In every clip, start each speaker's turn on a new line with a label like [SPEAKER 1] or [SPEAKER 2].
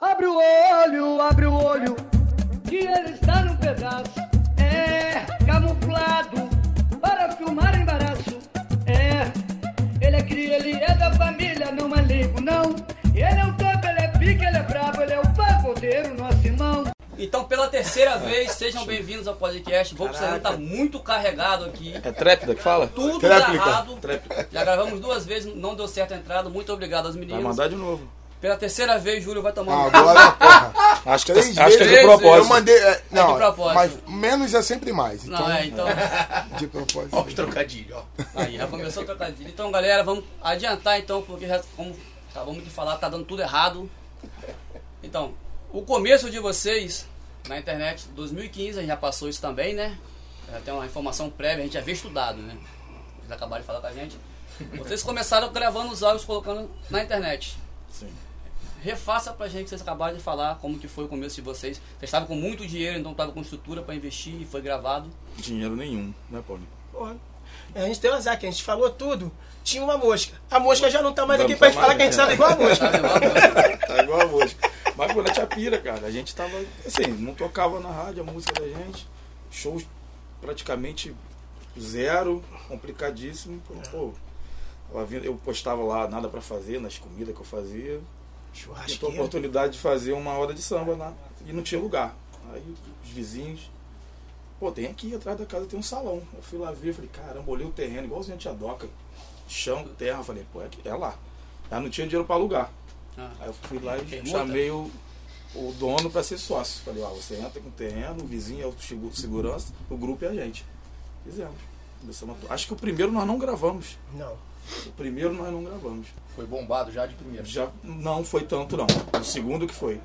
[SPEAKER 1] Abre o olho, abre o olho, que ele está num pedaço. É camuflado para filmar embaraço. É, ele é cria, ele é da família, não é limpo, não. Ele é o top, ele é pica, ele é brabo, ele é o pagodeiro, nosso irmão.
[SPEAKER 2] Então, pela
[SPEAKER 3] É.
[SPEAKER 2] terceira vez, sejam bem-vindos ao podcast. Vou precisar tá muito carregado aqui.
[SPEAKER 3] É trépida que fala?
[SPEAKER 2] Tudo
[SPEAKER 4] Tréplica.
[SPEAKER 2] errado. Já gravamos duas vezes, não deu certo a entrada. Muito obrigado aos
[SPEAKER 3] Vai
[SPEAKER 2] meninos.
[SPEAKER 3] mandar Ah, de novo.
[SPEAKER 2] Pela terceira vez, Júlio vai tomar
[SPEAKER 4] Não,
[SPEAKER 2] um-
[SPEAKER 4] agora, porra.
[SPEAKER 3] Acho que,
[SPEAKER 4] Três
[SPEAKER 3] acho que é de
[SPEAKER 2] vezes.
[SPEAKER 4] Eu
[SPEAKER 3] propósito.
[SPEAKER 4] mandei. é, não,
[SPEAKER 2] propósito.
[SPEAKER 4] mas menos é sempre mais. Então,
[SPEAKER 2] Não, é, então.
[SPEAKER 4] de
[SPEAKER 5] Os
[SPEAKER 4] propósito.
[SPEAKER 5] trocadilhos, ó.
[SPEAKER 2] Aí, já começou a trocadilho. Então, galera, vamos adiantar então, porque já, como acabamos de falar, tá dando tudo errado. Então, o começo de vocês na internet, 2015, a gente já passou isso também, né? Já tem uma informação prévia, a gente já havia estudado, né? Vocês acabaram de falar com a gente. Vocês começaram gravando os áudios, colocando na internet.
[SPEAKER 3] Sim.
[SPEAKER 2] Refaça pra gente que vocês acabaram de falar como que foi o começo de vocês. Vocês estavam com muito dinheiro, então estavam com estrutura pra investir e foi gravado.
[SPEAKER 3] Dinheiro nenhum, né, Paulinho?
[SPEAKER 6] Porra. A gente tem um azar que a gente falou tudo. Tinha uma mosca. A mosca já não tá mais
[SPEAKER 3] Não
[SPEAKER 6] aqui
[SPEAKER 3] tá
[SPEAKER 6] pra gente
[SPEAKER 3] mais,
[SPEAKER 6] falar que a gente
[SPEAKER 3] né?
[SPEAKER 6] sabe igual a mosca.
[SPEAKER 2] Tá levado?
[SPEAKER 3] Tá igual a música. Mas durante a pira, cara, a gente tava. Assim, não tocava na rádio a música da gente. Shows praticamente zero, complicadíssimo. Pô, pô, tava vindo- eu postava lá nada pra fazer, nas comidas que eu fazia.
[SPEAKER 6] Churrasqueiro.
[SPEAKER 3] Tentou a oportunidade de fazer uma hora de samba lá. E não tinha lugar. Aí os vizinhos. Pô, tem aqui atrás da casa tem um salão. Eu fui lá ver, falei, caramba, olhei o terreno, igualzinho a tia Doca. Chão, terra. Falei, pô, é, aqui, é lá. Aí não tinha dinheiro pra alugar.
[SPEAKER 2] Ah.
[SPEAKER 3] Aí eu fui lá e
[SPEAKER 2] Permuta?
[SPEAKER 3] chamei o, o dono pra ser sócio. Falei, ó, você entra com o terreno, o vizinho é o segu- segurança, o grupo é a gente. Fizemos. Começamos a to- Acho que o primeiro nós não gravamos.
[SPEAKER 6] Não.
[SPEAKER 3] O primeiro nós não gravamos.
[SPEAKER 5] Foi bombado já de primeira.
[SPEAKER 3] Já não foi tanto não. O segundo que foi.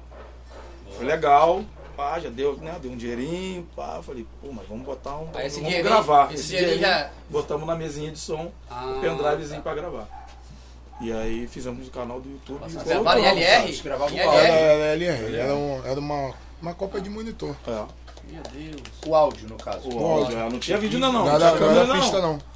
[SPEAKER 3] Foi legal. Pá, já deu, né? Deu um dinheirinho, pá, falei, pô, mas vamos botar um.
[SPEAKER 2] Aí esse
[SPEAKER 3] vamos
[SPEAKER 2] dinheirinho-
[SPEAKER 3] gravar.
[SPEAKER 2] esse dinheirinho já-
[SPEAKER 3] Botamos na mesinha de som,
[SPEAKER 2] Ah,
[SPEAKER 3] um pendrivezinho
[SPEAKER 2] tá.
[SPEAKER 3] pra gravar. E aí fizemos o canal do YouTube.
[SPEAKER 2] Nossa, é
[SPEAKER 3] e
[SPEAKER 2] mas
[SPEAKER 3] colocamos,
[SPEAKER 2] gravaram em LR?
[SPEAKER 3] cara.
[SPEAKER 5] gravavam
[SPEAKER 2] Em
[SPEAKER 5] uma
[SPEAKER 4] Era,
[SPEAKER 2] LR?
[SPEAKER 4] era LR. Era, um- era uma, uma copa de monitor.
[SPEAKER 3] É.
[SPEAKER 2] Meu Deus.
[SPEAKER 5] O áudio, no caso.
[SPEAKER 3] O áudio, é, não tinha vídeo ainda não,
[SPEAKER 4] Não
[SPEAKER 3] não
[SPEAKER 4] era,
[SPEAKER 3] tinha
[SPEAKER 4] não
[SPEAKER 3] câmera
[SPEAKER 4] era
[SPEAKER 3] não.
[SPEAKER 4] pista,
[SPEAKER 3] Não
[SPEAKER 4] não.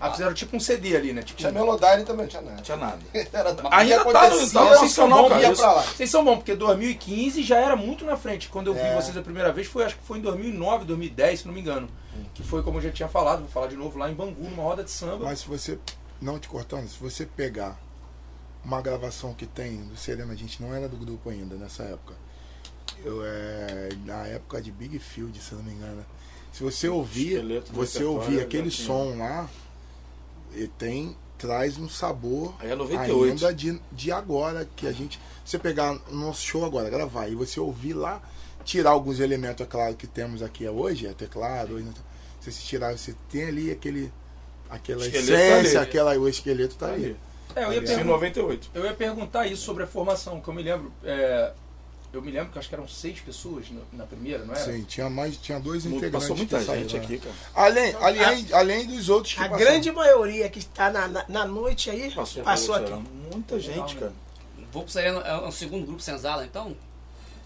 [SPEAKER 5] Ah, fizeram tipo um CD ali, né? Tipo,
[SPEAKER 3] Então,
[SPEAKER 7] Tinha Melodyne também, não tinha nada.
[SPEAKER 3] tinha nada.
[SPEAKER 7] Era tudo
[SPEAKER 3] Ainda tá
[SPEAKER 7] que
[SPEAKER 3] no,
[SPEAKER 7] acontecia,
[SPEAKER 3] tá no
[SPEAKER 7] vocês
[SPEAKER 3] nosso canal,
[SPEAKER 7] vão,
[SPEAKER 3] cara.
[SPEAKER 7] ia pra lá.
[SPEAKER 5] Vocês são bons, porque 2015 já era muito na frente. Quando eu vi
[SPEAKER 7] É.
[SPEAKER 5] vocês a primeira vez, foi acho que foi em 2009, 2010, se não me engano. Que foi como eu já tinha falado, vou falar de novo, lá em Bangu, numa roda de samba.
[SPEAKER 4] Mas se você, não te cortando, se você pegar uma gravação que tem do Serena, a gente não era do grupo ainda nessa época. Eu, é, na época de Big Field, se eu não me engano. Se você ouvir,
[SPEAKER 3] Esqueleto do
[SPEAKER 4] você
[SPEAKER 3] repertório,
[SPEAKER 4] ouvir aquele
[SPEAKER 3] já tinha.
[SPEAKER 4] som lá, e tem traz um sabor
[SPEAKER 3] Aí é 98.
[SPEAKER 4] ainda de, de agora que a gente você pegar o nosso show agora, gravar e você ouvir lá, tirar alguns elementos, é claro que temos aqui hoje, é teclado, hoje não tem- se você tirar, você tem ali aquele aquela
[SPEAKER 3] Esqueleto
[SPEAKER 4] essência,
[SPEAKER 3] ali.
[SPEAKER 4] aquela o esqueleto tá ali.
[SPEAKER 5] É, eu ia
[SPEAKER 3] Isso em
[SPEAKER 5] perguntar.
[SPEAKER 3] 98.
[SPEAKER 5] Eu ia perguntar isso sobre a formação, que eu me lembro. é, eu me lembro que acho que eram seis pessoas no- na primeira, não era?
[SPEAKER 4] Sim, tinha mais, tinha dois integrantes
[SPEAKER 3] Passou muita
[SPEAKER 4] que saíram,
[SPEAKER 3] gente
[SPEAKER 4] né?
[SPEAKER 3] aqui, cara.
[SPEAKER 4] Além, além, além dos outros que
[SPEAKER 6] A
[SPEAKER 4] passaram.
[SPEAKER 6] grande maioria que está na, na, na noite aí passou, aqui.
[SPEAKER 3] cara. Muita gente, cara.
[SPEAKER 2] Vou pro Sereno, é um segundo grupo Senzala, então?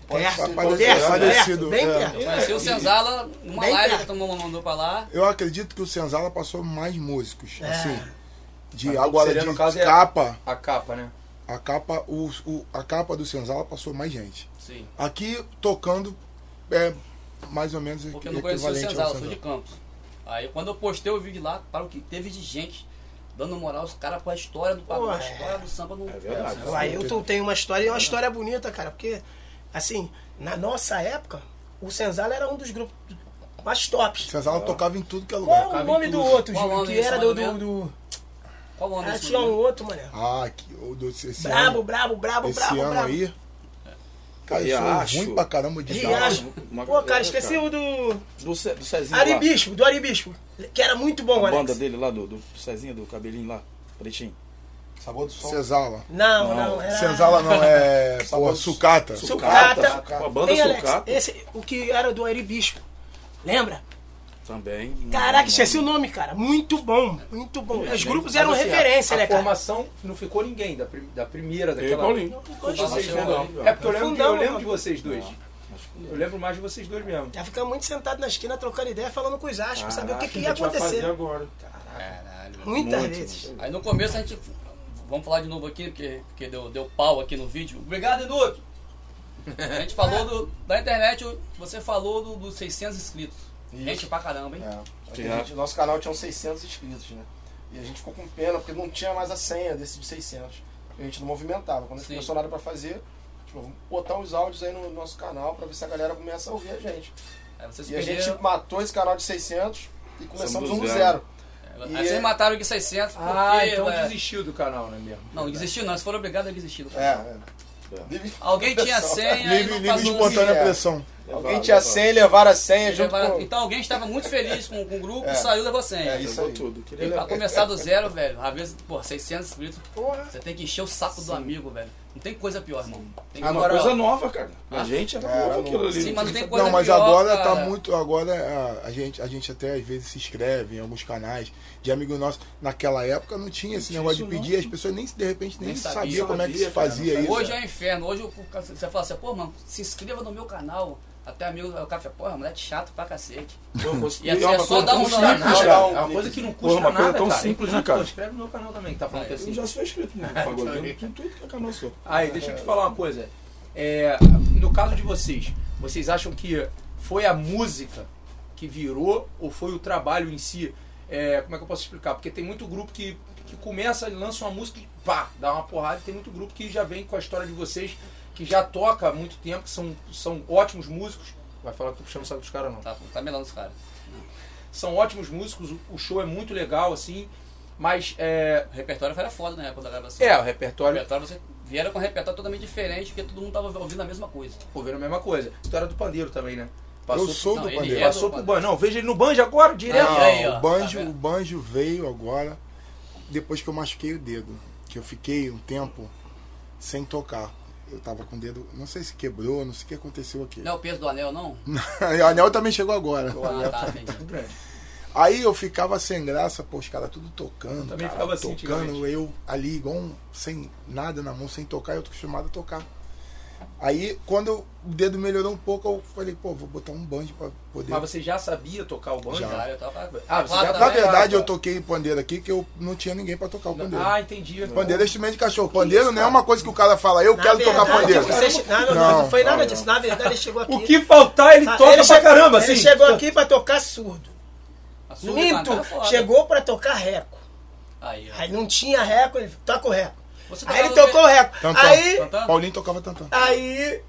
[SPEAKER 6] Perto,
[SPEAKER 4] pode
[SPEAKER 6] perto,
[SPEAKER 4] ser parecido,
[SPEAKER 6] perto, bem
[SPEAKER 4] Tá é.
[SPEAKER 6] perto.
[SPEAKER 2] Conheceu o Senzala numa
[SPEAKER 6] Bem
[SPEAKER 2] live que a
[SPEAKER 6] perto.
[SPEAKER 2] Tomão mandou pra lá.
[SPEAKER 4] Eu acredito que o Senzala passou mais músicos,
[SPEAKER 6] É.
[SPEAKER 4] assim. De
[SPEAKER 5] Mas o que
[SPEAKER 4] agora
[SPEAKER 5] seria,
[SPEAKER 4] de
[SPEAKER 5] no caso, é-
[SPEAKER 4] capa,
[SPEAKER 5] A capa, né?
[SPEAKER 4] a capa, o, o- a capa do Senzala passou mais gente.
[SPEAKER 2] Sim.
[SPEAKER 4] Aqui tocando é mais ou menos
[SPEAKER 2] Porque eu não conhecia o
[SPEAKER 4] equivalente ao
[SPEAKER 2] Senzala, sou de
[SPEAKER 4] Senzala.
[SPEAKER 2] Campos. Aí quando eu postei o vídeo lá, para o que teve de gente dando moral aos caras pra história do pagode,
[SPEAKER 6] Pô,
[SPEAKER 2] a
[SPEAKER 6] é.
[SPEAKER 2] história do samba no.
[SPEAKER 3] É verdade.
[SPEAKER 6] O Ailton tem uma história e é uma história bonita, cara, porque, assim, na nossa época, o Senzala era um dos grupos mais tops.
[SPEAKER 4] Senzala tocava em tudo que é lugar.
[SPEAKER 6] Qual o
[SPEAKER 5] Cabe
[SPEAKER 6] nome
[SPEAKER 5] tudo.
[SPEAKER 6] do outro,
[SPEAKER 2] Qual o
[SPEAKER 6] Júlio?
[SPEAKER 2] nome
[SPEAKER 6] Que
[SPEAKER 2] desse
[SPEAKER 6] era do.
[SPEAKER 2] nome
[SPEAKER 6] do, do...
[SPEAKER 2] Qual o ano
[SPEAKER 6] Ah,
[SPEAKER 2] desse
[SPEAKER 6] tinha um
[SPEAKER 2] nome?
[SPEAKER 6] outro, mané.
[SPEAKER 4] Ah, que o do esse esse
[SPEAKER 6] Brabo,
[SPEAKER 4] ano,
[SPEAKER 6] brabo, brabo,
[SPEAKER 4] esse
[SPEAKER 6] brabo,
[SPEAKER 4] ano
[SPEAKER 6] brabo.
[SPEAKER 4] aí. Cara, eu
[SPEAKER 3] Riacho.
[SPEAKER 4] sou ruim pra caramba de dar.
[SPEAKER 6] Riacho.
[SPEAKER 3] Uma-
[SPEAKER 6] Pô, cara, esqueci o do.
[SPEAKER 3] Do, Ce, do Cezinho lá.
[SPEAKER 6] Aribispo, do Aribispo. Que era muito bom,
[SPEAKER 3] A
[SPEAKER 6] Alex.
[SPEAKER 3] banda dele lá, do, do Cezinho, do cabelinho lá, pretinho.
[SPEAKER 7] Sabor do som.
[SPEAKER 4] Senzala.
[SPEAKER 6] Não,
[SPEAKER 3] Não,
[SPEAKER 6] não, era.
[SPEAKER 4] Senzala não, é. Pô, sucata.
[SPEAKER 6] Sucata.
[SPEAKER 3] Sucata. A banda
[SPEAKER 6] Ei, Alex,
[SPEAKER 3] Sucata
[SPEAKER 6] esse, o que era do Aribispo. Lembra?
[SPEAKER 3] também.
[SPEAKER 6] Caraca, esqueci o nome, cara. Muito bom, muito bom. Os grupos eram
[SPEAKER 5] Mas, assim, a-
[SPEAKER 6] referência,
[SPEAKER 5] a,
[SPEAKER 6] né, cara?
[SPEAKER 5] formação não ficou ninguém da, prim- da primeira,
[SPEAKER 3] Eu e
[SPEAKER 5] daquela.
[SPEAKER 3] Paulinho.
[SPEAKER 2] vocês,
[SPEAKER 3] Não,
[SPEAKER 2] né?
[SPEAKER 3] não,
[SPEAKER 5] É porque eu lembro, de, eu
[SPEAKER 6] Fundão,
[SPEAKER 5] lembro de
[SPEAKER 6] não.
[SPEAKER 5] vocês dois.
[SPEAKER 3] Mas-
[SPEAKER 5] Eu lembro mais de vocês dois mesmo.
[SPEAKER 6] Já ficamos muito sentados na esquina trocando ideia, falando com os astros, pra saber o
[SPEAKER 3] Caraca,
[SPEAKER 6] que, que ia
[SPEAKER 3] a gente vai fazer
[SPEAKER 6] acontecer.
[SPEAKER 3] agora.
[SPEAKER 6] Muitas
[SPEAKER 3] Muito,
[SPEAKER 6] vezes.
[SPEAKER 2] Aí no começo a gente. Vamos falar de novo aqui, porque, porque deu, deu pau aqui no vídeo. Obrigado, Enuque! A gente falou do, da internet, você falou do- dos 600 inscritos.
[SPEAKER 7] Isso.
[SPEAKER 2] Gente pra caramba, hein?
[SPEAKER 7] É. Aqui,
[SPEAKER 3] Sim,
[SPEAKER 7] a
[SPEAKER 3] é.
[SPEAKER 7] gente- nosso canal tinha uns 600 inscritos, né? E a gente ficou com pena, porque não tinha mais a senha desse de 600. A gente não movimentava. Quando a gente
[SPEAKER 2] Sim.
[SPEAKER 7] começou nada pra fazer, a gente falou, vamos botar os áudios aí no nosso canal pra ver se a galera começa a ouvir a gente.
[SPEAKER 2] Aí vocês
[SPEAKER 7] E a
[SPEAKER 2] perderam.
[SPEAKER 7] gente matou esse canal de 600 e começamos
[SPEAKER 3] Somos
[SPEAKER 7] um do
[SPEAKER 3] zero.
[SPEAKER 7] zero.
[SPEAKER 2] Aí vocês mataram de 600 porque...
[SPEAKER 5] é- Ah, então
[SPEAKER 2] né,
[SPEAKER 5] desistiu do canal, né mesmo?
[SPEAKER 2] Não, desistiu não, eles foram obrigados a desistir. do
[SPEAKER 7] É,
[SPEAKER 2] canal.
[SPEAKER 7] é.
[SPEAKER 3] É.
[SPEAKER 7] Livre-
[SPEAKER 2] Alguém tinha
[SPEAKER 7] Pessoal,
[SPEAKER 2] senha e
[SPEAKER 4] Livre,
[SPEAKER 2] não
[SPEAKER 4] livre
[SPEAKER 2] passou um
[SPEAKER 4] espontânea
[SPEAKER 7] é.
[SPEAKER 4] pressão.
[SPEAKER 7] Alguém
[SPEAKER 3] Levaram,
[SPEAKER 7] tinha
[SPEAKER 3] levaram.
[SPEAKER 7] senha e levaram a senha junto
[SPEAKER 2] Levaram-
[SPEAKER 7] com...
[SPEAKER 2] Então alguém estava muito feliz com, com o grupo,
[SPEAKER 7] É.
[SPEAKER 2] saiu e levou a senha.
[SPEAKER 7] É isso
[SPEAKER 3] Levou
[SPEAKER 7] aí.
[SPEAKER 3] tudo. Queria
[SPEAKER 2] E pra
[SPEAKER 3] levar.
[SPEAKER 2] começar do zero, velho, às vezes, pô, 600 inscritos,
[SPEAKER 7] Porra.
[SPEAKER 2] você tem que encher o saco do amigo, velho. Não tem coisa pior, irmão. Tem
[SPEAKER 3] Ah, uma
[SPEAKER 2] agora,
[SPEAKER 3] coisa
[SPEAKER 2] ó,
[SPEAKER 3] nova, cara. A
[SPEAKER 2] Ah.
[SPEAKER 3] gente era
[SPEAKER 7] Era
[SPEAKER 3] novo aquilo
[SPEAKER 7] novo.
[SPEAKER 3] ali.
[SPEAKER 2] Sim, mas não tem coisa
[SPEAKER 4] Não, mas
[SPEAKER 2] pior,
[SPEAKER 4] agora
[SPEAKER 2] cara.
[SPEAKER 4] tá muito. Agora a, a gente, a gente até às vezes se inscreve em alguns canais de amigo nosso. Naquela época não tinha esse
[SPEAKER 3] tinha
[SPEAKER 4] negócio
[SPEAKER 3] isso
[SPEAKER 4] de pedir,
[SPEAKER 3] não.
[SPEAKER 4] as pessoas nem de repente nem,
[SPEAKER 2] Nem
[SPEAKER 4] sabiam
[SPEAKER 2] sabia,
[SPEAKER 4] como é que se
[SPEAKER 3] sabia, cara,
[SPEAKER 4] fazia
[SPEAKER 3] não
[SPEAKER 4] isso.
[SPEAKER 2] Hoje é um inferno. Hoje o- você fala assim, pô, mano, se inscreva no meu canal. Até amigo do café, porra, moleque chato pra cacete.
[SPEAKER 3] Vamos
[SPEAKER 2] E assim, é só dar um
[SPEAKER 3] simples, né,
[SPEAKER 2] like,
[SPEAKER 3] cara.
[SPEAKER 7] cara.
[SPEAKER 5] É uma coisa que não custa
[SPEAKER 3] Porra, uma coisa
[SPEAKER 5] nada,
[SPEAKER 3] tão
[SPEAKER 5] cara.
[SPEAKER 3] simples,
[SPEAKER 5] Então,
[SPEAKER 3] né, cara?
[SPEAKER 5] pô, Escreve no meu canal também, que tá falando que é
[SPEAKER 3] Eu
[SPEAKER 5] assim.
[SPEAKER 3] já sou inscrito no Pagodeiro, tudo tudo que é canal seu.
[SPEAKER 5] Aí, deixa eu te falar uma coisa. É, no caso de vocês, vocês acham que foi a música que virou ou foi o trabalho em si? É, como é que eu posso explicar? Porque tem muito grupo que, que começa e lança uma música e pá, dá uma porrada. E tem muito grupo que já vem com a história de vocês, que já toca há muito tempo, que são, são ótimos músicos. Vai falar que eu tô puxando o saco dos caras, não
[SPEAKER 2] Tá, tá melando os caras.
[SPEAKER 5] são ótimos músicos, o- o show é muito legal, assim, mas é.
[SPEAKER 2] O repertório era foda na época da gravação.
[SPEAKER 5] É, o
[SPEAKER 2] O
[SPEAKER 5] repertório
[SPEAKER 2] repertório, você vieram com um repertório totalmente diferente, porque todo mundo tava ouvindo a mesma coisa.
[SPEAKER 5] ouvindo a mesma coisa. História do pandeiro também, né?
[SPEAKER 4] Eu
[SPEAKER 5] Passou,
[SPEAKER 4] sou
[SPEAKER 2] não,
[SPEAKER 4] do
[SPEAKER 2] ele
[SPEAKER 4] pandeiro.
[SPEAKER 2] é-
[SPEAKER 5] passou pro banjo. Não, veja ele no banjo agora, direto.
[SPEAKER 4] Não,
[SPEAKER 2] E aí, ó,
[SPEAKER 4] o, banjo,
[SPEAKER 2] tá vendo?
[SPEAKER 4] o banjo veio agora, depois que eu machuquei o dedo. Que eu fiquei um tempo sem tocar. Eu tava com o dedo, não sei se quebrou, não sei o que aconteceu aqui.
[SPEAKER 2] Não é o peso do anel, não?
[SPEAKER 4] o anel também chegou agora.
[SPEAKER 2] Ah, tá, entendi.
[SPEAKER 5] Grande.
[SPEAKER 4] Aí eu ficava sem graça, pô, os caras tudo tocando.
[SPEAKER 5] Também
[SPEAKER 4] cara,
[SPEAKER 5] ficava assim
[SPEAKER 4] Tocando,
[SPEAKER 5] antigamente.
[SPEAKER 4] eu ali, igual um, sem nada na mão, sem tocar, eu tô acostumado a tocar. Aí, quando eu- o dedo melhorou um pouco, eu falei, pô, vou botar um banjo pra poder.
[SPEAKER 5] Mas você já sabia tocar o banjo?
[SPEAKER 4] Já.
[SPEAKER 2] Claro, eu tava-
[SPEAKER 5] Ah, você já
[SPEAKER 4] Na
[SPEAKER 5] tá-
[SPEAKER 2] também.
[SPEAKER 4] verdade,
[SPEAKER 5] tá.
[SPEAKER 4] eu toquei pandeiro aqui que eu não tinha ninguém pra tocar o pandeiro.
[SPEAKER 5] Ah, entendi.
[SPEAKER 4] Pandeiro é instrumento de cachorro. Pandeiro não é uma coisa que o cara fala, eu
[SPEAKER 6] Na
[SPEAKER 4] quero
[SPEAKER 6] verdade,
[SPEAKER 4] tocar pandeiro.
[SPEAKER 6] você che- não, não, não,
[SPEAKER 4] Não,
[SPEAKER 6] não foi nada
[SPEAKER 3] não,
[SPEAKER 6] disso. Na verdade, ele chegou aqui.
[SPEAKER 5] O que faltar, ele
[SPEAKER 6] Ah,
[SPEAKER 5] toca pra
[SPEAKER 6] chegou-
[SPEAKER 5] caramba,
[SPEAKER 6] Ele
[SPEAKER 5] assim.
[SPEAKER 6] chegou aqui pra tocar surdo.
[SPEAKER 2] A surda
[SPEAKER 6] Minto,
[SPEAKER 2] cantar é foda.
[SPEAKER 6] chegou pra tocar reco.
[SPEAKER 2] Aí, ó.
[SPEAKER 6] Aí não tinha reco, ele toca o reco.
[SPEAKER 2] Você tá
[SPEAKER 6] Aí ele
[SPEAKER 2] tocava
[SPEAKER 6] tocou o reco.
[SPEAKER 4] Tantão.
[SPEAKER 6] Aí,
[SPEAKER 2] Tantão?
[SPEAKER 4] Paulinho tocava tantão.
[SPEAKER 6] aí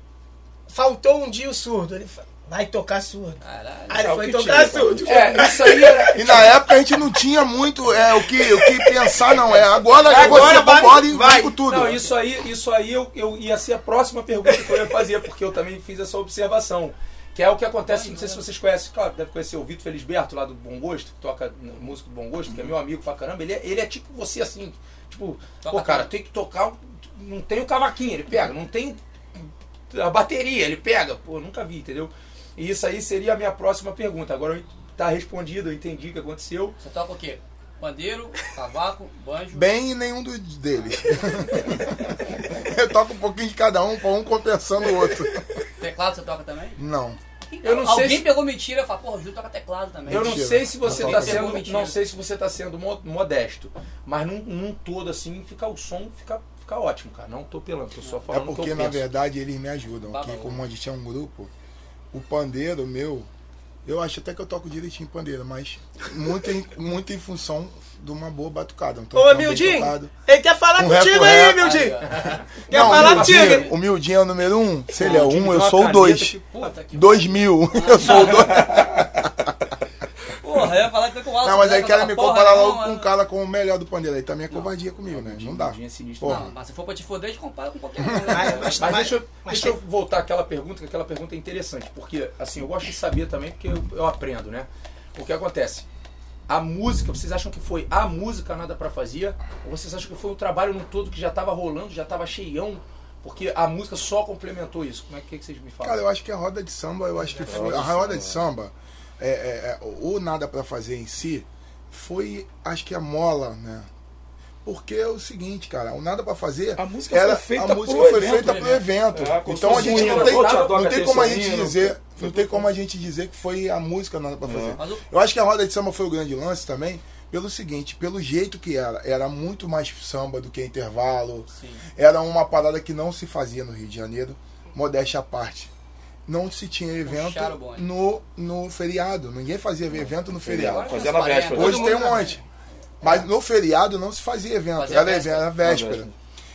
[SPEAKER 6] faltou um dia o surdo. Ele fa- vai tocar surdo.
[SPEAKER 2] Caralho.
[SPEAKER 6] Aí
[SPEAKER 3] É,
[SPEAKER 6] ele
[SPEAKER 3] o
[SPEAKER 6] foi
[SPEAKER 3] que
[SPEAKER 6] tocar
[SPEAKER 3] tinha,
[SPEAKER 6] surdo.
[SPEAKER 5] É, isso aí era.
[SPEAKER 4] E na época a gente não tinha muito é, o, que, o que pensar, não. É agora, você
[SPEAKER 6] vai,
[SPEAKER 4] vambora e vai com tudo.
[SPEAKER 5] Não, isso aí, isso aí eu, eu ia ser a próxima pergunta que eu ia fazer, porque eu também fiz essa observação. Que é o que acontece, não sei se vocês conhecem, claro, deve conhecer o Vitor Felisberto lá do Bom Gosto, que toca n- música do Bom Gosto, que é meu amigo pra caramba. Ele é, ele é tipo você assim, tipo, pô, cara, tem que tocar, o- não tem o cavaquinho, ele pega, não tem a bateria, ele pega, pô, nunca vi, entendeu? E isso aí seria a minha próxima pergunta. Agora eu- tá respondido, eu entendi o que aconteceu.
[SPEAKER 2] Você toca o quê? Pandeiro, cavaco, banjo.
[SPEAKER 4] Bem em nenhum dos deles. eu toco um pouquinho de cada um, pra um compensando o outro.
[SPEAKER 2] Teclado você toca também?
[SPEAKER 4] Não.
[SPEAKER 5] Eu não sei
[SPEAKER 2] Alguém
[SPEAKER 5] se-
[SPEAKER 2] pegou mentira e falou, porra, o Júlio toca teclado também.
[SPEAKER 5] Eu não
[SPEAKER 4] É Mentira.
[SPEAKER 5] sei se você
[SPEAKER 2] Não
[SPEAKER 5] está
[SPEAKER 2] tá bom.
[SPEAKER 5] sendo,
[SPEAKER 2] Mentira.
[SPEAKER 5] não sei se você tá sendo mo- modesto, mas num, num todo assim, fica o som fica fica ótimo, cara. Não tô pelando, tô só
[SPEAKER 4] É
[SPEAKER 5] falando o que
[SPEAKER 4] porque,
[SPEAKER 5] eu
[SPEAKER 4] na
[SPEAKER 5] penso.
[SPEAKER 4] verdade, eles me ajudam.
[SPEAKER 2] Tá
[SPEAKER 4] Porque
[SPEAKER 2] bom.
[SPEAKER 4] como a gente é um grupo, o pandeiro meu, eu acho até que eu toco direitinho pandeiro, mas muito em, muito em função de uma boa batucada. Um tantão
[SPEAKER 6] Ô,
[SPEAKER 4] bem
[SPEAKER 6] Mildinho,
[SPEAKER 4] tocado.
[SPEAKER 6] ele quer falar
[SPEAKER 4] Um reco,
[SPEAKER 6] contigo aí,
[SPEAKER 4] reco.
[SPEAKER 6] Mildinho. Quer
[SPEAKER 4] Ah, é. Não,
[SPEAKER 6] falar
[SPEAKER 4] o Mildinho,
[SPEAKER 6] contigo?
[SPEAKER 4] o Mildinho é o número um, se ele é
[SPEAKER 5] O time
[SPEAKER 4] um,
[SPEAKER 5] deu
[SPEAKER 4] eu
[SPEAKER 5] uma
[SPEAKER 4] sou o
[SPEAKER 5] caneta
[SPEAKER 4] dois.
[SPEAKER 5] que, puta que-
[SPEAKER 4] Dois mil, eu sou o dois.
[SPEAKER 2] Porra, eu ia falar que tá com o
[SPEAKER 5] Ah,
[SPEAKER 2] Wallace.
[SPEAKER 4] Não, mas
[SPEAKER 2] né,
[SPEAKER 4] aí
[SPEAKER 2] com
[SPEAKER 4] querem
[SPEAKER 2] aquela
[SPEAKER 4] me
[SPEAKER 2] porra
[SPEAKER 5] é
[SPEAKER 4] comparar
[SPEAKER 2] aí,
[SPEAKER 4] logo
[SPEAKER 2] não,
[SPEAKER 4] com um
[SPEAKER 2] mas-
[SPEAKER 4] cara com o melhor do pandeiro. Aí também é covardia comigo, né? Não dá.
[SPEAKER 5] Mundinho é sinistro.
[SPEAKER 4] Porra.
[SPEAKER 2] Não, mas se for pra te foder, a gente compara com qualquer
[SPEAKER 6] Mas-
[SPEAKER 2] um.
[SPEAKER 6] mas-
[SPEAKER 5] Mas deixa, eu-
[SPEAKER 6] mas
[SPEAKER 5] deixa eu voltar àquela pergunta, que aquela pergunta é interessante, porque assim, eu gosto de saber também, porque eu, eu aprendo, né? O que acontece? A música, vocês acham que foi a música nada pra fazer? Ou vocês acham que foi o trabalho no todo que já tava rolando, já tava cheião? Porque a música só complementou isso. Como é que, que vocês me falam?
[SPEAKER 4] Cara, eu acho que a roda de samba, eu acho que foi. A roda de samba, é, é, é, o Nada Pra Fazer em si, foi, acho que a mola, né? Porque é o seguinte, cara, o Nada Pra Fazer.
[SPEAKER 3] A música foi feita
[SPEAKER 4] a música
[SPEAKER 3] pro
[SPEAKER 4] foi
[SPEAKER 3] evento,
[SPEAKER 4] feita
[SPEAKER 3] né?
[SPEAKER 4] pro evento.
[SPEAKER 3] É, como
[SPEAKER 4] então a
[SPEAKER 3] se fosse
[SPEAKER 4] gente
[SPEAKER 3] um
[SPEAKER 4] não tem,
[SPEAKER 3] evento,
[SPEAKER 4] não
[SPEAKER 3] a
[SPEAKER 4] tem como a gente
[SPEAKER 3] Caterina,
[SPEAKER 4] dizer. Não tem como a gente dizer que foi a música Nada Pra Fazer.
[SPEAKER 2] Mas o-
[SPEAKER 4] Eu acho que a roda de samba foi o grande lance também. Pelo seguinte, pelo jeito que era, era muito mais samba do que intervalo,
[SPEAKER 2] Sim.
[SPEAKER 4] era uma parada que não se fazia no Rio de Janeiro. modéstia à parte. Não se tinha evento
[SPEAKER 2] Puxaram o bonde.
[SPEAKER 4] no, no feriado. Ninguém fazia evento no feriado.
[SPEAKER 3] Fazia na
[SPEAKER 2] Agora,
[SPEAKER 3] véspera.
[SPEAKER 2] todo
[SPEAKER 4] Hoje
[SPEAKER 2] mundo
[SPEAKER 4] tem um
[SPEAKER 2] na-
[SPEAKER 4] monte. Mas no feriado não se fazia evento,
[SPEAKER 2] Fazia
[SPEAKER 4] era,
[SPEAKER 2] véspera.
[SPEAKER 4] era véspera.
[SPEAKER 3] Na véspera.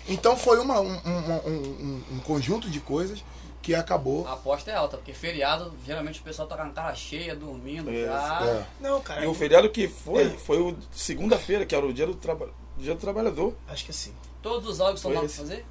[SPEAKER 4] Então foi uma, um, um- um- um- um conjunto de coisas que acabou.
[SPEAKER 2] A aposta é alta, porque feriado, geralmente o pessoal tá com a cara cheia, dormindo
[SPEAKER 3] É,
[SPEAKER 2] já.
[SPEAKER 4] É.
[SPEAKER 6] Não, cara.
[SPEAKER 3] E o
[SPEAKER 6] eu-
[SPEAKER 3] feriado que foi, foi o segunda-feira, que era o dia do, traba... dia do trabalhador.
[SPEAKER 6] Acho que é sim.
[SPEAKER 2] Todos os jogos são
[SPEAKER 3] Foi
[SPEAKER 2] lá pra
[SPEAKER 3] esse.
[SPEAKER 2] fazer?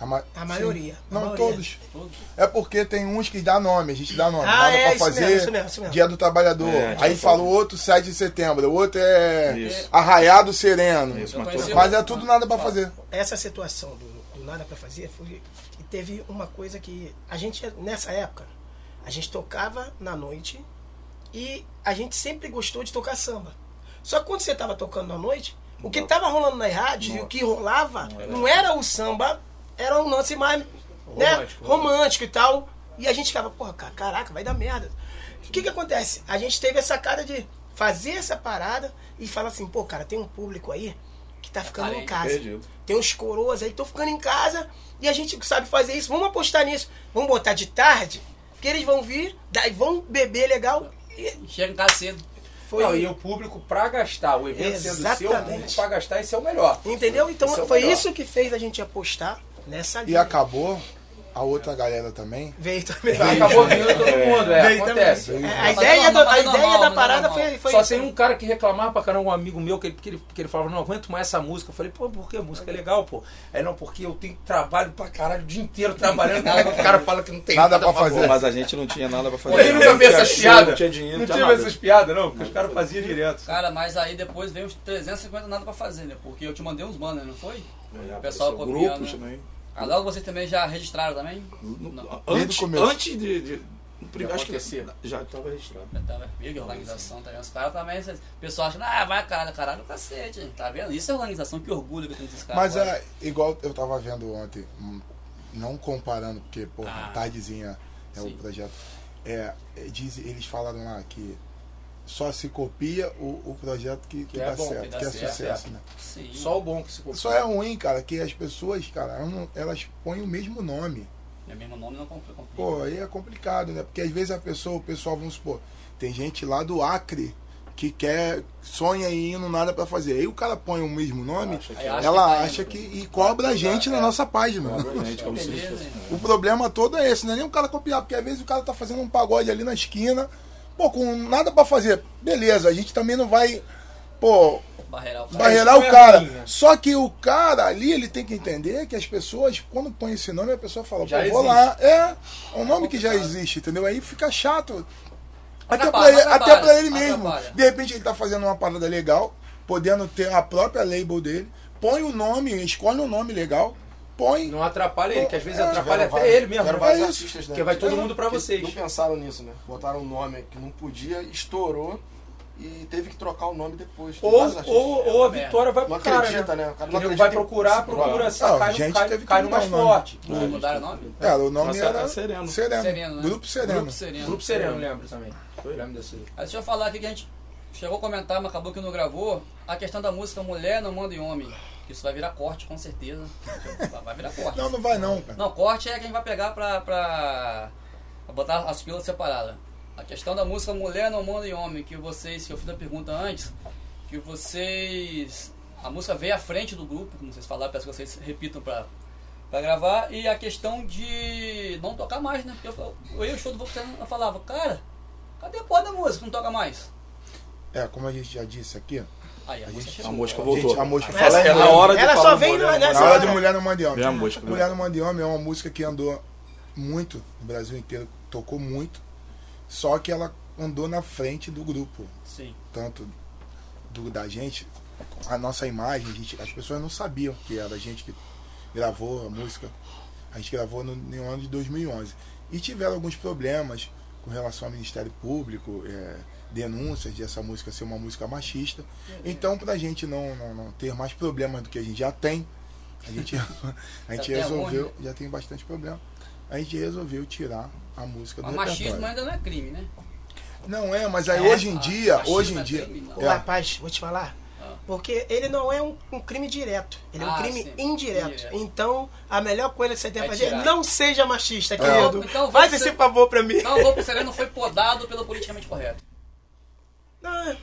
[SPEAKER 4] A, ma-
[SPEAKER 6] A maioria, a
[SPEAKER 4] Não
[SPEAKER 6] maioria.
[SPEAKER 4] todos.
[SPEAKER 2] Todos.
[SPEAKER 4] É porque tem uns que dá nome, a gente dá nome.
[SPEAKER 6] Ah,
[SPEAKER 4] Dava
[SPEAKER 6] é,
[SPEAKER 4] pra
[SPEAKER 6] isso
[SPEAKER 4] fazer
[SPEAKER 6] mesmo, isso mesmo, isso mesmo.
[SPEAKER 4] Dia do Trabalhador.
[SPEAKER 3] É, dia
[SPEAKER 4] Aí
[SPEAKER 3] do
[SPEAKER 4] fala o
[SPEAKER 3] Trabalhador.
[SPEAKER 4] outro 7 de setembro, o outro é
[SPEAKER 3] Isso.
[SPEAKER 4] Arraiado Sereno.
[SPEAKER 3] Isso,
[SPEAKER 2] Eu
[SPEAKER 3] mas
[SPEAKER 2] conheci
[SPEAKER 3] todo-
[SPEAKER 4] Mas é tudo nada pra fazer.
[SPEAKER 6] Essa situação do, do nada pra fazer foi que teve uma coisa que a gente nessa época a gente tocava na noite e a gente sempre gostou de tocar samba. Só que quando você tava tocando na noite, o que tava rolando nas rádios e o que rolava não era o samba, era um lance mais né,
[SPEAKER 5] Romântico.
[SPEAKER 6] romântico e tal. E a gente ficava, porra, ca- caraca, vai dar merda. O que que acontece? A gente teve essa cara de fazer essa parada e falar assim, pô, cara, tem um público aí que tá ficando em
[SPEAKER 2] Carente.
[SPEAKER 6] casa.
[SPEAKER 3] Perdido.
[SPEAKER 6] Tem uns coroas aí que estão ficando em casa e a gente sabe fazer isso. Vamos apostar nisso. Vamos botar de tarde, que eles vão vir, daí vão beber legal. E
[SPEAKER 2] Chega em casa cedo.
[SPEAKER 6] foi.
[SPEAKER 5] Não, e o público pra gastar, o evento sendo seu, o
[SPEAKER 6] Exatamente.
[SPEAKER 5] público pra gastar, esse é o melhor.
[SPEAKER 6] Entendeu? Então
[SPEAKER 5] Isso é o
[SPEAKER 6] foi
[SPEAKER 5] melhor.
[SPEAKER 6] isso que fez a gente apostar nessa
[SPEAKER 4] E
[SPEAKER 6] linha.
[SPEAKER 4] acabou, a outra galera também.
[SPEAKER 6] Veio também.
[SPEAKER 5] Acabou vindo todo mundo, é,
[SPEAKER 6] Veio
[SPEAKER 5] acontece.
[SPEAKER 6] também.
[SPEAKER 5] É.
[SPEAKER 6] A
[SPEAKER 2] Mas
[SPEAKER 6] ideia,
[SPEAKER 2] normal,
[SPEAKER 6] da, a
[SPEAKER 2] mas
[SPEAKER 6] ideia
[SPEAKER 2] normal,
[SPEAKER 6] da
[SPEAKER 2] mas
[SPEAKER 6] parada
[SPEAKER 2] normal.
[SPEAKER 6] foi, foi
[SPEAKER 5] Só
[SPEAKER 6] isso.
[SPEAKER 5] tem um cara que reclamava pra caramba, um amigo meu, que ele, que, ele, que ele falava, não aguento mais essa música. Eu falei, pô, por que? A música é legal, pô. Aí não, porque eu tenho trabalho pra caralho o dia inteiro trabalhando. o cara fala que não tem
[SPEAKER 4] Nada
[SPEAKER 5] nada,
[SPEAKER 4] pra
[SPEAKER 3] Pô,
[SPEAKER 4] fazer.
[SPEAKER 3] mas a gente não tinha nada pra fazer.
[SPEAKER 5] Ele nunca
[SPEAKER 3] Não
[SPEAKER 5] fez
[SPEAKER 3] tinha
[SPEAKER 5] essas
[SPEAKER 3] show,
[SPEAKER 5] piadas.
[SPEAKER 3] Não tinha dinheiro, não
[SPEAKER 5] Não
[SPEAKER 3] tinha
[SPEAKER 5] tive
[SPEAKER 3] nada.
[SPEAKER 5] essas piadas, não, porque os caras faziam direto.
[SPEAKER 2] Cara, mas aí depois vem uns 350 nada pra fazer, né? Porque eu te mandei uns banners, não foi?
[SPEAKER 3] É,
[SPEAKER 2] O pessoal
[SPEAKER 3] apareceu
[SPEAKER 2] copiando,
[SPEAKER 3] grupos
[SPEAKER 2] né?
[SPEAKER 3] também.
[SPEAKER 2] Ah, logo vocês também já registraram também?
[SPEAKER 3] No-
[SPEAKER 2] Não.
[SPEAKER 4] Desde o
[SPEAKER 3] Antes,
[SPEAKER 4] começo.
[SPEAKER 3] antes de, de, no primeiro- acho que
[SPEAKER 5] acontecer.
[SPEAKER 3] já estava registrado.
[SPEAKER 2] Já tava big organização, tá vendo? Os caras também, vocês- o pessoal acha, ah, vai caralho, caralho, cacete, tá vendo? Isso é organização, que orgulho que eu tenho desses caras.
[SPEAKER 4] Mas
[SPEAKER 2] agora.
[SPEAKER 4] é igual eu tava vendo ontem, hum, não comparando, porque, porra,
[SPEAKER 2] Ah.
[SPEAKER 4] tardezinha é o
[SPEAKER 2] Sim.
[SPEAKER 4] projeto. É, é, diz, eles falaram lá que só se copia o, o projeto que, que
[SPEAKER 5] é
[SPEAKER 4] dá
[SPEAKER 5] bom, que
[SPEAKER 4] certo, que,
[SPEAKER 2] dá
[SPEAKER 4] é
[SPEAKER 2] certo,
[SPEAKER 4] sucesso,
[SPEAKER 5] é.
[SPEAKER 4] né?
[SPEAKER 2] Sim.
[SPEAKER 5] Só o bom que se
[SPEAKER 4] Só é ruim, cara, que as pessoas, cara, elas não- elas põem o mesmo nome.
[SPEAKER 2] Meu mesmo nome não compre- complica.
[SPEAKER 4] Pô, aí é complicado, né? Porque às vezes a pessoa, o pessoal, vamos supor, tem gente lá do Acre que quer, sonha em ir no nada pra fazer. Aí o cara põe o mesmo nome,
[SPEAKER 3] Acha
[SPEAKER 2] que-
[SPEAKER 4] ela
[SPEAKER 2] Aí
[SPEAKER 4] acha
[SPEAKER 2] acha
[SPEAKER 4] que
[SPEAKER 2] que
[SPEAKER 4] e cobra a gente na nossa né? página.
[SPEAKER 3] Obviamente, como se
[SPEAKER 2] Beleza,
[SPEAKER 3] fosse-
[SPEAKER 2] hein?
[SPEAKER 4] O problema todo é esse, não é nem o cara copiar, porque às vezes o cara tá fazendo um pagode ali na esquina, pô, com nada pra fazer. Beleza, a gente também não vai, pô,
[SPEAKER 2] Barreirar o cara.
[SPEAKER 4] barreirar
[SPEAKER 5] isso
[SPEAKER 4] o
[SPEAKER 5] é
[SPEAKER 4] cara.
[SPEAKER 5] ruim, né?
[SPEAKER 4] Só que o cara ali, ele tem que entender que as pessoas, quando põe esse nome, a pessoa fala,
[SPEAKER 5] Já
[SPEAKER 4] pô, vou
[SPEAKER 5] existe.
[SPEAKER 4] lá. É, é um nome que já existe, entendeu? Aí fica chato. Até pra,
[SPEAKER 2] Atrapalha,
[SPEAKER 4] ele, até
[SPEAKER 2] atrapalha,
[SPEAKER 4] pra ele mesmo.
[SPEAKER 2] atrapalha.
[SPEAKER 4] De repente ele tá fazendo uma parada legal, podendo ter a própria label dele, põe o nome, escolhe um nome legal, põe.
[SPEAKER 5] Não atrapalha ele, que às vezes
[SPEAKER 4] É,
[SPEAKER 5] atrapalha
[SPEAKER 4] agora
[SPEAKER 5] até
[SPEAKER 4] vai.
[SPEAKER 5] ele mesmo.
[SPEAKER 4] Agora
[SPEAKER 5] né?
[SPEAKER 4] vai.
[SPEAKER 7] Vários
[SPEAKER 4] isso.
[SPEAKER 7] artistas, né?
[SPEAKER 5] Porque vai todo mundo pra
[SPEAKER 7] Que
[SPEAKER 5] vocês.
[SPEAKER 7] Não pensaram nisso, né? Botaram um nome que não podia, estourou e teve que trocar o nome depois. Tem
[SPEAKER 5] Ou,
[SPEAKER 7] vários artistas.
[SPEAKER 5] ou, ou a vitória vai
[SPEAKER 7] Não
[SPEAKER 5] pro cara.
[SPEAKER 7] acredita, né? O cara não
[SPEAKER 5] Ele
[SPEAKER 7] acredita
[SPEAKER 5] vai
[SPEAKER 7] em-
[SPEAKER 5] procurar,
[SPEAKER 7] se
[SPEAKER 5] procura,
[SPEAKER 7] procurar.
[SPEAKER 5] só
[SPEAKER 4] Ah,
[SPEAKER 5] cai,
[SPEAKER 4] gente
[SPEAKER 5] no, cai,
[SPEAKER 4] teve que
[SPEAKER 5] cai no
[SPEAKER 4] mudar
[SPEAKER 5] mais
[SPEAKER 4] o nome.
[SPEAKER 5] forte.
[SPEAKER 2] Não mudaram o nome?
[SPEAKER 4] É, o nome
[SPEAKER 3] Nossa,
[SPEAKER 4] era
[SPEAKER 3] era Sereno.
[SPEAKER 4] Sereno.
[SPEAKER 2] Sereno, né?
[SPEAKER 4] É, Grupo Sereno.
[SPEAKER 2] Grupo sereno.
[SPEAKER 5] Grupo Sereno, lembro também. Lembro desse.
[SPEAKER 2] Aí deixa eu falar aqui que a gente chegou a comentar, mas acabou que não gravou. A questão da música Mulher não manda em homem. Que isso vai virar corte, com certeza. Vai virar corte.
[SPEAKER 4] Não, não vai não, cara.
[SPEAKER 2] Não, corte é quem vai pegar pra, pra pra botar as pilas separadas. A questão da música Mulher não manda em homem, que vocês, que eu fiz a pergunta antes, que vocês. A música veio à frente do grupo, como vocês falaram, peço que vocês repitam pra, pra gravar. E a questão de não tocar mais, né? Porque eu, fal- eu ia ao show do Vox eu falava, cara, cadê a porra da música? Não toca mais.
[SPEAKER 4] É, como a gente já disse aqui,
[SPEAKER 2] Aí a, música
[SPEAKER 4] gente-
[SPEAKER 2] chegou.
[SPEAKER 3] A mosca voltou.
[SPEAKER 4] gente, a mosca
[SPEAKER 6] Essa-
[SPEAKER 4] fala
[SPEAKER 3] é
[SPEAKER 4] é
[SPEAKER 3] na hora de
[SPEAKER 6] Ela
[SPEAKER 3] falar
[SPEAKER 6] só
[SPEAKER 3] do
[SPEAKER 6] vem
[SPEAKER 3] Moreno.
[SPEAKER 4] Na
[SPEAKER 6] nessa
[SPEAKER 4] hora de Mulher no Mande
[SPEAKER 3] É
[SPEAKER 4] Homem.
[SPEAKER 3] a mosca.
[SPEAKER 4] Mulher no Mande Homem é uma música que andou muito no Brasil inteiro, tocou muito, só que ela andou na frente do grupo,
[SPEAKER 2] Sim.
[SPEAKER 4] tanto do da gente, a nossa imagem, a gente- as pessoas não sabiam que era a gente que gravou a música. A gente gravou no, no ano de 2011 e tiveram alguns problemas com relação ao Ministério Público, é, denúncias de essa música ser uma música machista. Então, para a gente não, não, não ter mais problemas do que a gente já tem, a gente, a gente
[SPEAKER 2] tem algum,
[SPEAKER 4] resolveu,
[SPEAKER 2] né?
[SPEAKER 4] já tem bastante problema, a gente resolveu tirar a música do
[SPEAKER 2] Mas
[SPEAKER 4] repertório.
[SPEAKER 2] machismo ainda não é crime, né?
[SPEAKER 4] Não é, mas aí
[SPEAKER 6] É,
[SPEAKER 4] hoje em
[SPEAKER 2] ah,
[SPEAKER 4] dia,
[SPEAKER 2] machismo
[SPEAKER 4] hoje em
[SPEAKER 2] é
[SPEAKER 4] dia,
[SPEAKER 2] crime, não.
[SPEAKER 6] Ô,
[SPEAKER 4] é,
[SPEAKER 6] rapaz, vou te falar.
[SPEAKER 2] Ah.
[SPEAKER 6] Porque ele não é um, um crime direto, ele é um
[SPEAKER 2] Ah,
[SPEAKER 6] crime
[SPEAKER 2] sim.
[SPEAKER 6] indireto.
[SPEAKER 2] Indireto.
[SPEAKER 6] Então, a melhor coisa que você tem
[SPEAKER 2] É
[SPEAKER 6] a fazer
[SPEAKER 2] tirar.
[SPEAKER 6] é não seja machista,
[SPEAKER 2] Então-
[SPEAKER 6] querido.
[SPEAKER 2] então
[SPEAKER 6] Faz
[SPEAKER 2] você-
[SPEAKER 6] esse favor pra mim.
[SPEAKER 2] Não, Então, o Lobo Sereno foi podado pelo politicamente correto.
[SPEAKER 6] Não,
[SPEAKER 3] É.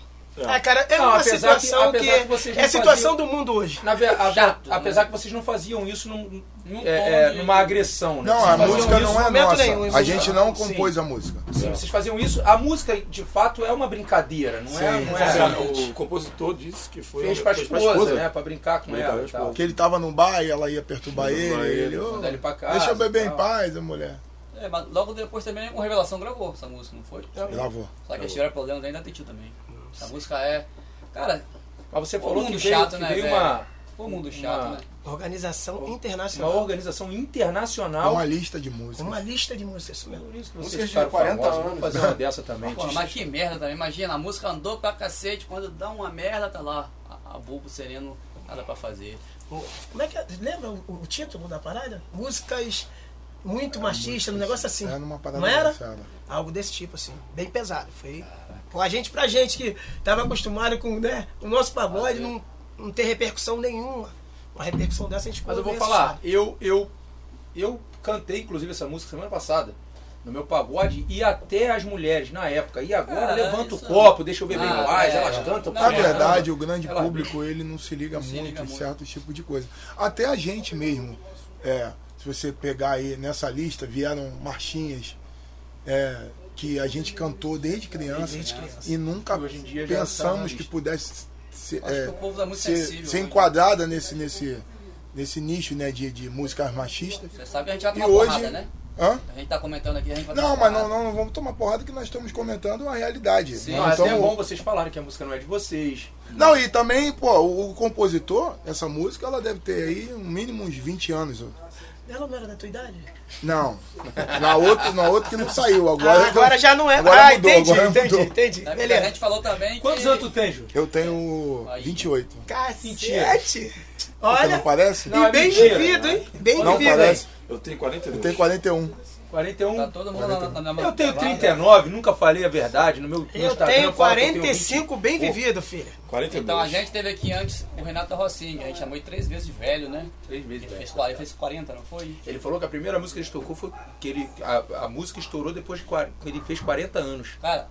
[SPEAKER 6] Ah, cara, é
[SPEAKER 5] Não,
[SPEAKER 6] uma
[SPEAKER 5] apesar que-
[SPEAKER 6] situação que,
[SPEAKER 5] apesar que vocês
[SPEAKER 6] é
[SPEAKER 5] não
[SPEAKER 6] a situação
[SPEAKER 5] faziam-
[SPEAKER 6] do mundo hoje.
[SPEAKER 5] Na ver- a-
[SPEAKER 2] Chato,
[SPEAKER 5] apesar
[SPEAKER 2] né?
[SPEAKER 5] que vocês não faziam isso num-
[SPEAKER 2] Num
[SPEAKER 5] é, é,
[SPEAKER 2] tom de-
[SPEAKER 5] numa agressão, né?
[SPEAKER 4] Não,
[SPEAKER 5] vocês
[SPEAKER 4] a
[SPEAKER 5] faziam
[SPEAKER 4] música
[SPEAKER 5] isso-
[SPEAKER 6] em
[SPEAKER 4] não é
[SPEAKER 6] momento
[SPEAKER 4] nossa.
[SPEAKER 6] nenhum, isso
[SPEAKER 4] a
[SPEAKER 6] não-
[SPEAKER 4] gente não compôs a música.
[SPEAKER 5] Sim, vocês faziam isso. A música, de fato, é uma brincadeira, não é?
[SPEAKER 4] Sim,
[SPEAKER 5] Não
[SPEAKER 3] Mas,
[SPEAKER 5] é
[SPEAKER 3] ah, o compositor disse que foi
[SPEAKER 5] fez pra
[SPEAKER 3] pra
[SPEAKER 5] esposa, né? Pra brincar com
[SPEAKER 3] Brincar
[SPEAKER 5] ela.
[SPEAKER 3] com
[SPEAKER 5] e
[SPEAKER 3] a
[SPEAKER 5] tal.
[SPEAKER 4] Porque ele tava num bar e ela ia perturbar ele.
[SPEAKER 3] Perturbar ele,
[SPEAKER 4] ele, ô,
[SPEAKER 5] mandar ele pra casa
[SPEAKER 4] deixa eu beber
[SPEAKER 5] e
[SPEAKER 4] em
[SPEAKER 5] tal.
[SPEAKER 4] paz, a mulher.
[SPEAKER 2] É, mas logo depois também o Revelação gravou essa música, não foi?
[SPEAKER 4] E lavou.
[SPEAKER 2] Só que eles tiveram problemas ainda tem tio também. Essa música é. Cara,
[SPEAKER 5] Mas você
[SPEAKER 2] Pô,
[SPEAKER 5] falou que
[SPEAKER 2] mundo
[SPEAKER 5] veio,
[SPEAKER 2] chato,
[SPEAKER 5] que
[SPEAKER 2] né,
[SPEAKER 5] veio
[SPEAKER 2] velho?
[SPEAKER 5] uma,
[SPEAKER 2] o mundo chato,
[SPEAKER 4] Ah,
[SPEAKER 5] Uma-
[SPEAKER 2] né?
[SPEAKER 6] Organização
[SPEAKER 5] uma
[SPEAKER 6] internacional.
[SPEAKER 5] organização internacional.
[SPEAKER 4] Uma lista de músicas.
[SPEAKER 6] Uma lista de músicas, isso mesmo.
[SPEAKER 5] Por isso que
[SPEAKER 7] Músicas
[SPEAKER 5] vocês
[SPEAKER 7] de
[SPEAKER 5] ficaram
[SPEAKER 7] 40
[SPEAKER 5] famosos. Vamos
[SPEAKER 7] anos.
[SPEAKER 5] fazer uma dessa também.
[SPEAKER 2] né? Pô, mas que merda também. Imagina, a música andou pra cacete, quando dá uma merda, tá lá. A, a Bobo Sereno, nada pra fazer.
[SPEAKER 6] Como é que é? Lembra o, o título da parada? Músicas muito machistas, um negócio assim.
[SPEAKER 4] Era É numa parada
[SPEAKER 6] Não era?
[SPEAKER 4] engraçada.
[SPEAKER 6] Algo desse tipo, assim. Bem pesado. Foi com a gente pra gente que tava acostumado com né, o nosso pagode não, não ter repercussão nenhuma. Uma repercussão dessa a gente
[SPEAKER 5] Mas eu vou
[SPEAKER 6] ficou bem
[SPEAKER 5] falar,
[SPEAKER 6] assustado.
[SPEAKER 5] eu, eu, eu cantei inclusive essa música semana passada. No meu pagode, e até as mulheres na época. E agora
[SPEAKER 2] Ah,
[SPEAKER 5] levanta o
[SPEAKER 2] isso-
[SPEAKER 5] copo, deixa eu beber
[SPEAKER 2] Ah,
[SPEAKER 5] em paz,
[SPEAKER 2] é.
[SPEAKER 5] elas cantam.
[SPEAKER 2] Na
[SPEAKER 4] Na
[SPEAKER 5] pra caramba.
[SPEAKER 4] verdade, o grande
[SPEAKER 5] Ela-
[SPEAKER 4] público ele não se liga
[SPEAKER 2] se
[SPEAKER 4] muito
[SPEAKER 2] liga
[SPEAKER 4] em
[SPEAKER 2] muito.
[SPEAKER 4] certo tipo de coisa. Até a gente mesmo, é, se você pegar aí nessa lista, vieram marchinhas é, que a gente cantou desde criança, e nunca
[SPEAKER 5] E hoje em dia já tá na
[SPEAKER 4] pensamos
[SPEAKER 5] lista.
[SPEAKER 4] que pudesse ser,
[SPEAKER 2] Acho
[SPEAKER 4] é,
[SPEAKER 2] que o povo tá muito
[SPEAKER 4] ser-
[SPEAKER 2] sensível
[SPEAKER 4] ser
[SPEAKER 2] hoje.
[SPEAKER 4] enquadrada nesse, nesse, nesse nicho né, de, de músicas machistas.
[SPEAKER 2] Você sabe que a gente vai
[SPEAKER 4] E
[SPEAKER 2] tomar
[SPEAKER 4] hoje.
[SPEAKER 2] porrada, né?
[SPEAKER 4] Hã?
[SPEAKER 2] A gente tá comentando aqui, a gente vai
[SPEAKER 4] Não,
[SPEAKER 2] tomar
[SPEAKER 4] mas
[SPEAKER 2] porrada.
[SPEAKER 4] não, não, não vamos tomar porrada que nós estamos comentando a realidade.
[SPEAKER 2] Sim.
[SPEAKER 5] Não,
[SPEAKER 4] Nós
[SPEAKER 5] até é
[SPEAKER 4] estamos-
[SPEAKER 5] bom vocês falarem que a música não é de vocês.
[SPEAKER 4] Não, e também, pô, o, o compositor, essa música, ela deve ter aí no mínimo uns 20 anos. ó.
[SPEAKER 6] Ela não era da tua idade?
[SPEAKER 4] Não. Na outra, na outra que não saiu. Agora,
[SPEAKER 6] Ah, agora já não é.
[SPEAKER 4] agora
[SPEAKER 6] ah,
[SPEAKER 4] mudou,
[SPEAKER 6] entendi,
[SPEAKER 4] agora
[SPEAKER 6] entendi,
[SPEAKER 4] mudou.
[SPEAKER 6] entendi.
[SPEAKER 2] Né? Porque A
[SPEAKER 6] Beleza.
[SPEAKER 2] gente falou também
[SPEAKER 5] Quantos
[SPEAKER 2] que...
[SPEAKER 5] anos tu tem, Ju?
[SPEAKER 4] Eu tenho 28.
[SPEAKER 6] Cacete.
[SPEAKER 4] Você
[SPEAKER 6] Olha,
[SPEAKER 4] não parece?
[SPEAKER 5] Não,
[SPEAKER 6] e
[SPEAKER 5] é
[SPEAKER 6] bem
[SPEAKER 5] mentira.
[SPEAKER 6] vivido, hein? Bem
[SPEAKER 4] Não
[SPEAKER 6] vivido.
[SPEAKER 4] parece.
[SPEAKER 3] Eu tenho 42.
[SPEAKER 4] Eu tenho 41.
[SPEAKER 5] 41.
[SPEAKER 2] Tá todo mundo lá na, na minha
[SPEAKER 5] Eu tenho 39, nunca falei a verdade. No meu, no
[SPEAKER 6] Eu
[SPEAKER 5] Instagram
[SPEAKER 6] tenho
[SPEAKER 5] eu falo que eu tenho
[SPEAKER 6] 45 bem vivido, filho.
[SPEAKER 3] 42.
[SPEAKER 2] Então a gente teve aqui antes o Renato Rocinho, a gente chamou ele três vezes de velho, né?
[SPEAKER 5] 23 meses,
[SPEAKER 2] Ele
[SPEAKER 5] velho.
[SPEAKER 2] fez, 40, ele fez 40, não foi?
[SPEAKER 5] Ele falou que a primeira música que ele tocou foi que ele, a, a música estourou depois de 40 que ele fez 40 anos.
[SPEAKER 2] Cara,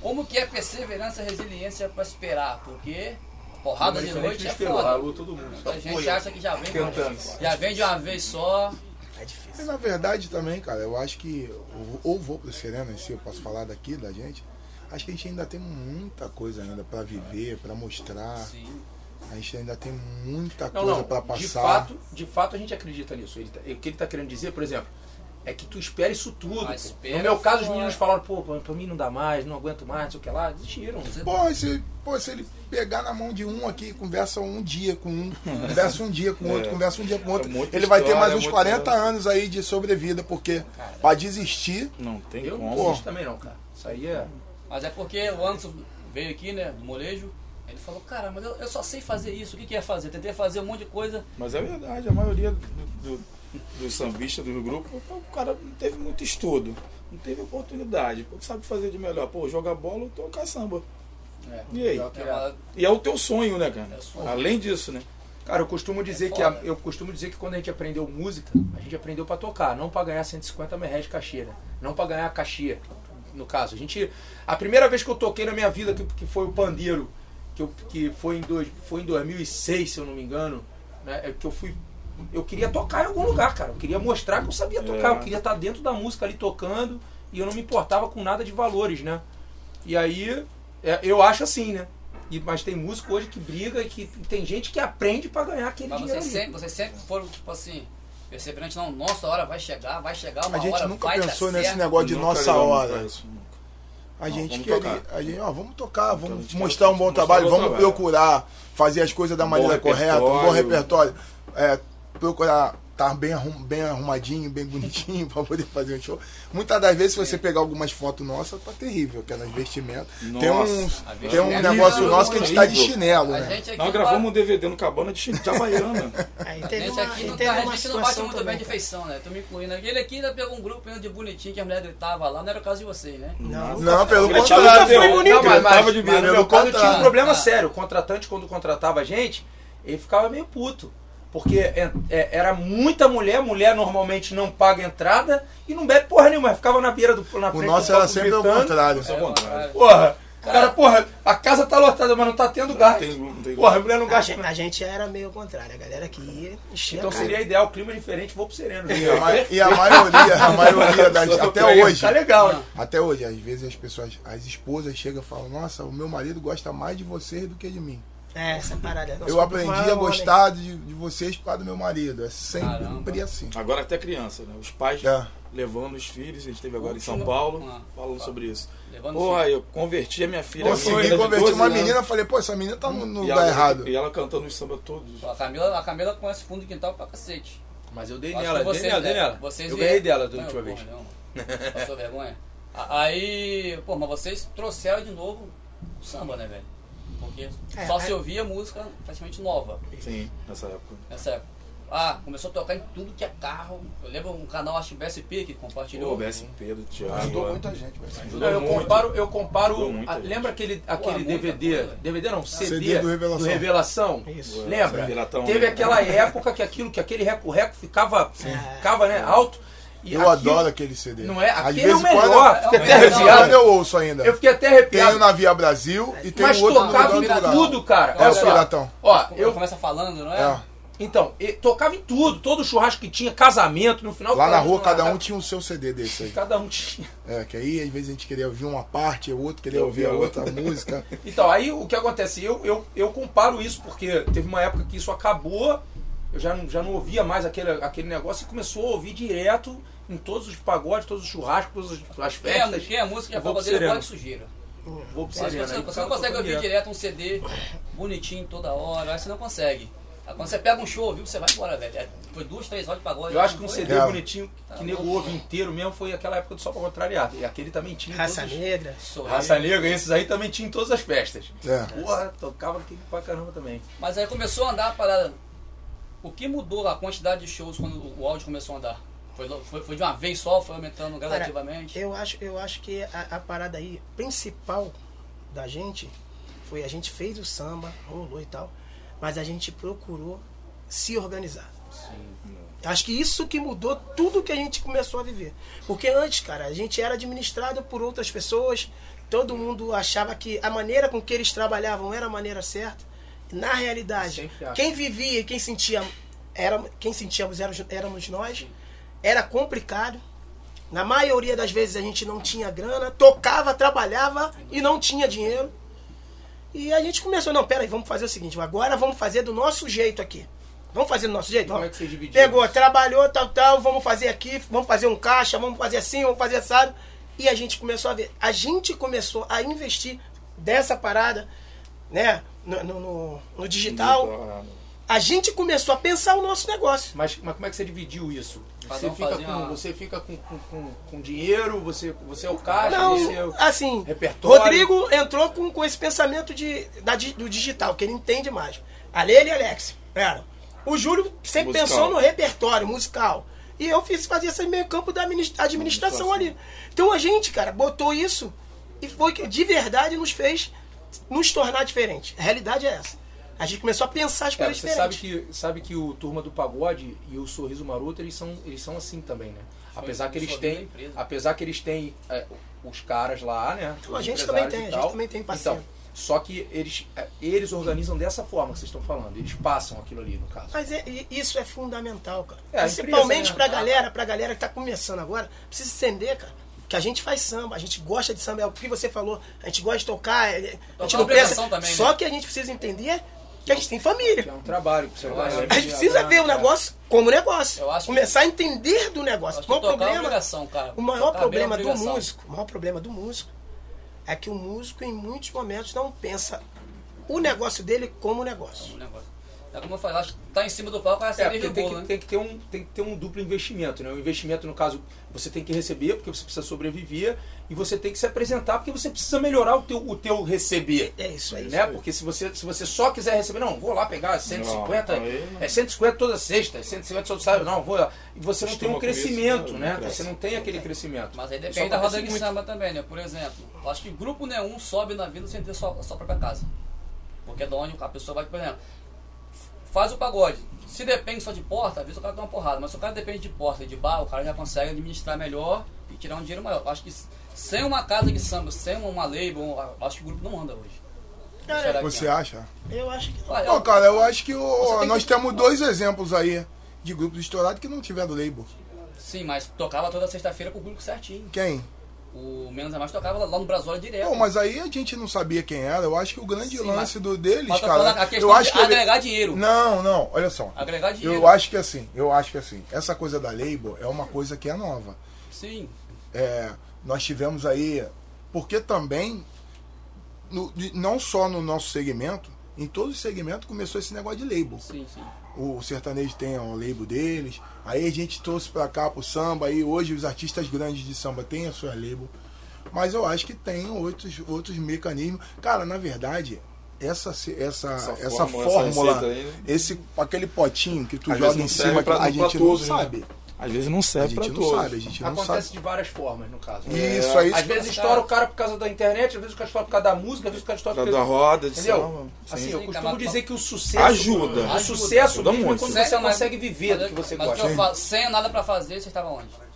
[SPEAKER 2] como que é perseverança e resiliência pra esperar? Porque a
[SPEAKER 5] Ah,
[SPEAKER 2] porrada de
[SPEAKER 5] Infelizmente,
[SPEAKER 2] noite
[SPEAKER 5] não
[SPEAKER 2] é
[SPEAKER 5] esperou,
[SPEAKER 2] foda.
[SPEAKER 5] ralou todo mundo. Só
[SPEAKER 2] A gente
[SPEAKER 5] foi.
[SPEAKER 2] acha que já vem,
[SPEAKER 5] Cantando.
[SPEAKER 2] já vem de uma vez só.
[SPEAKER 4] Mas na verdade também, cara, eu acho que. ou- Ou vou pro Serena em si, eu posso falar daqui da gente. Acho que a gente ainda tem muita coisa ainda pra viver, pra mostrar.
[SPEAKER 2] Sim.
[SPEAKER 4] A gente ainda tem muita
[SPEAKER 5] Não,
[SPEAKER 4] coisa
[SPEAKER 5] não.
[SPEAKER 4] pra
[SPEAKER 5] De
[SPEAKER 4] passar.
[SPEAKER 5] fato, de fato a gente acredita nisso. Ele tá- o que ele tá querendo dizer, por exemplo, é que tu espera isso tudo.
[SPEAKER 2] Mas
[SPEAKER 5] pô.
[SPEAKER 2] espera,
[SPEAKER 5] no meu caso, os
[SPEAKER 2] foda.
[SPEAKER 5] meninos falaram, pô, pra, pra mim não dá mais, não aguento mais, não sei o que lá. Desistiram.
[SPEAKER 4] Pô, se, pô, se ele pegar na mão de um aqui, conversa um dia com um, conversa um dia com outro,
[SPEAKER 3] É.
[SPEAKER 4] conversa um dia com outro,
[SPEAKER 3] É muita
[SPEAKER 4] ele vai ter
[SPEAKER 3] história,
[SPEAKER 4] mais
[SPEAKER 3] é
[SPEAKER 4] uns
[SPEAKER 3] muita-
[SPEAKER 4] 40 anos aí de sobrevida, porque pra desistir,
[SPEAKER 3] Não tem
[SPEAKER 5] Eu não
[SPEAKER 3] como.
[SPEAKER 5] desisto também não, cara. Isso aí é...
[SPEAKER 2] Mas é porque o Anderson veio aqui, né, do molejo, ele falou, cara, mas eu, eu só sei fazer isso, o que, que é fazer? Tentei fazer um monte de coisa.
[SPEAKER 3] Mas é verdade, a maioria do- do- dos sambistas do grupo, pô, o cara não teve muito estudo, não teve oportunidade. Pô, sabe fazer de melhor? Pô, jogar bola ou tocar samba.
[SPEAKER 5] É.
[SPEAKER 3] E aí?
[SPEAKER 2] né, mas-
[SPEAKER 3] E é o teu sonho, né, cara?
[SPEAKER 2] É o sonho.
[SPEAKER 3] Além disso, né?
[SPEAKER 5] Cara, eu costumo dizer
[SPEAKER 2] É
[SPEAKER 5] que a-
[SPEAKER 2] foda.
[SPEAKER 5] eu costumo dizer que quando a gente aprendeu música, a gente aprendeu pra tocar, não pra ganhar 150 mil reais de cachê, né? Não pra ganhar cachê, no caso. A gente a primeira vez que eu toquei na minha vida que, que foi o pandeiro, que, eu- que foi em dois, foi em 2006, se eu não me engano, né? É que eu fui eu queria tocar em algum lugar, cara. Eu queria mostrar que eu sabia tocar,
[SPEAKER 3] É.
[SPEAKER 5] eu queria estar dentro da música ali tocando e eu não me importava com nada de valores, né? E aí, é, eu acho assim, né? E, mas tem músico hoje que briga e que tem gente que aprende pra ganhar aquele
[SPEAKER 2] Mas
[SPEAKER 5] dinheiro
[SPEAKER 2] vocês
[SPEAKER 5] ali.
[SPEAKER 2] sempre, vocês sempre foram, tipo assim, perseverante, não, nossa hora vai chegar, vai chegar uma
[SPEAKER 4] a gente
[SPEAKER 2] hora,
[SPEAKER 4] nunca
[SPEAKER 2] vai dar
[SPEAKER 4] pensou
[SPEAKER 2] certo.
[SPEAKER 4] nesse negócio de
[SPEAKER 3] Nunca né?
[SPEAKER 4] nossa
[SPEAKER 3] ligamos
[SPEAKER 4] hora.
[SPEAKER 3] pra isso, nunca.
[SPEAKER 4] A
[SPEAKER 3] Não,
[SPEAKER 4] gente
[SPEAKER 3] vamos
[SPEAKER 4] queria.
[SPEAKER 3] tocar. Então
[SPEAKER 4] A gente, ó, vamos tocar,
[SPEAKER 3] a
[SPEAKER 4] vamos
[SPEAKER 3] gente
[SPEAKER 4] mostrar
[SPEAKER 3] quer
[SPEAKER 4] um bom
[SPEAKER 3] mostrar
[SPEAKER 4] trabalho,
[SPEAKER 3] um bom
[SPEAKER 4] vamos
[SPEAKER 3] trabalho.
[SPEAKER 4] procurar fazer as coisas da
[SPEAKER 3] Um bom
[SPEAKER 4] maneira correta, um bom
[SPEAKER 3] repertório.
[SPEAKER 4] repertório, é, procurar tá bem, arrum- bem arrumadinho, bem bonitinho pra poder fazer um show. Muitas das vezes, se
[SPEAKER 3] É.
[SPEAKER 4] você pegar algumas fotos nossas, tá terrível, aquelas vestimentas. tem,
[SPEAKER 3] Nossa,
[SPEAKER 4] uns,
[SPEAKER 2] a
[SPEAKER 4] tem um
[SPEAKER 2] vestimenta
[SPEAKER 4] negócio
[SPEAKER 3] é
[SPEAKER 4] nosso que a gente tá de
[SPEAKER 3] horrível.
[SPEAKER 4] chinelo,
[SPEAKER 2] A
[SPEAKER 4] né?
[SPEAKER 2] gente aqui
[SPEAKER 3] Nós
[SPEAKER 2] não
[SPEAKER 3] gravamos um
[SPEAKER 2] bate-
[SPEAKER 3] DVD no Cabana de Chile, de Havaiana.
[SPEAKER 6] Aí
[SPEAKER 2] a
[SPEAKER 6] teve
[SPEAKER 2] gente
[SPEAKER 6] uma,
[SPEAKER 2] aqui
[SPEAKER 6] e
[SPEAKER 2] não,
[SPEAKER 6] teve
[SPEAKER 2] tá-
[SPEAKER 6] uma
[SPEAKER 2] a gente não bate
[SPEAKER 6] situação
[SPEAKER 2] muito bem
[SPEAKER 6] também.
[SPEAKER 2] de
[SPEAKER 6] cara.
[SPEAKER 2] feição, né? Tô me incluindo aqui. Ele aqui ainda pegou um grupo ainda de bonitinho que a mulher dele tava lá, não era o caso de vocês, né?
[SPEAKER 6] Não,
[SPEAKER 4] Não, pelo
[SPEAKER 3] Ele
[SPEAKER 4] contrário.
[SPEAKER 3] tava de
[SPEAKER 5] foi
[SPEAKER 3] avião,
[SPEAKER 5] bonito,
[SPEAKER 3] não, mas-
[SPEAKER 5] mas-
[SPEAKER 3] tava de
[SPEAKER 5] Mas no
[SPEAKER 4] Pelo
[SPEAKER 5] meu
[SPEAKER 3] avião.
[SPEAKER 5] caso eu tinha um
[SPEAKER 4] contrário.
[SPEAKER 5] problema
[SPEAKER 2] Ah.
[SPEAKER 5] sério. O contratante, quando contratava a gente, ele ficava meio puto. Porque é- é- era muita mulher, mulher normalmente não paga entrada e não bebe porra nenhuma. Ficava na beira do na
[SPEAKER 4] O
[SPEAKER 5] frente
[SPEAKER 4] nosso
[SPEAKER 5] do
[SPEAKER 4] era
[SPEAKER 5] palco
[SPEAKER 4] sempre ao
[SPEAKER 5] gritando.
[SPEAKER 4] contrário.
[SPEAKER 3] Isso é o contrário.
[SPEAKER 5] Porra, o cara, porra, a casa tá lotada, mas não tá tendo gasto.
[SPEAKER 3] tem- não tem-
[SPEAKER 5] Porra, a mulher não
[SPEAKER 6] A
[SPEAKER 5] gasta.
[SPEAKER 6] gente, a gente era meio contrário, a galera que ia enchia
[SPEAKER 5] Então
[SPEAKER 6] a cara.
[SPEAKER 5] seria ideal, clima diferente, vou pro sereno.
[SPEAKER 4] E a, ma- e a maioria, a maioria das, até hoje,
[SPEAKER 5] Tá legal, hein?
[SPEAKER 4] Até hoje, às vezes as pessoas, as esposas chegam e falam: Nossa, o meu marido gosta mais de vocês do que de mim.
[SPEAKER 6] É, essa parada. Nossa,
[SPEAKER 4] eu aprendi
[SPEAKER 6] maior
[SPEAKER 4] a
[SPEAKER 6] homem.
[SPEAKER 4] gostar de, de vocês por causa do meu marido. É sempre
[SPEAKER 2] Caramba.
[SPEAKER 4] assim.
[SPEAKER 3] Agora até criança, né? Os pais
[SPEAKER 4] É.
[SPEAKER 3] levando os filhos, a gente esteve agora em São
[SPEAKER 2] Última-
[SPEAKER 3] Paulo,
[SPEAKER 2] Ah.
[SPEAKER 3] falando sobre isso.
[SPEAKER 2] Levando
[SPEAKER 3] Porra, eu converti a minha
[SPEAKER 5] é
[SPEAKER 3] filha. uma
[SPEAKER 4] Consegui
[SPEAKER 3] menina de
[SPEAKER 4] converter
[SPEAKER 3] 12
[SPEAKER 4] uma
[SPEAKER 3] anos.
[SPEAKER 4] menina, falei: Pô, essa menina tá no,
[SPEAKER 3] E
[SPEAKER 4] no lugar
[SPEAKER 3] ela-
[SPEAKER 4] errado.
[SPEAKER 3] E ela cantando os samba todos.
[SPEAKER 2] A Camila, a Camila conhece fundo de quintal pra cacete.
[SPEAKER 5] Mas eu dei
[SPEAKER 2] Acho
[SPEAKER 5] nela,
[SPEAKER 2] que
[SPEAKER 5] dei nela, dei
[SPEAKER 2] né,
[SPEAKER 5] nela.
[SPEAKER 2] vocês
[SPEAKER 5] Eu
[SPEAKER 2] vieram-
[SPEAKER 5] ganhei dela da
[SPEAKER 2] Não,
[SPEAKER 5] última
[SPEAKER 2] porra,
[SPEAKER 5] vez.
[SPEAKER 2] não. Passou vergonha. A- Aí, pô, mas vocês trouxeram de novo o samba, né, velho? Porque
[SPEAKER 6] É,
[SPEAKER 2] só
[SPEAKER 6] é-
[SPEAKER 2] se ouvia música praticamente nova
[SPEAKER 3] Sim, nessa época.
[SPEAKER 2] nessa época. Ah, começou a tocar em tudo que é carro. Eu lembro um canal, acho, BSP que compartilhou.
[SPEAKER 3] Tirou o BSP do Thiago.
[SPEAKER 7] Ajudou
[SPEAKER 3] é.
[SPEAKER 7] muita gente, mas assim,
[SPEAKER 5] Não, eu
[SPEAKER 3] muito.
[SPEAKER 5] comparo, eu comparo.
[SPEAKER 3] Mudou muito,
[SPEAKER 5] a-
[SPEAKER 3] gente.
[SPEAKER 5] lembra aquele, aquele
[SPEAKER 2] muita
[SPEAKER 5] DVD?
[SPEAKER 2] coisa.
[SPEAKER 5] DVD não, CD,
[SPEAKER 4] CD do Revelação.
[SPEAKER 5] Revelação?
[SPEAKER 6] Isso.
[SPEAKER 5] Lembra?
[SPEAKER 3] Piratão,
[SPEAKER 5] Teve
[SPEAKER 3] né?
[SPEAKER 5] aquela época que aquilo, que aquele reco-reco ficava, ficava né, alto. E
[SPEAKER 4] eu
[SPEAKER 5] aquilo-
[SPEAKER 4] adoro aquele CD.
[SPEAKER 5] Não é?
[SPEAKER 4] Às
[SPEAKER 5] Aquele
[SPEAKER 4] vezes
[SPEAKER 5] é o
[SPEAKER 4] quando-
[SPEAKER 5] melhor. Fiquei
[SPEAKER 4] às
[SPEAKER 5] até
[SPEAKER 4] vezes quando
[SPEAKER 5] arrepiado.
[SPEAKER 4] eu ouço ainda.
[SPEAKER 5] Eu fiquei até
[SPEAKER 4] Tem o
[SPEAKER 5] arrepiado.
[SPEAKER 4] na Via Brasil e tem
[SPEAKER 5] Mas
[SPEAKER 4] o outro no
[SPEAKER 5] tocava
[SPEAKER 4] outro
[SPEAKER 5] em
[SPEAKER 4] lugar.
[SPEAKER 5] tudo, cara.
[SPEAKER 4] É
[SPEAKER 5] Olha
[SPEAKER 4] o
[SPEAKER 5] só.
[SPEAKER 4] Piratão.
[SPEAKER 5] Ó,
[SPEAKER 2] Eu...
[SPEAKER 5] eu.
[SPEAKER 2] Ah, Começa falando, não é?
[SPEAKER 4] É.
[SPEAKER 5] Então, e- tocava em tudo, todo churrasco que tinha, casamento, no final.
[SPEAKER 4] Lá na
[SPEAKER 5] tocava
[SPEAKER 4] rua,
[SPEAKER 5] uma-
[SPEAKER 4] cada um tinha o seu CD desse aí.
[SPEAKER 5] Cada um tinha.
[SPEAKER 4] É, que aí às vezes a gente queria ouvir uma parte, o outro queria
[SPEAKER 3] Eu
[SPEAKER 4] ouvir a
[SPEAKER 3] ouvi a
[SPEAKER 4] outra música.
[SPEAKER 5] Então, aí o que acontece? Eu, eu, eu comparo isso porque teve uma época que isso acabou, eu já não, já não ouvia mais aquele, aquele negócio e começou a ouvir direto em todos os pagodes, todos os churrascos, todas as- as
[SPEAKER 2] Quem é,
[SPEAKER 5] festas.
[SPEAKER 2] quem é música
[SPEAKER 5] Eu
[SPEAKER 2] já foi
[SPEAKER 5] vou pro
[SPEAKER 2] fazer
[SPEAKER 5] Sereno.
[SPEAKER 2] pode sujeira.
[SPEAKER 5] Vou pro né?
[SPEAKER 2] Você,
[SPEAKER 5] Serena,
[SPEAKER 2] é? você-
[SPEAKER 5] aí o
[SPEAKER 2] você
[SPEAKER 5] cara
[SPEAKER 2] não consegue
[SPEAKER 5] toca
[SPEAKER 2] ouvir
[SPEAKER 5] direto.
[SPEAKER 2] direto um CD bonitinho toda hora, aí você não consegue. Aí Quando você pega um show, viu, você vai embora, velho. É, Foi duas, três horas de pagode.
[SPEAKER 5] Eu acho que
[SPEAKER 2] não
[SPEAKER 5] um
[SPEAKER 2] foi?
[SPEAKER 5] CD
[SPEAKER 4] É.
[SPEAKER 5] bonitinho
[SPEAKER 2] Tá
[SPEAKER 5] que nego ouve inteiro mesmo foi aquela época do Só Pra Contrariar. E aquele também tinha. em
[SPEAKER 6] Raça
[SPEAKER 5] todos os-
[SPEAKER 6] negra.
[SPEAKER 2] Sorriso.
[SPEAKER 5] Raça Negra, esses aí também tinha em todas as festas.
[SPEAKER 4] É.
[SPEAKER 5] Porra, tocava aquele pra caramba também.
[SPEAKER 2] Mas aí começou a andar a parada. O que mudou a quantidade de shows quando o o áudio começou a andar? Foi, lo- foi- foi de uma vez só, foi aumentando
[SPEAKER 6] Cara,
[SPEAKER 2] gradativamente?
[SPEAKER 6] eu, acho, eu acho que a, a parada aí principal da gente foi a gente fez o samba, rolou e tal, mas a gente procurou se organizar. Acho que isso que mudou tudo que a gente começou a viver. Porque antes, cara, a gente era administrado por outras pessoas, todo mundo achava que a maneira com que eles trabalhavam era a maneira certa. Na realidade,
[SPEAKER 5] Sempre acho.
[SPEAKER 6] quem vivia e quem sentia era quem sentíamos éramos, éramos nós. Era complicado. Na maioria das vezes a gente não tinha grana, tocava, trabalhava e não tinha dinheiro. E a gente começou, não, peraí, vamos fazer o seguinte, agora vamos fazer do nosso jeito aqui. Vamos fazer do nosso jeito?
[SPEAKER 5] Como
[SPEAKER 6] Vamos.
[SPEAKER 5] é que vocês dividiram?
[SPEAKER 6] Pegou, trabalhou, tal, tal, vamos fazer aqui, vamos fazer um caixa, vamos fazer assim, vamos fazer assado. E a gente começou a ver. A gente começou a investir dessa parada, né, no, no- no- no digital.
[SPEAKER 3] Então,
[SPEAKER 6] A gente começou a pensar o nosso negócio.
[SPEAKER 5] Mas, mas como é que você dividiu isso?
[SPEAKER 2] Cada
[SPEAKER 5] Você
[SPEAKER 2] um
[SPEAKER 5] fica,
[SPEAKER 2] fazia
[SPEAKER 5] com,
[SPEAKER 2] uma-
[SPEAKER 5] você fica com, com, com- com dinheiro, você, você é o caixa,
[SPEAKER 6] Não,
[SPEAKER 5] você é o...
[SPEAKER 6] assim,
[SPEAKER 5] repertório.
[SPEAKER 6] Rodrigo entrou com, com esse pensamento de, da di- do digital, que ele entende mais. Ale e Alex, era. O Júlio sempre
[SPEAKER 3] Musical.
[SPEAKER 6] pensou no repertório musical. E eu fiz fazer esse meio campo da adminis- administração ali. Então a gente, cara, botou isso e foi que de verdade nos fez nos tornar diferente. A realidade é essa. A gente começou a pensar as
[SPEAKER 5] Cara,
[SPEAKER 6] coisas
[SPEAKER 5] você
[SPEAKER 6] diferentes.
[SPEAKER 5] sabe que, sabe que o Turma do Pagode e o Sorriso Maroto, eles são, eles são assim também, né?
[SPEAKER 2] Foi
[SPEAKER 5] Apesar
[SPEAKER 2] um
[SPEAKER 5] que eles
[SPEAKER 2] sorriso da
[SPEAKER 5] têm,
[SPEAKER 2] empresa.
[SPEAKER 5] apesar que eles têm é, os caras lá, né?
[SPEAKER 6] Então, a
[SPEAKER 5] Os
[SPEAKER 6] gente
[SPEAKER 5] empresários
[SPEAKER 6] também tem,
[SPEAKER 5] e
[SPEAKER 6] a gente
[SPEAKER 5] tal.
[SPEAKER 6] também tem parceiro.
[SPEAKER 5] Então, só que eles, é, eles organizam dessa forma que vocês estão falando. Eles passam aquilo ali, no caso.
[SPEAKER 6] Mas é- e- isso é fundamental, cara.
[SPEAKER 5] É, a
[SPEAKER 6] Principalmente
[SPEAKER 5] empresa,
[SPEAKER 6] pra
[SPEAKER 5] né?
[SPEAKER 6] galera, pra galera que tá começando agora, precisa entender, cara, que a gente faz samba, a gente gosta de samba, é o que você falou, a gente gosta de tocar, é- a gente
[SPEAKER 2] Tocar
[SPEAKER 6] não
[SPEAKER 2] uma
[SPEAKER 6] pensa.
[SPEAKER 2] obrigação também, né?
[SPEAKER 6] Só que a gente precisa entender que a gente tem
[SPEAKER 5] Que é
[SPEAKER 6] família.
[SPEAKER 5] um né? trabalho. que Você vai
[SPEAKER 2] acho- É.
[SPEAKER 6] A gente precisa ver o negócio como negócio.
[SPEAKER 2] Eu acho que-
[SPEAKER 6] Começar a entender do
[SPEAKER 2] Acho
[SPEAKER 6] negócio.
[SPEAKER 2] que
[SPEAKER 6] Qual o
[SPEAKER 2] tocar é uma
[SPEAKER 6] problema?
[SPEAKER 2] obrigação, cara.
[SPEAKER 6] O maior
[SPEAKER 2] Tocar bem é uma
[SPEAKER 6] problema do
[SPEAKER 2] obrigação.
[SPEAKER 6] músico, o maior problema do músico é que o músico em muitos momentos não pensa o negócio dele como negócio.
[SPEAKER 2] Um negócio. É como eu falei, ela tá em cima do palco, ela
[SPEAKER 5] É,
[SPEAKER 2] seria de
[SPEAKER 5] porque tem
[SPEAKER 2] bolo,
[SPEAKER 5] que,
[SPEAKER 2] né?
[SPEAKER 5] tem, que ter um, tem que ter um duplo investimento, né? O investimento, no caso, você tem que receber, porque você precisa sobreviver, e você tem que se apresentar, porque você precisa melhorar o teu, o teu receber.
[SPEAKER 6] É isso aí.
[SPEAKER 5] né? Porque se você, se você só quiser receber, não, vou lá pegar 150,
[SPEAKER 3] Não, aí não.
[SPEAKER 5] é 150 toda sexta, é 150 todo sábado, não, vou lá. E você não tem
[SPEAKER 3] Acostuma
[SPEAKER 5] um
[SPEAKER 3] com isso,
[SPEAKER 5] crescimento,
[SPEAKER 3] não,
[SPEAKER 5] né?
[SPEAKER 3] não cresce.
[SPEAKER 5] Você não tem aquele crescimento.
[SPEAKER 2] Mas aí
[SPEAKER 5] Só
[SPEAKER 2] depende da roda
[SPEAKER 5] acontece
[SPEAKER 2] de
[SPEAKER 5] muito.
[SPEAKER 2] tá samba também, né? Por exemplo, eu acho que grupo nenhum sobe na vida sem ter sua, sua própria casa. Porque é de onde a pessoa vai, por exemplo, faz o pagode. Se depende só de porta, às vezes o cara dá uma porrada. Mas se o cara depende de porta e de bar, o cara já consegue administrar melhor e tirar um dinheiro maior. Eu Acho que sem uma casa de samba, sem uma label, um, eu acho que o grupo não anda hoje.
[SPEAKER 6] Cara,
[SPEAKER 4] Você acha?
[SPEAKER 6] eu acho que.
[SPEAKER 2] Olha,
[SPEAKER 4] Pô, cara, eu acho que o-
[SPEAKER 2] Ah, tem que-
[SPEAKER 4] nós temos dois exemplos aí de grupos estourados que não tiveram label.
[SPEAKER 2] Sim, mas tocava toda sexta-feira com o público certinho.
[SPEAKER 4] Quem?
[SPEAKER 2] O Menos é Mais tocava lá no Brasólia direto.
[SPEAKER 4] Não, mas aí a gente não sabia quem era. Eu acho que o grande
[SPEAKER 2] Sim,
[SPEAKER 4] lance
[SPEAKER 2] mas-
[SPEAKER 4] do deles,
[SPEAKER 2] Mas tô
[SPEAKER 4] cara.
[SPEAKER 2] falando a questão
[SPEAKER 4] eu acho
[SPEAKER 2] de
[SPEAKER 4] que ele-
[SPEAKER 2] agregar dinheiro.
[SPEAKER 4] Não, não, olha só.
[SPEAKER 2] Agregar dinheiro.
[SPEAKER 4] Eu acho que assim, eu acho que assim, essa coisa da label é uma coisa que é nova.
[SPEAKER 2] Sim.
[SPEAKER 4] É, nós tivemos aí. Porque também, no- de- não só no nosso segmento, em todo o segmento começou esse negócio de label.
[SPEAKER 2] Sim, sim.
[SPEAKER 4] O sertanejo tem o label deles, aí a gente trouxe pra cá pro samba, aí hoje os artistas grandes de samba têm a sua label. Mas eu acho que tem outros, outros mecanismos. Cara, na verdade, essa, se- essa,
[SPEAKER 3] Essa fórmula, essa
[SPEAKER 4] essa, fórmula,
[SPEAKER 3] receita aí, né?
[SPEAKER 4] esse, aquele potinho que tu
[SPEAKER 3] Às vezes
[SPEAKER 4] joga
[SPEAKER 3] não
[SPEAKER 4] em
[SPEAKER 3] serve
[SPEAKER 4] cima,
[SPEAKER 3] pra-
[SPEAKER 4] que a
[SPEAKER 3] pra
[SPEAKER 4] gente não
[SPEAKER 3] todos, né?
[SPEAKER 4] sabe.
[SPEAKER 3] Às vezes não
[SPEAKER 4] A
[SPEAKER 3] serve pra
[SPEAKER 4] gente não
[SPEAKER 3] todos.
[SPEAKER 4] sabe, a gente não
[SPEAKER 5] Acontece
[SPEAKER 4] sabe.
[SPEAKER 5] de várias formas, no caso.
[SPEAKER 4] Isso, é isso.
[SPEAKER 5] Às
[SPEAKER 4] que-
[SPEAKER 5] vezes estoura o cara por causa da internet, às vezes o cara estoura por causa da música, às vezes o cara estoura
[SPEAKER 3] Da,
[SPEAKER 5] por
[SPEAKER 3] da
[SPEAKER 5] causa...
[SPEAKER 3] roda, de
[SPEAKER 5] Entendeu?
[SPEAKER 3] samba.
[SPEAKER 5] Assim,
[SPEAKER 3] Sim.
[SPEAKER 5] eu
[SPEAKER 2] Sim,
[SPEAKER 5] costumo
[SPEAKER 2] camada-
[SPEAKER 5] dizer que o sucesso...
[SPEAKER 3] Ajuda.
[SPEAKER 5] O
[SPEAKER 2] Ajuda.
[SPEAKER 5] sucesso
[SPEAKER 3] Ajuda
[SPEAKER 5] mesmo é
[SPEAKER 3] muito.
[SPEAKER 5] quando
[SPEAKER 2] Sem
[SPEAKER 5] você
[SPEAKER 2] uma-
[SPEAKER 5] consegue viver do que você
[SPEAKER 2] mas o
[SPEAKER 5] gosta.
[SPEAKER 2] eu falo, sem nada pra fazer, você estava onde? Tá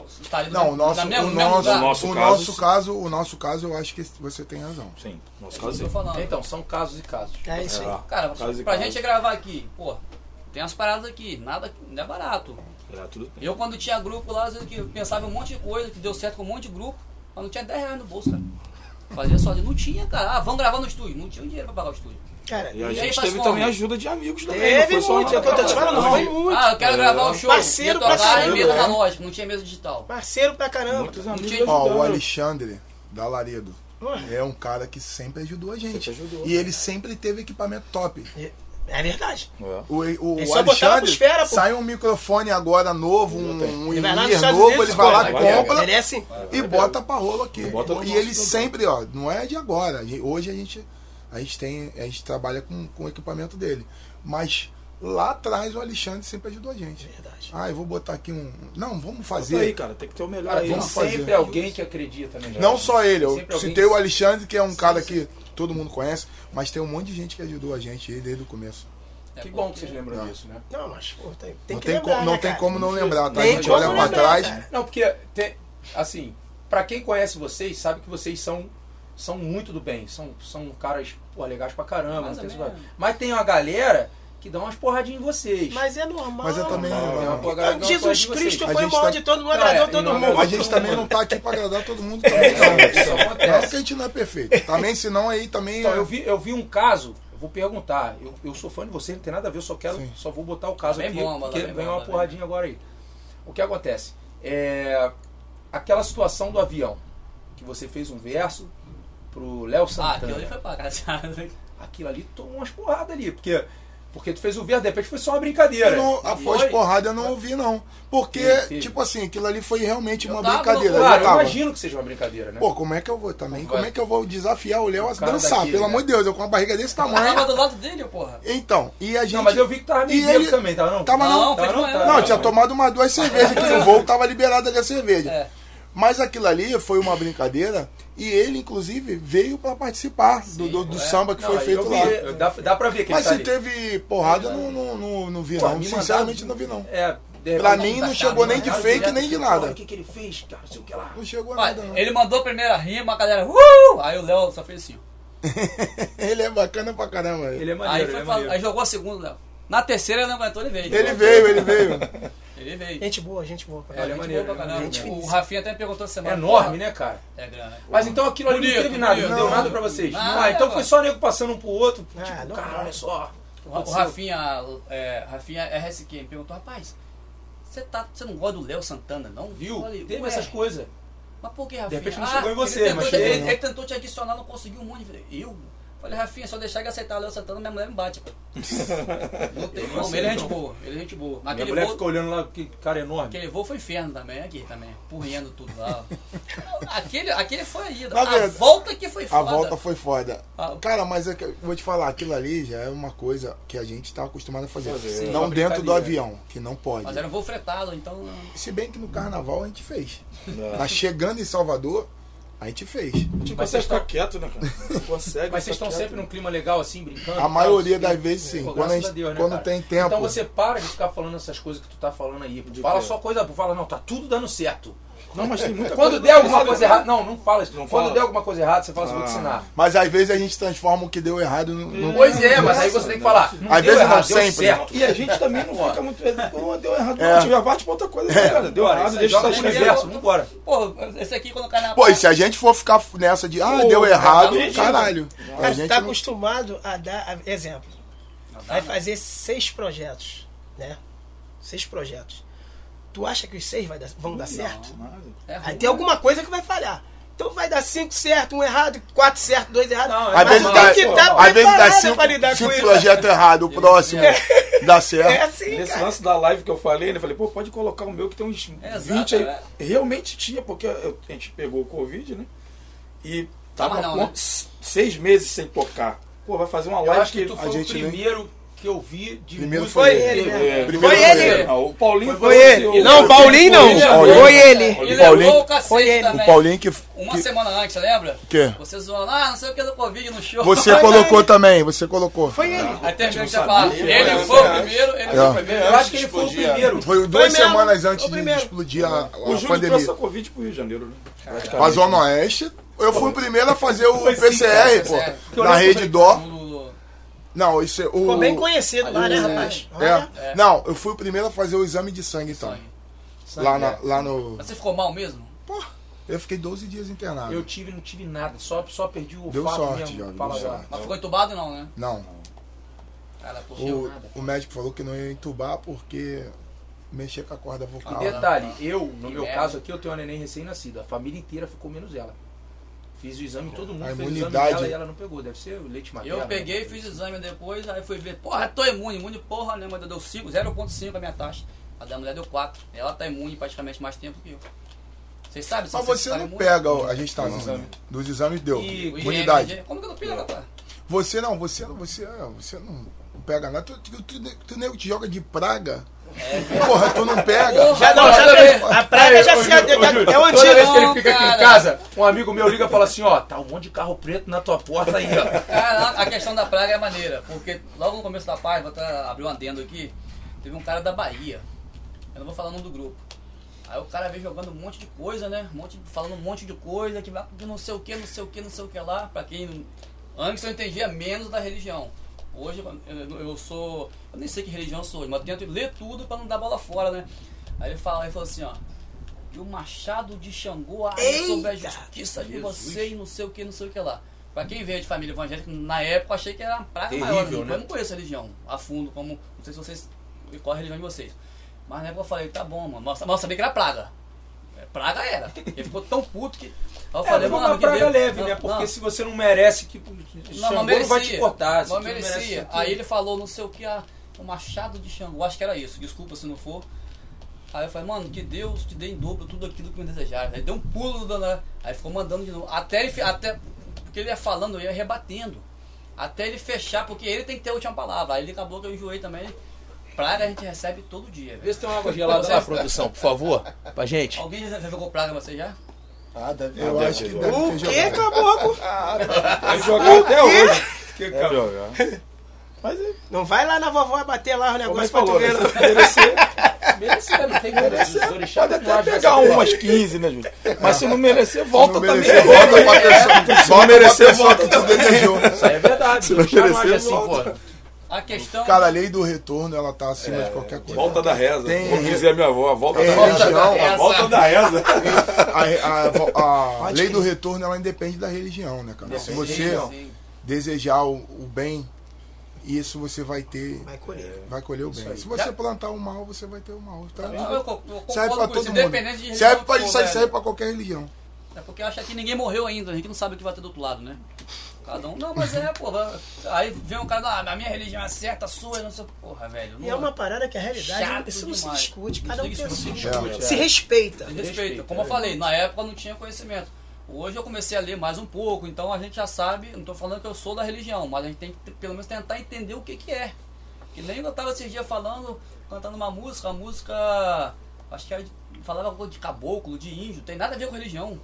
[SPEAKER 2] Você estaria
[SPEAKER 4] Não, o nosso,
[SPEAKER 2] na mesma-
[SPEAKER 4] o
[SPEAKER 2] mesmo
[SPEAKER 4] nosso,
[SPEAKER 2] lugar?
[SPEAKER 4] o
[SPEAKER 3] nosso
[SPEAKER 4] nosso,
[SPEAKER 3] caso, sim.
[SPEAKER 4] caso, o nosso caso, eu acho que você tem razão.
[SPEAKER 3] Sim, nosso
[SPEAKER 2] É isso que
[SPEAKER 3] caso
[SPEAKER 2] eu tô
[SPEAKER 3] é.
[SPEAKER 2] falando.
[SPEAKER 5] Então, são casos e casos.
[SPEAKER 6] É isso aí.
[SPEAKER 2] Cara,
[SPEAKER 3] caso e
[SPEAKER 2] pra
[SPEAKER 3] caso.
[SPEAKER 2] gente gravar aqui, pô, tem umas paradas aqui, nada não é barato.
[SPEAKER 3] Era tudo bem.
[SPEAKER 2] Eu quando tinha grupo lá, às vezes que eu pensava em um monte de coisa, que deu certo com um monte de grupo, mas não tinha 10 reais no bolso, cara. Fazia sozinho, não tinha, cara. Ah, vamos gravar no estúdio. Não tinha dinheiro pra pagar o estúdio.
[SPEAKER 4] É.
[SPEAKER 6] Cara,
[SPEAKER 3] E a
[SPEAKER 2] E aí
[SPEAKER 3] gente
[SPEAKER 2] faz
[SPEAKER 3] teve
[SPEAKER 2] como?
[SPEAKER 3] também ajuda de amigos também.
[SPEAKER 6] Teve
[SPEAKER 3] não foi só né?
[SPEAKER 6] muito, é o que eu tô te falando,
[SPEAKER 3] Não,
[SPEAKER 6] foi muito.
[SPEAKER 2] Ah, eu quero gravar o show.
[SPEAKER 6] Parceiro
[SPEAKER 2] Ia tocar
[SPEAKER 6] pra
[SPEAKER 2] em
[SPEAKER 6] caramba,
[SPEAKER 2] mesa
[SPEAKER 6] né?
[SPEAKER 2] analógica, não tinha mesa digital.
[SPEAKER 6] parceiro pra caramba.
[SPEAKER 3] Muitos amigos
[SPEAKER 2] tinha-
[SPEAKER 4] Ó, o
[SPEAKER 3] ajudaram.
[SPEAKER 4] Alexandre da Laredo
[SPEAKER 6] Ué.
[SPEAKER 4] é um cara que sempre ajudou a gente.
[SPEAKER 3] Sempre ajudou.
[SPEAKER 4] E ele sempre teve equipamento top.
[SPEAKER 6] É verdade.
[SPEAKER 3] É.
[SPEAKER 4] O, o,
[SPEAKER 6] Ele
[SPEAKER 4] o
[SPEAKER 6] só botava
[SPEAKER 4] Alexandre
[SPEAKER 6] pros fera, pô.
[SPEAKER 4] sai um microfone agora novo, um, um
[SPEAKER 6] Ele vai lá nos
[SPEAKER 4] ear
[SPEAKER 6] Estados
[SPEAKER 4] novo,
[SPEAKER 6] Unidos,
[SPEAKER 4] ele vai lá,
[SPEAKER 3] vai, vai,
[SPEAKER 4] compra
[SPEAKER 6] Ele é assim.
[SPEAKER 4] e bota pra rolo aqui.
[SPEAKER 3] Bota no
[SPEAKER 4] e
[SPEAKER 3] nosso
[SPEAKER 4] ele
[SPEAKER 3] produto.
[SPEAKER 4] sempre, ó, não é de agora. A gente- Hoje a gente, a gente tem, a gente trabalha com, com o equipamento dele. Mas lá atrás o Alexandre sempre ajudou a gente.
[SPEAKER 6] Verdade.
[SPEAKER 4] Ah, eu vou botar aqui um. Não, vamos
[SPEAKER 3] Isso
[SPEAKER 4] fazer.
[SPEAKER 3] aí, cara, tem que ter o melhor
[SPEAKER 5] Cara,
[SPEAKER 3] aí.
[SPEAKER 5] tem
[SPEAKER 4] vamos fazer.
[SPEAKER 5] sempre alguém que acredita, né?
[SPEAKER 4] Não só ele, eu
[SPEAKER 5] Sempre alguém
[SPEAKER 4] citei
[SPEAKER 5] que-
[SPEAKER 4] o Alexandre, que é um cara que todo mundo conhece, mas tem um monte de gente que ajudou a gente aí desde o começo.
[SPEAKER 2] É,
[SPEAKER 5] Que
[SPEAKER 2] pô,
[SPEAKER 5] bom que vocês lembram disso, né?
[SPEAKER 6] Não, mas pô, tem, tem
[SPEAKER 4] não
[SPEAKER 6] que
[SPEAKER 4] tem,
[SPEAKER 6] lembrar,
[SPEAKER 4] como, não
[SPEAKER 6] né,
[SPEAKER 4] tem
[SPEAKER 6] cara?
[SPEAKER 4] como não lembrar, tá? A
[SPEAKER 6] Tem
[SPEAKER 4] gente
[SPEAKER 6] como
[SPEAKER 4] olha pra
[SPEAKER 6] lembrar,
[SPEAKER 4] trás.
[SPEAKER 6] cara.
[SPEAKER 5] Não, porque, tem- assim, pra quem conhece vocês, sabe que vocês são, são muito do bem. São, são caras, pô, legais pra caramba.
[SPEAKER 2] Mais
[SPEAKER 5] não
[SPEAKER 2] ou
[SPEAKER 5] tem essa-
[SPEAKER 2] menos.
[SPEAKER 5] Mas tem uma galera que dá umas porradinhas em vocês.
[SPEAKER 6] Mas é normal.
[SPEAKER 4] Mas eu também
[SPEAKER 6] cara.
[SPEAKER 4] não.
[SPEAKER 5] Tem uma porra-
[SPEAKER 6] Então,
[SPEAKER 5] uma porra
[SPEAKER 6] Jesus
[SPEAKER 5] de vocês.
[SPEAKER 6] Cristo
[SPEAKER 4] A
[SPEAKER 6] foi o
[SPEAKER 4] gente
[SPEAKER 6] maior
[SPEAKER 4] tá-
[SPEAKER 6] de todo mundo,
[SPEAKER 5] Não,
[SPEAKER 6] agradou
[SPEAKER 5] é,
[SPEAKER 6] todo
[SPEAKER 5] não,
[SPEAKER 6] mundo.
[SPEAKER 4] A gente também não tá aqui pra agradar todo mundo também.
[SPEAKER 5] Não,
[SPEAKER 4] Não,
[SPEAKER 5] isso
[SPEAKER 4] não
[SPEAKER 5] acontece.
[SPEAKER 4] que a gente não é perfeito. Também, senão aí também.
[SPEAKER 5] Então, eu vi, eu vi um caso, eu vou perguntar. Eu, eu sou fã de você, não tem nada a ver, eu só quero,
[SPEAKER 4] Sim.
[SPEAKER 5] só vou botar o caso
[SPEAKER 2] Lá vem
[SPEAKER 5] aqui,
[SPEAKER 2] bomba, lá
[SPEAKER 5] porque
[SPEAKER 2] vem bomba,
[SPEAKER 5] vem
[SPEAKER 2] né?
[SPEAKER 5] uma
[SPEAKER 2] lá vem.
[SPEAKER 5] porradinha agora aí. O que acontece? É, aquela situação do avião, que você fez um verso pro Léo
[SPEAKER 2] Ah,
[SPEAKER 5] Santana.
[SPEAKER 2] aquilo ali foi pra cacada.
[SPEAKER 5] Aquilo ali tomou umas porradas ali, porque, porque tu fez o verso, de repente foi só uma brincadeira.
[SPEAKER 4] não, ah,
[SPEAKER 5] E
[SPEAKER 4] a voz
[SPEAKER 5] foi-
[SPEAKER 4] porrada eu não ouvi, não. Porque,
[SPEAKER 5] Sim, sim.
[SPEAKER 4] tipo assim, aquilo ali foi realmente
[SPEAKER 2] Eu
[SPEAKER 4] uma
[SPEAKER 2] tava,
[SPEAKER 4] brincadeira.
[SPEAKER 5] Claro,
[SPEAKER 4] eu
[SPEAKER 5] eu
[SPEAKER 4] tava.
[SPEAKER 5] imagino que seja uma brincadeira, né?
[SPEAKER 4] Pô, como é que eu vou também? Como
[SPEAKER 5] Vai.
[SPEAKER 4] é que eu vou desafiar o Léo a
[SPEAKER 5] cara
[SPEAKER 4] dançar?
[SPEAKER 5] daquele,
[SPEAKER 4] Pelo
[SPEAKER 5] né?
[SPEAKER 4] amor de Deus, eu com uma barriga desse
[SPEAKER 2] Eu tava
[SPEAKER 4] tamanho.
[SPEAKER 2] do lado dele, porra.
[SPEAKER 4] Então, e a gente.
[SPEAKER 5] não, mas eu vi que tava
[SPEAKER 4] E
[SPEAKER 5] meio bêbado
[SPEAKER 4] ele-
[SPEAKER 5] também, tava não?
[SPEAKER 4] Tava não.
[SPEAKER 2] Não, tá foi de manhã.
[SPEAKER 4] Não, eu tinha tomado umas duas cervejas aqui no voo, tava liberada ali a cerveja.
[SPEAKER 2] É.
[SPEAKER 4] Mas aquilo ali foi uma brincadeira e ele, inclusive, veio pra participar do, do, do
[SPEAKER 2] é.
[SPEAKER 4] samba que
[SPEAKER 5] Não,
[SPEAKER 4] foi
[SPEAKER 5] aí
[SPEAKER 4] feito
[SPEAKER 5] eu
[SPEAKER 4] lá.
[SPEAKER 5] vi, eu- Dá, dá pra ver que
[SPEAKER 4] Mas
[SPEAKER 5] ele tá
[SPEAKER 4] se
[SPEAKER 5] ali.
[SPEAKER 4] teve porrada, eu não, não, não, não vi
[SPEAKER 5] Pô,
[SPEAKER 4] não.
[SPEAKER 5] me
[SPEAKER 4] Sinceramente,
[SPEAKER 5] mandaram-
[SPEAKER 4] não vi não.
[SPEAKER 5] É, de
[SPEAKER 4] Pra
[SPEAKER 5] repente-
[SPEAKER 4] mim, não
[SPEAKER 2] tá
[SPEAKER 4] chegou
[SPEAKER 2] chato,
[SPEAKER 4] nem de
[SPEAKER 5] Mandaram
[SPEAKER 4] fake,
[SPEAKER 5] direto,
[SPEAKER 4] nem de
[SPEAKER 5] tipo, olha O
[SPEAKER 4] nada.
[SPEAKER 5] que, que ele fez, cara? Não sei o que lá.
[SPEAKER 4] Não chegou
[SPEAKER 2] Olha,
[SPEAKER 4] nada, não.
[SPEAKER 2] ele mandou a primeira rima, a galera, uh! Aí o Léo só fez assim.
[SPEAKER 4] Ele é bacana pra caramba.
[SPEAKER 5] Ele
[SPEAKER 4] Ele,
[SPEAKER 5] é
[SPEAKER 2] Aí,
[SPEAKER 5] maneiro, ele
[SPEAKER 2] foi,
[SPEAKER 5] é
[SPEAKER 2] fal-
[SPEAKER 5] maneiro.
[SPEAKER 2] aí jogou a segunda, Léo. Na terceira ele levantou, ele
[SPEAKER 5] é
[SPEAKER 2] veio.
[SPEAKER 4] veio, ele veio.
[SPEAKER 2] Ele veio.
[SPEAKER 6] Gente boa, gente boa. pra caramba.
[SPEAKER 5] Olha, é
[SPEAKER 2] Gente
[SPEAKER 5] maneiro,
[SPEAKER 2] boa pra
[SPEAKER 5] é
[SPEAKER 2] caramba.
[SPEAKER 5] maneiro.
[SPEAKER 2] O Rafinha até me perguntou essa
[SPEAKER 5] É
[SPEAKER 2] semana.
[SPEAKER 5] enorme,
[SPEAKER 2] porra,
[SPEAKER 5] né, cara?
[SPEAKER 2] É grande.
[SPEAKER 5] Mas então aquilo ali não
[SPEAKER 2] Bonito,
[SPEAKER 5] teve nada, não
[SPEAKER 2] bonito.
[SPEAKER 5] deu
[SPEAKER 2] Não.
[SPEAKER 5] nada pra vocês.
[SPEAKER 2] Nada,
[SPEAKER 5] ah, então
[SPEAKER 2] mano.
[SPEAKER 5] foi só nego passando um pro outro. Tipo,
[SPEAKER 6] Ah, não.
[SPEAKER 5] cara, olha só.
[SPEAKER 2] O Ra- o Rafinha, é, Rafinha RSQ me perguntou, rapaz, você tá, você não gosta do Léo Santana, não?
[SPEAKER 5] Viu?
[SPEAKER 2] Eu falei,
[SPEAKER 5] Teve
[SPEAKER 2] "Ué,
[SPEAKER 5] essas coisas.
[SPEAKER 2] Mas por que, Rafinha? Ah,
[SPEAKER 5] repente não chegou em você,
[SPEAKER 2] ele tentou,
[SPEAKER 5] mas
[SPEAKER 2] ele,
[SPEAKER 5] chegou,
[SPEAKER 4] né?
[SPEAKER 2] ele tentou te adicionar, não conseguiu um monte. Eu? Falei, Rafinha, só deixar ele aceitar o Léo Santana, minha mulher me bate, pô. Não tem como, ele é gente boa, ele é gente boa.
[SPEAKER 5] Minha
[SPEAKER 2] Naquele
[SPEAKER 5] mulher
[SPEAKER 2] voo,
[SPEAKER 5] ficou olhando lá, que cara enorme.
[SPEAKER 2] aquele voo foi inferno também, aqui também, purrendo tudo lá. aquele, aquele foi a ida,
[SPEAKER 4] Na
[SPEAKER 2] a
[SPEAKER 5] é-
[SPEAKER 4] verdade,
[SPEAKER 2] volta que foi
[SPEAKER 4] A
[SPEAKER 2] foda.
[SPEAKER 4] volta foi foda.
[SPEAKER 2] Ah.
[SPEAKER 4] Cara, mas é que eu vou te falar, aquilo ali já é uma coisa que a gente tá acostumado a fazer.
[SPEAKER 3] Fazer,
[SPEAKER 4] não
[SPEAKER 5] é uma
[SPEAKER 4] dentro do
[SPEAKER 5] brincadeira.
[SPEAKER 4] avião, que não pode.
[SPEAKER 2] Mas era um voo fretado, então...
[SPEAKER 4] Se bem que no carnaval a gente fez.
[SPEAKER 3] Não.
[SPEAKER 4] Mas chegando em Salvador, a gente fez.
[SPEAKER 3] A gente
[SPEAKER 5] Mas
[SPEAKER 3] consegue
[SPEAKER 5] vocês
[SPEAKER 3] ficar
[SPEAKER 5] estão-
[SPEAKER 3] quieto, né, cara? Não consegue.
[SPEAKER 5] Mas vocês
[SPEAKER 3] ficar
[SPEAKER 5] estão
[SPEAKER 3] quieto.
[SPEAKER 5] sempre num clima legal, assim, brincando? e
[SPEAKER 4] A
[SPEAKER 5] tal?
[SPEAKER 4] maioria das vezes sim.
[SPEAKER 5] Pô,
[SPEAKER 4] Quando, a
[SPEAKER 5] graças
[SPEAKER 4] gente,
[SPEAKER 5] a Deus, né,
[SPEAKER 4] quando
[SPEAKER 5] cara?
[SPEAKER 4] tem tempo.
[SPEAKER 5] Então você para de ficar falando essas coisas que tu tá falando aí. pô.
[SPEAKER 3] De
[SPEAKER 5] Fala
[SPEAKER 3] quê?
[SPEAKER 5] só coisa boa. Fala, não, tá tudo dando certo.
[SPEAKER 3] Não, mas tem muita
[SPEAKER 5] Quando
[SPEAKER 3] coisa
[SPEAKER 5] der alguma
[SPEAKER 3] acontecendo.
[SPEAKER 5] coisa errada. Não, não fala isso.
[SPEAKER 3] Não
[SPEAKER 5] Quando
[SPEAKER 3] fala.
[SPEAKER 5] der alguma coisa errada, você fala, assim, vou te
[SPEAKER 3] Ah.
[SPEAKER 5] ensinar.
[SPEAKER 4] Mas às vezes a gente transforma o que deu errado no. no-
[SPEAKER 5] Pois é, mas aí você tem que falar. Não
[SPEAKER 4] Às
[SPEAKER 5] deu
[SPEAKER 4] vezes não,
[SPEAKER 5] errado, deu
[SPEAKER 4] sempre.
[SPEAKER 5] certo.
[SPEAKER 3] E a gente também não fica muito. Pô, deu errado.
[SPEAKER 4] É.
[SPEAKER 3] Não, tiver parte pra outra coisa, cara. Deu
[SPEAKER 5] Bora,
[SPEAKER 3] errado,
[SPEAKER 5] isso aí,
[SPEAKER 3] deixa
[SPEAKER 5] joga
[SPEAKER 3] eu
[SPEAKER 5] pro
[SPEAKER 3] escrever.
[SPEAKER 5] universo, vambora.
[SPEAKER 2] Pô, esse aqui quando o carnaval...
[SPEAKER 4] Pô, e se a gente for ficar nessa de, ah, deu errado,
[SPEAKER 2] gente,
[SPEAKER 4] caralho. A
[SPEAKER 6] Cara,
[SPEAKER 4] gente
[SPEAKER 6] tá
[SPEAKER 4] não-
[SPEAKER 6] acostumado a dar a- exemplo.
[SPEAKER 5] é-
[SPEAKER 6] Vai
[SPEAKER 5] Ah.
[SPEAKER 2] tá,
[SPEAKER 6] fazer seis projetos, né? Seis projetos. Tu acha que os seis vai dar- vão dar certo?
[SPEAKER 2] É ruim,
[SPEAKER 6] Aí tem alguma coisa que vai falhar. Então vai dar cinco certo, um errado, quatro certo, dois errados.
[SPEAKER 5] Não, é
[SPEAKER 4] Às
[SPEAKER 6] Mas
[SPEAKER 4] vezes
[SPEAKER 6] tu
[SPEAKER 5] normal,
[SPEAKER 4] dá,
[SPEAKER 6] tem que
[SPEAKER 5] pô.
[SPEAKER 6] estar
[SPEAKER 4] às vezes dá
[SPEAKER 6] preparado pra
[SPEAKER 4] cinco,
[SPEAKER 6] lidar com
[SPEAKER 4] cinco
[SPEAKER 6] isso.
[SPEAKER 4] projetos errados, o próximo dá certo.
[SPEAKER 6] É assim,
[SPEAKER 3] Nesse
[SPEAKER 6] cara.
[SPEAKER 3] lance da live que eu falei, né? eu Falei, pô, pode colocar o meu que tem uns
[SPEAKER 2] Exato,
[SPEAKER 3] 20 aí.
[SPEAKER 2] é.
[SPEAKER 3] Realmente tinha, porque eu- a gente pegou o Covid, né? E tava
[SPEAKER 2] Mas não,
[SPEAKER 3] com
[SPEAKER 2] né?
[SPEAKER 3] seis meses sem tocar. Pô, vai fazer uma
[SPEAKER 5] Eu
[SPEAKER 3] live
[SPEAKER 5] acho que tu foi o
[SPEAKER 4] gente nem-
[SPEAKER 5] primeiro que eu vi de
[SPEAKER 4] Primeiro
[SPEAKER 5] música.
[SPEAKER 4] foi
[SPEAKER 5] que
[SPEAKER 6] ele,
[SPEAKER 5] teve.
[SPEAKER 6] né?
[SPEAKER 3] É,
[SPEAKER 4] Primeiro
[SPEAKER 6] Foi
[SPEAKER 4] você.
[SPEAKER 6] ele.
[SPEAKER 3] Ah, o Paulinho
[SPEAKER 5] Foi você.
[SPEAKER 3] o-
[SPEAKER 5] Não,
[SPEAKER 6] Paulinho não.
[SPEAKER 4] Foi
[SPEAKER 6] ele.
[SPEAKER 2] E
[SPEAKER 4] O
[SPEAKER 2] levou o
[SPEAKER 4] Paulinho,
[SPEAKER 2] cacete
[SPEAKER 6] foi ele.
[SPEAKER 2] é também.
[SPEAKER 4] o Paulinho que,
[SPEAKER 2] Uma
[SPEAKER 4] que
[SPEAKER 2] semana antes, lembra?
[SPEAKER 4] Quê?
[SPEAKER 2] Você zoando, ah, não sei o que do Covid no show.
[SPEAKER 4] você colocou também, você colocou. É.
[SPEAKER 6] Foi ele.
[SPEAKER 2] Aí terminou que você fala,
[SPEAKER 7] sabia,
[SPEAKER 2] ele
[SPEAKER 7] né?
[SPEAKER 2] foi o primeiro, ele foi o primeiro.
[SPEAKER 5] É, Eu acho que ele foi o primeiro.
[SPEAKER 4] Foi duas
[SPEAKER 6] mesmo,
[SPEAKER 4] semanas
[SPEAKER 6] foi o
[SPEAKER 4] antes de
[SPEAKER 6] primeiro.
[SPEAKER 4] explodir a, a
[SPEAKER 3] O Júlio trouxe a
[SPEAKER 4] pandemia.
[SPEAKER 3] Covid pro Rio de Janeiro, né?
[SPEAKER 4] A Zona Oeste, eu fui o primeiro a fazer o
[SPEAKER 5] Foi sim,
[SPEAKER 4] PCR,
[SPEAKER 2] cara, sério.
[SPEAKER 4] pô, na rede dó. Não, isso é o...
[SPEAKER 6] Ficou bem conhecido né? lá, né,
[SPEAKER 4] o-
[SPEAKER 6] rapaz? Olha.
[SPEAKER 4] É. Não, eu fui o primeiro a fazer o exame de sangue, então.
[SPEAKER 2] Sangue.
[SPEAKER 4] Lá,
[SPEAKER 5] é.
[SPEAKER 4] na- lá no...
[SPEAKER 2] Tá. Mas você ficou mal mesmo?
[SPEAKER 4] Pô, eu fiquei 12 dias internado.
[SPEAKER 5] Eu tive, não tive nada. Só, só perdi o
[SPEAKER 4] Deu
[SPEAKER 5] olfato
[SPEAKER 4] sorte,
[SPEAKER 5] mesmo.
[SPEAKER 4] jovem, deu
[SPEAKER 5] paladar.
[SPEAKER 4] sorte.
[SPEAKER 2] Mas ficou entubado não, né?
[SPEAKER 4] Não,
[SPEAKER 2] Cara, pô,
[SPEAKER 4] o,
[SPEAKER 2] nada.
[SPEAKER 4] o médico falou que não ia entubar porque mexer com a corda vocal. né?
[SPEAKER 5] E detalhe, eu, no meu
[SPEAKER 2] merda.
[SPEAKER 5] caso aqui, eu tenho uma neném recém-nascida. A família inteira ficou menos ela. Fiz o exame, todo mundo
[SPEAKER 4] A
[SPEAKER 5] fez o
[SPEAKER 4] imunidade-
[SPEAKER 5] exame dela e ela não pegou. Deve ser o leite materno. né?
[SPEAKER 2] Eu peguei, fiz exame depois, aí fui ver, porra, tô imune, imune porra nenhuma, deu 5, 0.5 a minha taxa. A da mulher deu 4. Ela tá imune praticamente mais tempo que eu. Vocês sabem? se
[SPEAKER 4] Mas
[SPEAKER 2] vocês
[SPEAKER 4] você
[SPEAKER 2] tá
[SPEAKER 4] não
[SPEAKER 2] imune?
[SPEAKER 4] pega, o- a gente tá
[SPEAKER 3] Dos
[SPEAKER 4] nos exames. Dos exames deu.
[SPEAKER 5] E-
[SPEAKER 2] O
[SPEAKER 4] Imunidade.
[SPEAKER 2] IMG. Como que eu não pego, rapaz?
[SPEAKER 4] Você não, você não, você, você não pega nada. Tu, tu, tu, tu nego te joga de praga. Porra, tu não pega.
[SPEAKER 2] Porra,
[SPEAKER 6] Não, já
[SPEAKER 2] olha aí.
[SPEAKER 6] pegou. A praga já se... É o
[SPEAKER 5] Toda vez
[SPEAKER 6] antigo.
[SPEAKER 5] que ele fica aqui
[SPEAKER 2] cara.
[SPEAKER 5] em casa, um amigo meu liga e fala assim, ó, tá um monte de carro preto na tua porta aí, ó.
[SPEAKER 2] Cara, a questão da praga é maneira, porque logo no começo da paz, vou até abrir um adendo aqui, teve um cara da Bahia, eu não vou falar o nome do grupo. Aí o cara veio jogando um monte de coisa, né? Um monte, falando um monte de coisa, que vai não sei o que, não sei o que, não sei o que lá. Pra quem. não- Antes eu entendia menos da religião. Hoje eu, eu sou. Eu nem sei que religião eu sou, hoje, mas eu tento ler tudo pra não dar bola fora, né? Aí ele fala, ele falou assim, ó. E o Machado de Xangô ah, age sobre a
[SPEAKER 6] Eita!
[SPEAKER 2] justiça de você e não sei o que, não sei o que lá. Pra quem veio de família evangélica, na época eu achei que era uma praga maior.
[SPEAKER 5] Terrível,
[SPEAKER 2] né?
[SPEAKER 5] né?
[SPEAKER 2] Eu não conheço a religião a fundo, como. Não sei se vocês. Qual a religião de vocês. Mas na época eu falei, tá bom, mano. Mas mas eu sabia que era praga. É, Praga era. Ele ficou tão puto que. Aí eu
[SPEAKER 5] É,
[SPEAKER 2] falei,
[SPEAKER 5] mas
[SPEAKER 2] mano,
[SPEAKER 5] uma
[SPEAKER 2] que
[SPEAKER 5] praga
[SPEAKER 2] Deus-
[SPEAKER 5] leve,
[SPEAKER 2] não,
[SPEAKER 5] né? Porque
[SPEAKER 2] não.
[SPEAKER 5] se você não merece, que
[SPEAKER 2] Não,
[SPEAKER 5] Xangô
[SPEAKER 2] não
[SPEAKER 5] não,
[SPEAKER 2] merecia.
[SPEAKER 5] vai te cortar. se
[SPEAKER 2] Não
[SPEAKER 5] tu merece
[SPEAKER 2] merecia.
[SPEAKER 5] isso aqui.
[SPEAKER 2] Aí ele falou, não sei o que, ah, o machado de Xangô. Acho que era isso. Desculpa se não for. Aí eu falei, mano, que Deus te dê em dobro tudo aquilo que me desejar. Aí deu um pulo do danado. Aí ficou mandando de novo. Até ele. fe- Até, porque ele ia falando, eu ia rebatendo. Até ele fechar, porque ele tem que ter a última palavra. Aí ele acabou que eu enjoei também. Praga a gente recebe todo dia,
[SPEAKER 5] Vê
[SPEAKER 2] velho.
[SPEAKER 5] se tem uma água gelada um na produção, por favor, pra gente.
[SPEAKER 2] Alguém já já jogou praga em você já?
[SPEAKER 7] Ah, deve
[SPEAKER 4] Eu
[SPEAKER 3] deve
[SPEAKER 4] acho que
[SPEAKER 3] ter
[SPEAKER 4] deve
[SPEAKER 6] O
[SPEAKER 4] ter
[SPEAKER 6] que,
[SPEAKER 4] jogado.
[SPEAKER 6] caboclo?
[SPEAKER 3] Vai jogar até hoje.
[SPEAKER 5] Que
[SPEAKER 3] Deve jogar. Mas é,
[SPEAKER 6] Não vai lá na vovó bater lá o
[SPEAKER 3] como
[SPEAKER 6] negócio
[SPEAKER 3] ele
[SPEAKER 6] pra tu
[SPEAKER 3] falou, né?
[SPEAKER 6] ver. não.
[SPEAKER 3] Se merecer,
[SPEAKER 5] Merecia, não tem como. Os orixás
[SPEAKER 3] pode até
[SPEAKER 5] não acham
[SPEAKER 3] pegar
[SPEAKER 5] essa
[SPEAKER 3] umas 15, né, Júlio? Mas se não merecer,
[SPEAKER 4] Se
[SPEAKER 3] volta
[SPEAKER 4] não
[SPEAKER 3] também.
[SPEAKER 4] merecer, volta pra pessoa. Se não
[SPEAKER 3] merecer,
[SPEAKER 4] merecer, volta
[SPEAKER 3] volta
[SPEAKER 4] que tu desejou.
[SPEAKER 5] Isso aí é verdade. Se
[SPEAKER 4] não
[SPEAKER 5] não
[SPEAKER 4] merecer,
[SPEAKER 5] age assim, pô.
[SPEAKER 2] A questão.
[SPEAKER 4] Cara, a lei do retorno, ela tá acima
[SPEAKER 2] É,
[SPEAKER 4] de qualquer coisa.
[SPEAKER 3] Volta da reza.
[SPEAKER 4] Tem-
[SPEAKER 3] Como dizia minha avó, a volta
[SPEAKER 4] Tem
[SPEAKER 3] da reza.
[SPEAKER 4] religião,
[SPEAKER 5] é
[SPEAKER 2] reza.
[SPEAKER 3] A volta da reza.
[SPEAKER 4] a, a- a lei do retorno, ela independe da religião, né, cara? Se você
[SPEAKER 2] Sim.
[SPEAKER 4] desejar o, o bem, isso você vai ter,
[SPEAKER 6] Vai colher.
[SPEAKER 4] vai colher o bem. Se você plantar o mal, você vai ter o mal. Tá?
[SPEAKER 2] Eu- eu co- eu
[SPEAKER 4] Serve
[SPEAKER 2] concordo
[SPEAKER 4] pra
[SPEAKER 2] com
[SPEAKER 4] todo
[SPEAKER 2] isso,
[SPEAKER 4] mundo.
[SPEAKER 2] independente de religião
[SPEAKER 4] Serve
[SPEAKER 2] que
[SPEAKER 4] pra
[SPEAKER 2] for,
[SPEAKER 4] isso aí,
[SPEAKER 2] velho.
[SPEAKER 4] serve pra qualquer religião.
[SPEAKER 2] É porque acha que ninguém morreu ainda, a gente não sabe o que vai ter do outro lado, né? Cada um. Não, mas é, porra. Aí vem um cara, ah, na minha religião é certa, a sua, eu não sei. Porra, velho.
[SPEAKER 6] E é
[SPEAKER 2] Não,
[SPEAKER 6] uma parada que a realidade,
[SPEAKER 2] Chato
[SPEAKER 6] isso não se
[SPEAKER 2] demais.
[SPEAKER 6] discute,
[SPEAKER 2] Isso
[SPEAKER 6] cada um
[SPEAKER 2] tem que
[SPEAKER 6] tem a
[SPEAKER 2] se
[SPEAKER 6] sua.
[SPEAKER 5] é
[SPEAKER 2] discutir.
[SPEAKER 6] Se respeita.
[SPEAKER 2] Respeita. Como
[SPEAKER 6] é.
[SPEAKER 2] eu falei, na época eu não tinha conhecimento. Hoje eu comecei a ler mais um pouco, então a gente já sabe, não estou falando que eu sou da religião, mas a gente tem que pelo menos tentar entender o que, que é. Que nem eu estava esses dias falando, cantando uma música, a música. Acho que era de- falava alguma coisa de caboclo, de índio, tem nada a ver com religião.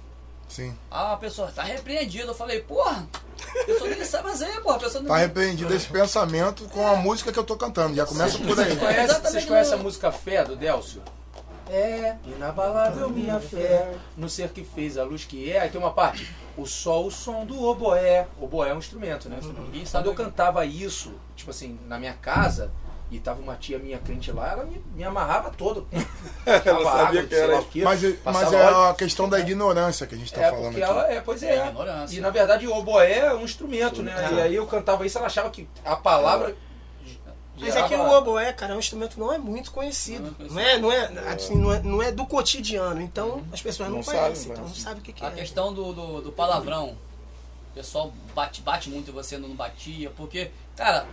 [SPEAKER 4] Sim.
[SPEAKER 2] Ah, a pessoa está repreendida. Eu falei, porra, a pessoa nem sabe, mas é, porra, a pessoa
[SPEAKER 4] Tá
[SPEAKER 2] não.
[SPEAKER 4] arrependido esse pensamento com a música que eu tô cantando. Já começa por aí.
[SPEAKER 5] Vocês conhecem, vocês
[SPEAKER 2] Exatamente,
[SPEAKER 5] conhecem a
[SPEAKER 2] não.
[SPEAKER 5] música Fé do Delcio? É, inabalável minha fé, no ser que fez a luz que é. Aí tem uma parte, o sol, o som do oboé. Oboé é um instrumento, né?
[SPEAKER 2] Ninguém
[SPEAKER 5] Quando
[SPEAKER 2] sabe.
[SPEAKER 5] eu cantava isso, tipo assim, na minha casa, e tava uma tia minha crente lá, ela me, me amarrava todo. Ela
[SPEAKER 3] sabia que era.
[SPEAKER 4] Mas, mas
[SPEAKER 5] passava
[SPEAKER 4] é
[SPEAKER 5] óleo.
[SPEAKER 4] a questão da ignorância que a gente tá
[SPEAKER 5] é,
[SPEAKER 4] falando
[SPEAKER 5] porque
[SPEAKER 4] aqui.
[SPEAKER 5] ela, é, pois é.
[SPEAKER 2] É ignorância.
[SPEAKER 5] e na verdade o oboé é um instrumento, né? E aí eu cantava isso, ela achava que a palavra.
[SPEAKER 6] Mas é que o oboé, cara, é um instrumento não é muito conhecido. Não é, não é, assim, não é, não é do cotidiano. Então as pessoas não,
[SPEAKER 3] Não sabe,
[SPEAKER 6] conhecem,
[SPEAKER 3] né?
[SPEAKER 6] então não sabem o que, que
[SPEAKER 2] A
[SPEAKER 6] é.
[SPEAKER 2] questão do, do, do palavrão. O pessoal bate, bate muito e você não batia, porque, cara,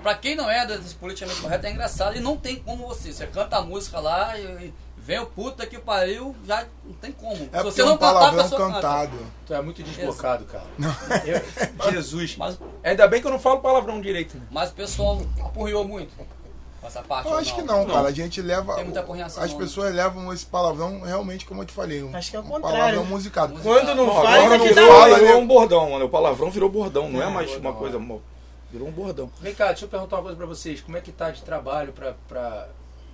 [SPEAKER 2] pra quem não é desse politicamente correto é engraçado e não tem como você. Você canta a música lá e, e vem o puta que pariu, já não tem como.
[SPEAKER 4] É porque é um palavrão cantado.
[SPEAKER 5] Tu é muito deslocado, cara. Eu- Jesus.
[SPEAKER 2] Mas-
[SPEAKER 5] Ainda bem que eu não falo palavrão direito. né?
[SPEAKER 2] Mas o pessoal apurriou muito com essa parte.
[SPEAKER 4] Eu
[SPEAKER 2] ou
[SPEAKER 4] acho que não, cara. A gente leva.
[SPEAKER 2] Tem muita correção,
[SPEAKER 4] As
[SPEAKER 2] não.
[SPEAKER 4] pessoas levam esse palavrão realmente, como eu te falei. Um,
[SPEAKER 6] Acho que é o
[SPEAKER 4] um
[SPEAKER 6] contrário.
[SPEAKER 4] palavrão musicado.
[SPEAKER 2] tá
[SPEAKER 6] Quando não
[SPEAKER 3] Não, agora
[SPEAKER 6] faz, é
[SPEAKER 3] não
[SPEAKER 6] que dá
[SPEAKER 3] virou,
[SPEAKER 4] fala,
[SPEAKER 3] virou
[SPEAKER 4] né?
[SPEAKER 3] um bordão, mano. O palavrão virou bordão, não é, mais
[SPEAKER 5] bordão,
[SPEAKER 3] uma coisa. mo- Virou um bordão.
[SPEAKER 5] Vem cá, deixa eu perguntar uma coisa pra vocês. Como é que tá de trabalho pra, pra,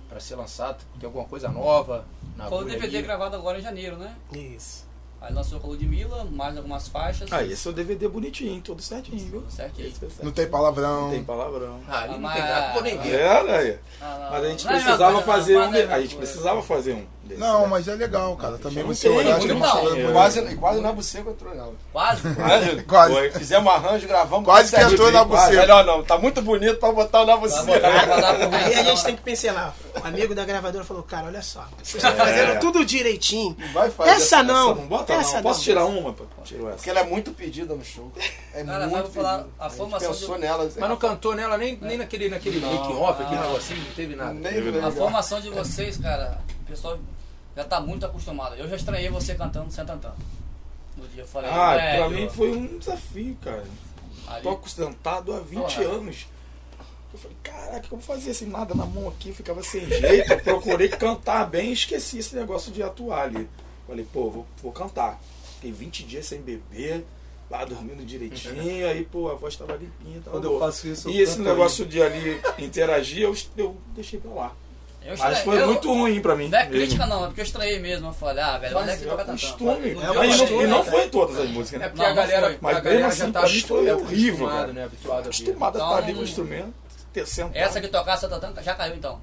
[SPEAKER 5] pra ser lançado? Tem alguma coisa nova na
[SPEAKER 2] Foi o
[SPEAKER 5] agulha
[SPEAKER 2] DVD
[SPEAKER 5] aí?
[SPEAKER 2] gravado agora em janeiro, né?
[SPEAKER 6] Isso.
[SPEAKER 2] Aí lançou com a Ludmilla, mais algumas faixas.
[SPEAKER 3] Ah, esse é o DVD bonitinho, todo certinho, viu?
[SPEAKER 2] Certinho.
[SPEAKER 3] Esse é certo.
[SPEAKER 4] Não tem
[SPEAKER 3] Não
[SPEAKER 4] palavrão.
[SPEAKER 3] tem palavrão.
[SPEAKER 5] Ah, ali não
[SPEAKER 2] Mas-
[SPEAKER 5] tem nada. Pô, nem ver.
[SPEAKER 3] É, né?
[SPEAKER 2] Ah, não,
[SPEAKER 3] Mas a gente
[SPEAKER 2] não é mesma
[SPEAKER 3] precisava
[SPEAKER 2] coisa, não,
[SPEAKER 3] fazer
[SPEAKER 2] não é
[SPEAKER 3] um. de-
[SPEAKER 2] mesma
[SPEAKER 3] A gente
[SPEAKER 2] coisa.
[SPEAKER 3] precisava fazer um desse.
[SPEAKER 4] Não,
[SPEAKER 3] né?
[SPEAKER 4] mas é legal, cara. Também
[SPEAKER 3] Não né?
[SPEAKER 4] você
[SPEAKER 3] tem,
[SPEAKER 4] olhar acho que
[SPEAKER 3] muito
[SPEAKER 4] é uma
[SPEAKER 2] não.
[SPEAKER 4] coisa
[SPEAKER 2] É.
[SPEAKER 4] bonita.
[SPEAKER 7] Quase, quase na buceta entrou nela.
[SPEAKER 2] Quase.
[SPEAKER 7] Quase.
[SPEAKER 4] Quase.
[SPEAKER 3] é, Foi.
[SPEAKER 7] Fizemos arranjo,
[SPEAKER 3] É,
[SPEAKER 7] gravamos.
[SPEAKER 4] Quase
[SPEAKER 7] tudo
[SPEAKER 4] que entrou
[SPEAKER 7] certinho.
[SPEAKER 4] na buceta.
[SPEAKER 7] Quase. Melhor não, tá muito bonito pra botar
[SPEAKER 6] Tá
[SPEAKER 7] na
[SPEAKER 2] Vai
[SPEAKER 7] buceta.
[SPEAKER 2] botar- vai botar por
[SPEAKER 6] Aí a
[SPEAKER 2] reação,
[SPEAKER 6] gente
[SPEAKER 2] né?
[SPEAKER 6] tem que pensar O amigo da gravadora falou, cara, olha só, vocês estão fazendo tudo direitinho.
[SPEAKER 7] Vai fazer.
[SPEAKER 6] Essa não.
[SPEAKER 3] Essa não bota,
[SPEAKER 6] essa
[SPEAKER 3] não. Posso tirar uma? pô? Tiro essa.
[SPEAKER 7] Porque ela é muito pedida no show. É
[SPEAKER 2] Cara, mas
[SPEAKER 7] muito
[SPEAKER 2] eu vou falar,
[SPEAKER 7] pedida.
[SPEAKER 2] a
[SPEAKER 7] gente
[SPEAKER 2] formação
[SPEAKER 7] pensou
[SPEAKER 2] do-
[SPEAKER 7] nela.
[SPEAKER 5] Mas não cantou nela nem, nem naquele, naquele
[SPEAKER 2] Não,
[SPEAKER 5] making-off, aquele
[SPEAKER 2] não.
[SPEAKER 5] negocinho, não teve nada.
[SPEAKER 7] é, Nem
[SPEAKER 2] A
[SPEAKER 7] lembro.
[SPEAKER 2] formação de vocês, cara, o pessoal já tá muito acostumado. Eu já estranhei você cantando sem tantão. No dia eu falei,
[SPEAKER 3] Ah,
[SPEAKER 2] velho,
[SPEAKER 3] pra mim foi um desafio, cara.
[SPEAKER 2] ali-
[SPEAKER 3] Toco sentado há 20
[SPEAKER 2] Porra.
[SPEAKER 3] anos. Eu falei, caraca, como fazia assim, nada na mão aqui, ficava sem jeito. Eu procurei cantar bem e esqueci esse negócio de atuar ali. Falei, pô, vou, vou cantar. Fiquei 20 dias sem beber, lá dormindo direitinho, aí, pô, a voz tava limpinha, tava
[SPEAKER 5] Quando eu
[SPEAKER 3] boa.
[SPEAKER 5] faço isso, eu
[SPEAKER 3] E esse
[SPEAKER 5] canto
[SPEAKER 3] negócio de ali interagir, eu, eu deixei pra lá.
[SPEAKER 2] eu
[SPEAKER 3] Mas
[SPEAKER 2] estranhei-
[SPEAKER 3] foi
[SPEAKER 2] é, eu-
[SPEAKER 3] muito ruim pra mim.
[SPEAKER 2] Não é
[SPEAKER 3] mesmo.
[SPEAKER 2] crítica não, é porque eu estranhei mesmo. Eu falei, ah, velho, onde é
[SPEAKER 3] Mas
[SPEAKER 2] que
[SPEAKER 3] é
[SPEAKER 2] toca
[SPEAKER 3] o
[SPEAKER 2] tantão?
[SPEAKER 3] costume.
[SPEAKER 2] No dia
[SPEAKER 3] Mas
[SPEAKER 2] eu
[SPEAKER 3] não- E não,
[SPEAKER 2] falei, né,
[SPEAKER 3] foi em todas as músicas,
[SPEAKER 5] É
[SPEAKER 3] né?
[SPEAKER 5] porque
[SPEAKER 2] Não,
[SPEAKER 5] a
[SPEAKER 2] não
[SPEAKER 5] galera,
[SPEAKER 2] foi.
[SPEAKER 5] a
[SPEAKER 3] Mas
[SPEAKER 5] galera
[SPEAKER 3] mesmo
[SPEAKER 5] já
[SPEAKER 3] assim,
[SPEAKER 5] tá
[SPEAKER 3] pra mim foi
[SPEAKER 5] acostumada,
[SPEAKER 3] horrível, cara.
[SPEAKER 5] né? Habituada a ver.
[SPEAKER 3] Acostumado Tá a estar ali
[SPEAKER 2] Então,
[SPEAKER 3] com o instrumento, ter sentado.
[SPEAKER 2] Essa que tocar sem tantão já caiu então.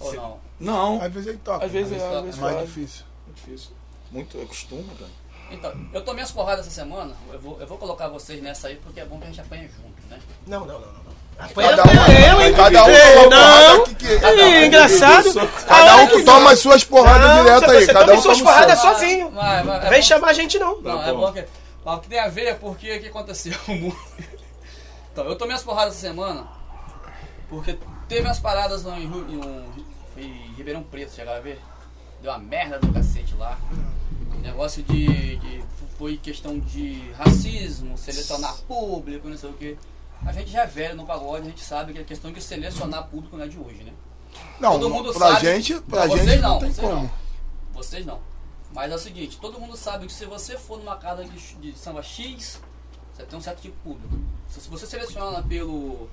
[SPEAKER 2] Ou
[SPEAKER 3] Sim.
[SPEAKER 2] não?
[SPEAKER 3] Não,
[SPEAKER 4] Às vezes ele toca.
[SPEAKER 3] Às vezes é,
[SPEAKER 2] toca.
[SPEAKER 3] às
[SPEAKER 4] É
[SPEAKER 3] vezes
[SPEAKER 4] mais
[SPEAKER 3] faz.
[SPEAKER 4] difícil.
[SPEAKER 3] É difícil. Muito, é costume, cara.
[SPEAKER 2] Então, eu tomei as porradas essa semana, eu vou, eu vou colocar vocês nessa aí porque é bom que a gente apanha junto, né?
[SPEAKER 6] Não, não, não, não. não. Apanha
[SPEAKER 4] Cada um,
[SPEAKER 6] pra eu, hein?
[SPEAKER 4] cada um toma
[SPEAKER 6] Não.
[SPEAKER 4] porrada que, que-
[SPEAKER 6] É engraçado.
[SPEAKER 4] cada um que toma as suas porradas
[SPEAKER 6] Não,
[SPEAKER 4] direto
[SPEAKER 6] você
[SPEAKER 4] aí.
[SPEAKER 6] toma
[SPEAKER 4] Cada um
[SPEAKER 6] as suas
[SPEAKER 4] toma o seu.
[SPEAKER 6] porradas. É sozinho.
[SPEAKER 2] Vai, vai, é
[SPEAKER 6] Vem
[SPEAKER 2] bom-
[SPEAKER 6] chamar a gente, não.
[SPEAKER 2] Não,
[SPEAKER 3] Tá
[SPEAKER 2] é
[SPEAKER 3] bom.
[SPEAKER 2] bom que. Mas o que tem a ver é porque o que aconteceu muito. Então, eu tomei as porradas essa semana, porque teve as paradas lá em, Ru- em, um- em Ribeirão Preto, chegaram a ver? Deu uma merda do cacete lá. Um Negócio de, de- Foi questão de racismo, selecionar público, não sei o quê. A gente já é velho no pagode, a gente sabe que a questão de selecionar público não é de hoje, né?
[SPEAKER 4] Não,
[SPEAKER 2] Todo mundo
[SPEAKER 4] pra
[SPEAKER 2] sabe.
[SPEAKER 4] gente, pra
[SPEAKER 2] vocês
[SPEAKER 4] gente
[SPEAKER 2] não,
[SPEAKER 4] não tem
[SPEAKER 2] vocês
[SPEAKER 4] como.
[SPEAKER 2] Não. Vocês não. Mas é o seguinte, todo mundo sabe que se você for numa casa de, de samba X, você tem um certo tipo de público. Se, se você seleciona pelo,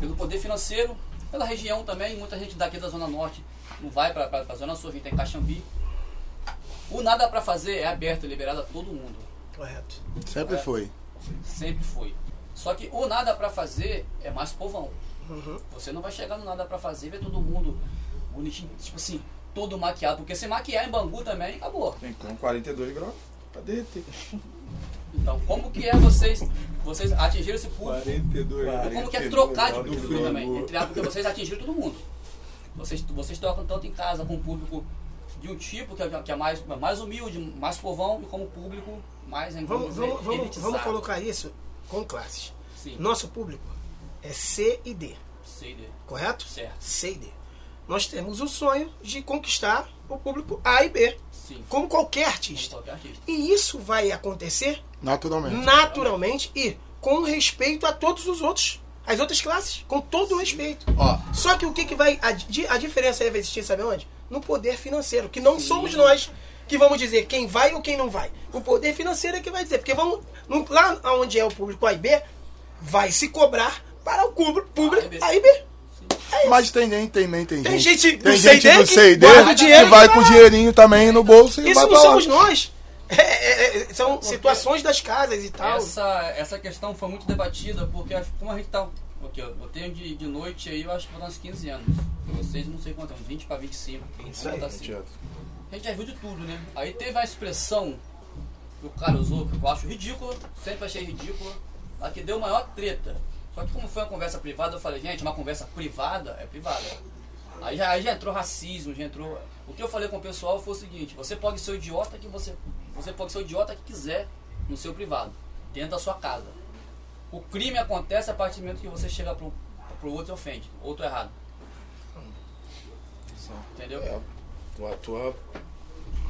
[SPEAKER 2] pelo poder financeiro, pela região também, muita gente daqui da Zona Norte não vai pra, pra, pra Zona Sul, a gente tem Caxambi. O nada pra fazer é aberto, é liberado a todo mundo.
[SPEAKER 6] Correto.
[SPEAKER 4] Sempre foi.
[SPEAKER 2] Sempre foi. Só que o nada pra fazer é mais povão.
[SPEAKER 6] Uhum.
[SPEAKER 2] Você não vai chegar no nada pra fazer e ver todo mundo bonitinho, tipo assim, todo maquiado. Porque se maquiar em Bangu também, acabou.
[SPEAKER 3] Tem com 42 graus pra derreter.
[SPEAKER 2] Então, como que é vocês, vocês atingiram esse público?
[SPEAKER 3] 42
[SPEAKER 2] E como que é trocar de público também? Entre aspas, porque vocês atingiram todo mundo. Vocês, vocês tocam tanto em casa com o público de um tipo que é, que é mais, mais humilde, mais povão, e como público mais
[SPEAKER 6] Vamos, vamos, vamos,
[SPEAKER 2] elitizado.
[SPEAKER 6] vamos colocar isso com classes.
[SPEAKER 2] Sim.
[SPEAKER 6] Nosso público é C e D,
[SPEAKER 2] Sei dele.
[SPEAKER 6] correto?
[SPEAKER 2] Certo.
[SPEAKER 6] C e D. Nós temos o sonho de conquistar o público A e B,
[SPEAKER 2] Sim.
[SPEAKER 6] como qualquer
[SPEAKER 2] Como
[SPEAKER 6] artista.
[SPEAKER 2] qualquer artista.
[SPEAKER 6] E isso vai acontecer
[SPEAKER 4] Naturalmente.
[SPEAKER 6] naturalmente e com respeito a todos os outros, as outras classes, com todo o respeito.
[SPEAKER 4] Ó,
[SPEAKER 6] Só que o que, que vai. A, di- a diferença aí vai existir, sabe onde? No poder financeiro, que não somos nós que vamos dizer quem vai ou quem não vai. O poder financeiro é que vai dizer. Porque vamos. no- lá onde é o público A e B, vai se cobrar para o público, público A e B.
[SPEAKER 4] mas tem nem, tem nem, tem,
[SPEAKER 6] Tem gente do
[SPEAKER 4] Tem
[SPEAKER 6] C&D
[SPEAKER 4] gente do
[SPEAKER 6] que
[SPEAKER 4] C&D
[SPEAKER 6] guarda o
[SPEAKER 4] que
[SPEAKER 6] dinheiro
[SPEAKER 4] vai
[SPEAKER 6] e
[SPEAKER 4] com
[SPEAKER 6] vai lá.
[SPEAKER 4] dinheirinho também no bolso e
[SPEAKER 6] Isso
[SPEAKER 4] vai
[SPEAKER 6] não
[SPEAKER 4] pra lá.
[SPEAKER 6] somos nós. É, é, é, são situações das
[SPEAKER 5] É
[SPEAKER 6] casas e tal.
[SPEAKER 2] Essa, essa questão foi muito debatida, porque acho que como a gente tá. Aqui, ó, eu tenho de, de noite aí, eu acho que vou dar uns 15 anos. Pra vocês, não sei quanto, é uns 20 pra 25. Isso aí, assim.
[SPEAKER 3] Teatro.
[SPEAKER 2] A gente já viu de tudo, né? Aí teve a expressão que o cara usou, que eu acho ridícula, sempre achei ridícula, a que deu maior treta. Só que como foi uma conversa privada, eu falei, gente, uma conversa privada é privada. Aí já, aí já entrou racismo, já entrou. O que eu falei com o pessoal foi o seguinte, você pode ser o idiota que você. Você pode ser o idiota que quiser no seu privado, dentro da sua casa. O crime acontece a partir do momento que você chega pro, pro outro e ofende. Outro errado. Entendeu?
[SPEAKER 3] É, tua, tua,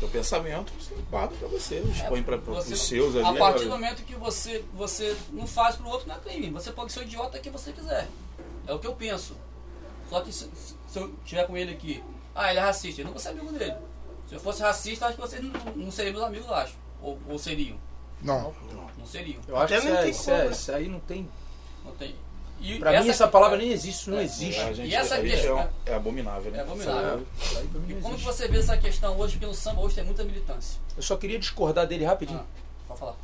[SPEAKER 3] teu pensamento você guarda pra você, expõe pra, pra,
[SPEAKER 2] É, Você-
[SPEAKER 3] pros seus ali. é
[SPEAKER 2] A partir do
[SPEAKER 3] agora.
[SPEAKER 2] momento que você, você não faz pro outro, não é crime. Você pode ser o idiota que você quiser. É o que eu penso. Só que se, se- se eu tiver com ele aqui, ah, ele é racista, eu não vou ser amigo dele. Se eu fosse racista, acho que vocês não, não seriam meus amigos, eu acho. Ou, ou seriam.
[SPEAKER 4] Não.
[SPEAKER 2] Não seriam.
[SPEAKER 5] Eu
[SPEAKER 6] Até
[SPEAKER 5] acho que isso,
[SPEAKER 6] nem
[SPEAKER 5] é,
[SPEAKER 6] tem
[SPEAKER 5] isso,
[SPEAKER 6] como,
[SPEAKER 5] é-
[SPEAKER 6] né?
[SPEAKER 5] isso aí não tem.
[SPEAKER 2] Não tem. E
[SPEAKER 5] Pra mim essa palavra nem existe, isso não
[SPEAKER 2] É.
[SPEAKER 5] existe.
[SPEAKER 3] A gente,
[SPEAKER 2] E essa
[SPEAKER 3] a gente
[SPEAKER 2] questão-
[SPEAKER 3] é, um- é abominável, né?
[SPEAKER 2] É abominável.
[SPEAKER 3] Isso
[SPEAKER 5] Isso aí pra mim
[SPEAKER 2] E
[SPEAKER 5] não
[SPEAKER 2] como que
[SPEAKER 5] existe.
[SPEAKER 2] você vê essa questão hoje? Porque no samba hoje tem muita militância.
[SPEAKER 5] Eu só queria discordar dele rapidinho.
[SPEAKER 2] Ah, pode falar.